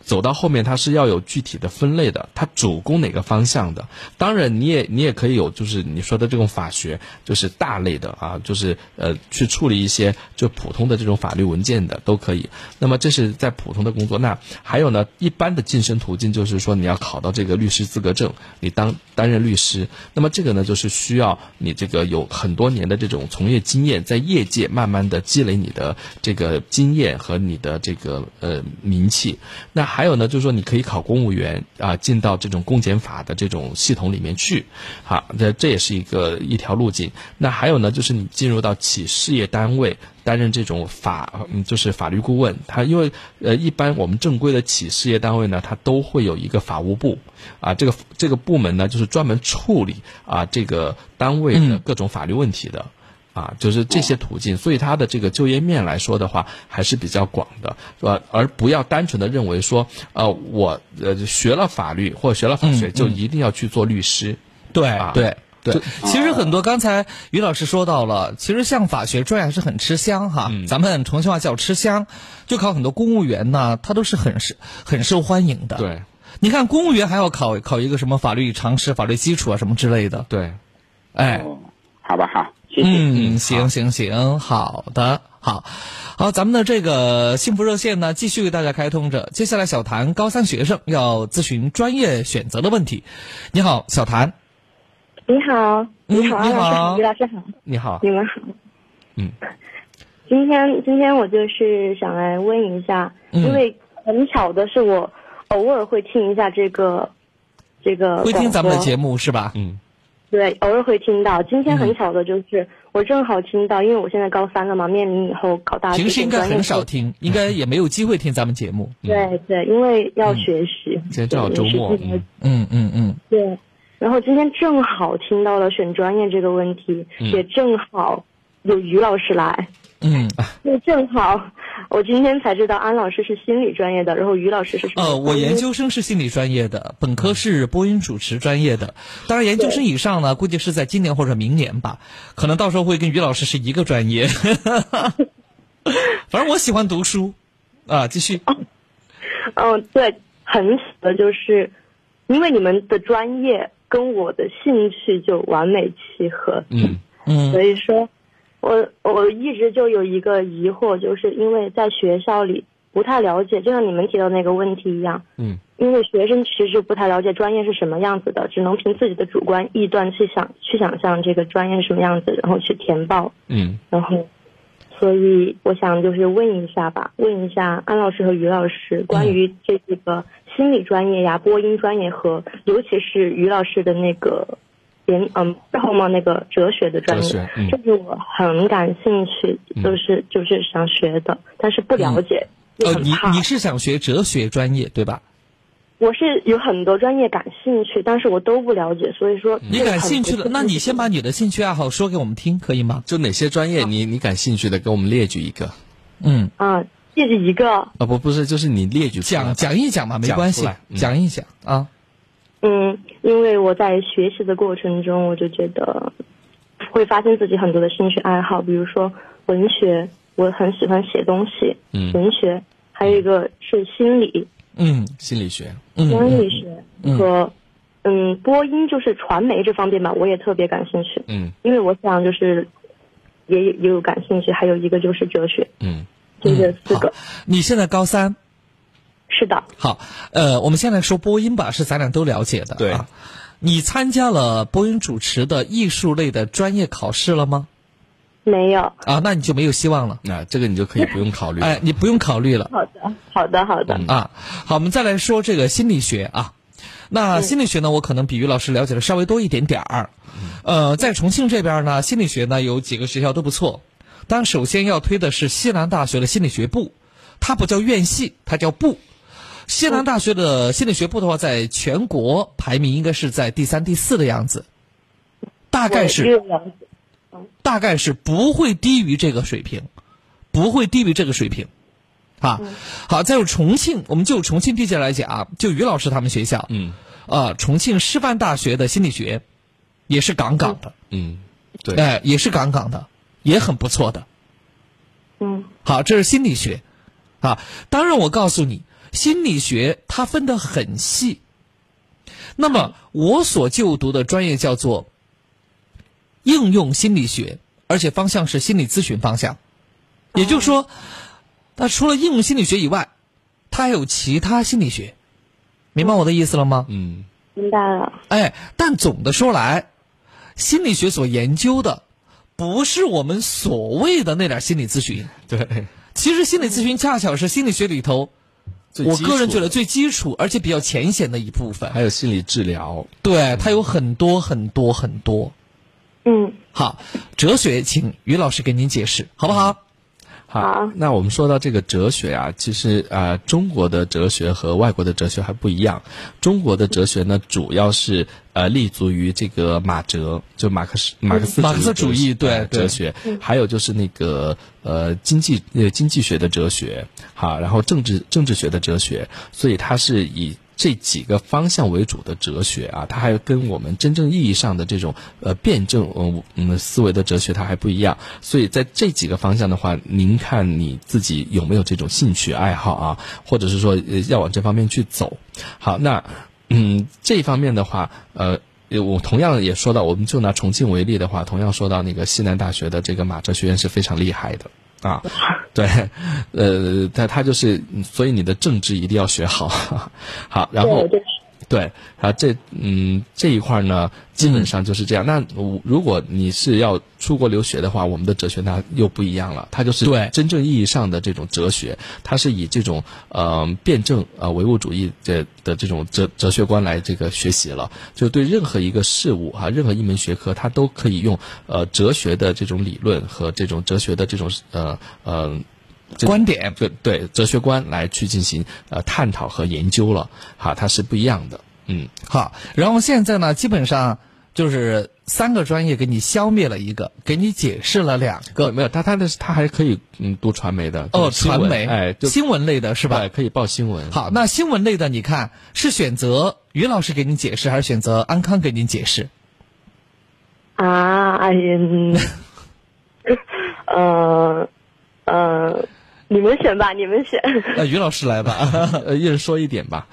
B: 走到后面，她是要有具体的分类的，她主攻哪个方向的。当然，你也你也可以有，就是你说的这种法学，就是大类的啊，就是呃去处理一些就普通的这种法律文件的都可以。那么这是在普通的工作。那还有呢，一般的晋升途径就是说你要考到这个律师资格证，你当担任律师。那么这个呢，就是需要你这个有很多年的这种从业经验，在业界慢慢的积累你的这个经验和你的这个呃名气。那还有呢，就是说你可以考公务员啊，进到这种公检法的这种系统里面去，啊，这这也是一个一条路径。那还有呢，就是你进入到企事业单位担任这种法，嗯，就是法律顾问。他因为呃，一般我们正规的企事业单位呢，它都会有一个法务部，啊，这个这个部门呢，就是专门处理啊这个单位
A: 嗯
B: 的各种法律问题的。啊，就是这些途径，所以它的这个就业面来说的话，还是比较广的，是吧？而不要单纯的认为说，呃，我呃学了法律或者学了法
A: 嗯
B: 学，就一定要去做律师。
A: 对、
B: 啊
A: 对
B: 对
A: 就其实很多刚才于老师说到了，其实像法学专业还是很吃香哈，
B: 嗯
A: 咱们重庆话叫吃香，就考很多公务员呢，他都是很是很受欢迎的。，
B: 对
A: 你看公务员还要考考一个什么法律常识、法律基础啊什么之类的。
B: 对，
A: 哎，
K: 哦，好吧，好，谢谢。
A: 嗯，
B: 嗯
A: 行行行，好的，好，好，咱们的这个幸福热线呢，继续为大家开通着。接下来，小谭高三学生要咨询专业选择的问题。你好，小谭。
L: 你好，你好，
A: 嗯你好
L: 安老师好，于老师好，
B: 你好，
L: 你们好。
B: 嗯，
L: 今天今天我就是想来问一下，
A: 嗯
L: 因为很巧的是，我偶尔会听一下这个这个
A: 会听咱们的节
L: 目，
A: 目是吧？
B: 嗯
L: 对，偶尔会听到。今天
A: 嗯
L: 很巧的就是、我正好听到，因为我现在高三了嘛，面临以后考大学，
A: 平时应该
L: 啊专业
A: 很少
L: 课。
A: 听，应该也没有机会听咱们节目。嗯
L: 对对，因为要学习。
B: 今天正好
L: 对
B: 周末
L: 也是自己的
B: 嗯
A: 嗯嗯嗯，
L: 对，然后今天正好听到了选专业这个问题，
B: 嗯
L: 也正好有于老师来，
A: 嗯，
L: 那正好我今天才知道安老师是心理专业的，然后于老师是什么
A: 呃，我研究生是心理专业的，本
L: 嗯
A: 科是播音主持专业的。当然，研究生以上呢，估计 是在今年或者明年吧，可能到时候会跟于老师是一个专业。反正我喜欢读书，啊，继续。
L: 哦嗯，对，很死的就是，因为你们的专业跟我的兴趣就完美契合，
B: 嗯
A: 嗯
L: 所以说，我我一直就有一个疑惑，就是因为在学校里不太了解，就像你们提到那个问题一样，
B: 嗯
L: 因为学生其实不太了解专业是什么样子的，只能凭自己的主观臆断去想去想象这个专业是什么样子，然后去填报。
B: 嗯
L: 然后，所以我想就是问一下吧，问一下安老师和于老师关于这个心理专业呀、播音专业和，尤其是于老师的那个研嗯，然后嘛那个哲学的专业
B: 哲学嗯，
L: 这是我很感兴趣，
A: 嗯
L: 就是就是想学的，但是不了解，
A: 呃，
L: 就很
A: 你
L: 怕。
A: 你是想学哲学专业对吧？
L: 我是有很多专业感兴趣，但是我都不了解，所以说
A: 你感兴趣的，那你先把你的兴趣爱好说给我们听，可以吗？
B: 就哪些专业你你感兴趣的，给我们列举一个
A: 嗯
L: 啊，这是一个
B: 啊？不不是，就是你列举出来吧
A: 讲讲一讲嘛，没
B: 讲
A: 关
B: 出
A: 系
B: 来，嗯
A: 讲一讲啊。
L: 嗯，因为我在学习的过程中，我就觉得会发现自己很多的兴趣爱好，比如说文学，我很喜欢写东西，
B: 嗯
L: 文学，还有一个是心理、
A: 嗯
B: 心理学，
L: 管
A: 嗯
L: 理学和嗯播音，就是传媒这方面吧，我也特别感兴趣，
B: 嗯
L: 因为我想就是也也有感兴趣，还有一个就是哲学，
B: 嗯
L: 就这四个，
A: 你现在高三，
L: 是的，
A: 好，呃，我们现在说播音吧，是咱俩都了解的。
B: 对
A: 啊，你参加了播音主持的艺术类的专业考试了吗？
L: 没有，
A: 啊，那你就没有希望了。
B: 那、啊这个你就可以不用考虑了。嗯
A: 哎，你不用考虑了
L: 好的，好的，好的，
A: 啊。好，我们再来说这个心理学啊。那
L: 嗯
A: 心理学呢，我可能比于老师了解的稍微多一点点儿。
B: 嗯
A: 呃，在重庆这边呢，心理学呢有几个学校都不错。当然，首先要推的是西南大学的心理学部，它不叫院系，它叫部。西南大学的心理学部的话，在全国排名应该是在第三、第四的样子，大概是
L: 我也有了解
A: 大概是不会低于这个水平，不会低于这个水平，啊，好，再有重庆，我们就重庆地界来讲啊，就于老师他们学校，
B: 嗯
A: 啊，重庆师范大学的心理学也是杠杠的，
B: 嗯，对，
A: 哎、也是杠杠的，也很不错的。
L: 嗯
A: 好，这是心理学，啊，当然我告诉你，心理学它分得很细。那么我所就读的专业叫做应用心理学，而且方向是心理咨询方向，也就是说，它除了应用心理学以外，它还有其他心理学，明白我的意思了吗？
B: 嗯
L: 明白了，
A: 哎，但总的说来，心理学所研究的不是我们所谓的那点儿心理咨询。
B: 对，
A: 其实心理咨询恰巧是心理学里头，
B: 最
A: 我
B: 基础
A: 个人觉得
B: 的
A: 最基础而且比较浅显的一部分。
B: 还有心理治疗，
A: 对，它有很多很多很多。
L: 嗯，
A: 好，哲学请于老师给您解释，好不好？
B: 好，那我们说到这个哲学啊，其实啊、呃中国的哲学和外国的哲学还不一样。中国的哲学呢，主要是呃立足于这个马哲，就马克思马克思
A: 马克思主义
B: 的
A: 对
B: 呃
A: 对
B: 哲学，还有就是那个呃经济呃经济学的哲学，好，然后政治政治学的哲学，所以它是以。这几个方向为主的哲学啊，它还跟我们真正意义上的这种呃辩证呃嗯思维的哲学它还不一样，所以在这几个方向的话，您看你自己有没有这种兴趣爱好啊，或者是说呃要往这方面去走。好，那嗯这一方面的话，呃。呃我同样也说到，我们就拿重庆为例的话，同样说到那个西南大学的这个马哲学院是非常厉害的啊，对，呃，他他就是，所以你的政治一定要学好， 好，然
L: 对，
B: 后
L: 就是
B: 对，啊，这嗯这一块儿呢，基
A: 嗯
B: 本上就是这样。那我如果你是要出国留学的话，我们的哲学那又不一样了，它就是
A: 对
B: 真正意义上的这种哲学，它是以这种呃辩证呃唯物主义的的这种哲哲学观来这个学习了。就对任何一个事物哈、任何一门学科，它都可以用呃哲学的这种理论和这种哲学的这种呃呃这
A: 观点
B: 对对哲学观来去进行呃探讨和研究了，哈，它是不一样的。嗯，
A: 好，然后现在呢，基本上就是三个专业给你消灭了一个，给你解释了两
B: 对，
A: 个。
B: 呃没有，他他的他还可以嗯读传媒的就
A: 哦，
B: 是新闻
A: 传媒，
B: 哎，就
A: 新闻类的是吧？
B: 哎可以报新闻。
A: 好，那新闻类的，你看是选择于老师给您解释，还是选择安康给您解释？
L: 啊，哎呀，嗯呃，呃，们选吧，你们选。
B: 那于老师来吧， 呃，一人说一点吧。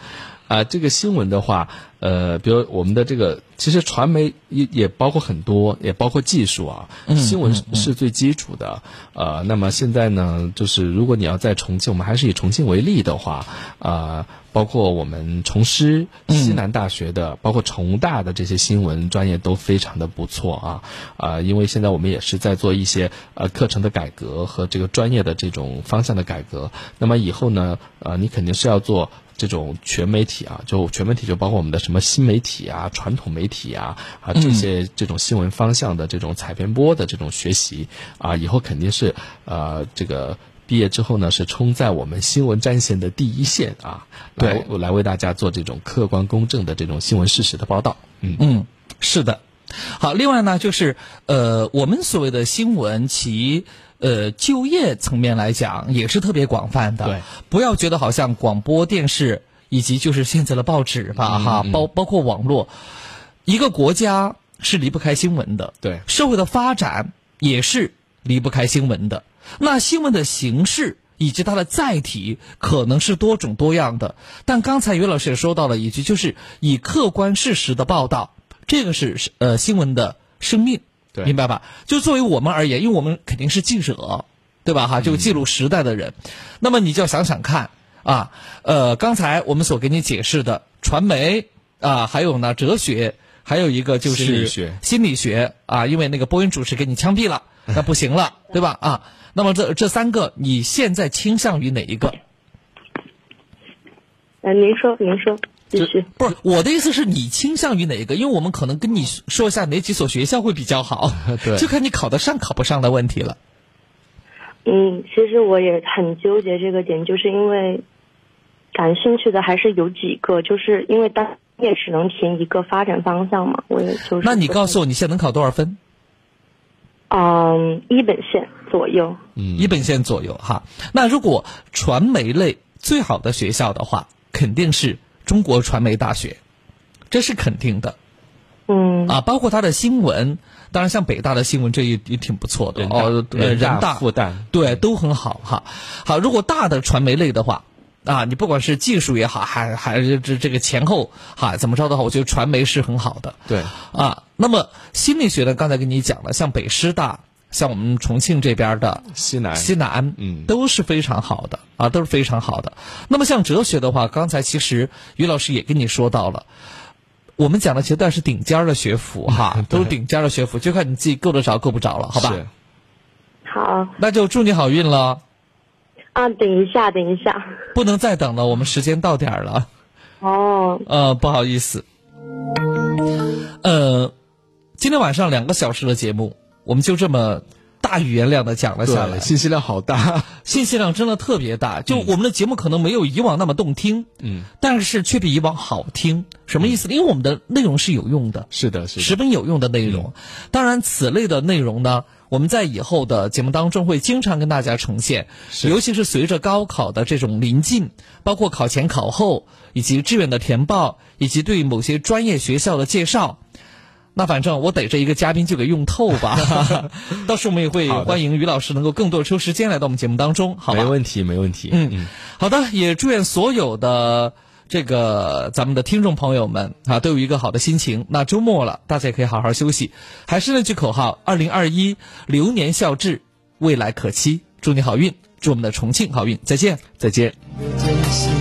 B: 啊，这个新闻的话，呃，比如我们的这个，其实传媒也也包括很多，也包括技术啊。
A: 嗯
B: 新闻
A: 嗯嗯
B: 是最基础的，呃，那么现在呢，就是如果你要在重庆，我们还是以重庆为例的话，啊、包括我们重师、西南大学的，包括重大的这些新闻专业都非常的不错啊，啊、因为现在我们也是在做一些呃课程的改革和这个专业的这种方向的改革，那么以后呢，呃，你肯定是要做。这种全媒体啊，就全媒体就包括我们的什么新媒体啊、传统媒体啊啊这些这种新闻方向的这种采编播的这种学习啊，以后肯定是呃这个。毕业之后呢，是冲在我们新闻战线的第一线啊，来来为大家做这种客观公正的这种新闻事实的报道。嗯
A: 嗯，是的。好，另外呢，就是呃，我们所谓的新闻，其呃就业层面来讲，也是特别广泛的。对，不要觉得好像广播电视以及就是现在的报纸吧，哈，包包括网络，一个国家是离不开新闻的。
B: 对，
A: 社会的发展也是离不开新闻的。那新闻的形式以及它的载体可能是多种多样的，但刚才于老师也说到了一句，就是以客观事实的报道，这个是呃新闻的生命，
B: 对
A: 明白吧？就作为我们而言，因为我们肯定是记者，对吧？
B: 嗯
A: 哈，就记录时代的人，那么你就要想想看啊，呃，刚才我们所给你解释的传媒啊，还有呢哲学，还有一个就是
B: 心理学哎
A: 心理学啊，因为那个播音主持给你枪毙了，那不行了，对吧？啊，那么这这三个，你现在倾向于哪一个？
L: 呃，您说，您说，继续。
A: 不是我的意思是你倾向于哪一个？因为我们可能跟你说一下哪几所学校会比较好，
B: 对
A: 就看你考得上考不上的问题了。
L: 嗯，其实我也很纠结这个点，就是因为感兴趣的还是有几个，就是因为单也只能填一个发展方向嘛，我也就是
A: 那你告诉我你现在能考多少分？
L: 嗯一本线左右。
A: 一本线左右哈。那如果传媒类最好的学校的话，肯定是中国传媒大学，这是肯定的。
L: 嗯
A: 啊，包括它的新闻，当然像北大的新闻这也也挺不错的
B: 人大
A: 哦，呃，
B: 人大
A: 人大、
B: 复旦
A: 对都很好哈。好，如果大的传媒类的话。啊，你不管是技术也好，还还是这这个前后哈、怎么着的话，我觉得传媒是很好的。
B: 对，
A: 啊，那么心理学呢，刚才跟你讲了，像北师大，像我们重庆这边的
B: 西南
A: 西南，
B: 嗯
A: 都是非常好的啊，都是非常好的。那么像哲学的话，刚才其实于老师也跟你说到了。我们讲的其实都是顶尖儿的学 府哈，都是顶尖儿的学府，就看你自己够得着够不着了，好吧？
B: 是
L: 好
A: 那就祝你好运了，
L: 啊，等一下，等一下。
A: 不能再等了，我们时间到点儿了。
L: 哦，
A: 呃，不好意思，呃，今天晚上两个小时的节目，我们就这么大语言量的讲了下来
B: 对，，信息量好大。
A: 信息量真的特别大。就我们的节目可能没有以往那么动听，
B: 嗯，
A: 但是却比以往好听。什么意思呢？因为我们的内容是有用的，
B: 是的，嗯是的。
A: 十分有用的内容。当然，此类的内容呢，我们在以后的节目当中会经常跟大家呈现，
B: 是
A: 尤其是随着高考的这种临近，包括考前、考后，以及志愿的填报，以及对某些专业学校的介绍。那反正我逮着一个嘉宾就给用透 吧，到时候我们也会
B: 好的
A: 欢迎于老师能够更多地抽时间来到我们节目当中，好吧
B: 没？问题，没问题。
A: 嗯好的，也祝愿所有的这个咱们的听众朋友们啊，都有一个好的心情。那周末了，大家也可以好好休息。还是那句口号：二零二一，流年笑掷，未来可期。祝你好运，祝我们的重庆好运，再见，
B: 再见。
F: 真心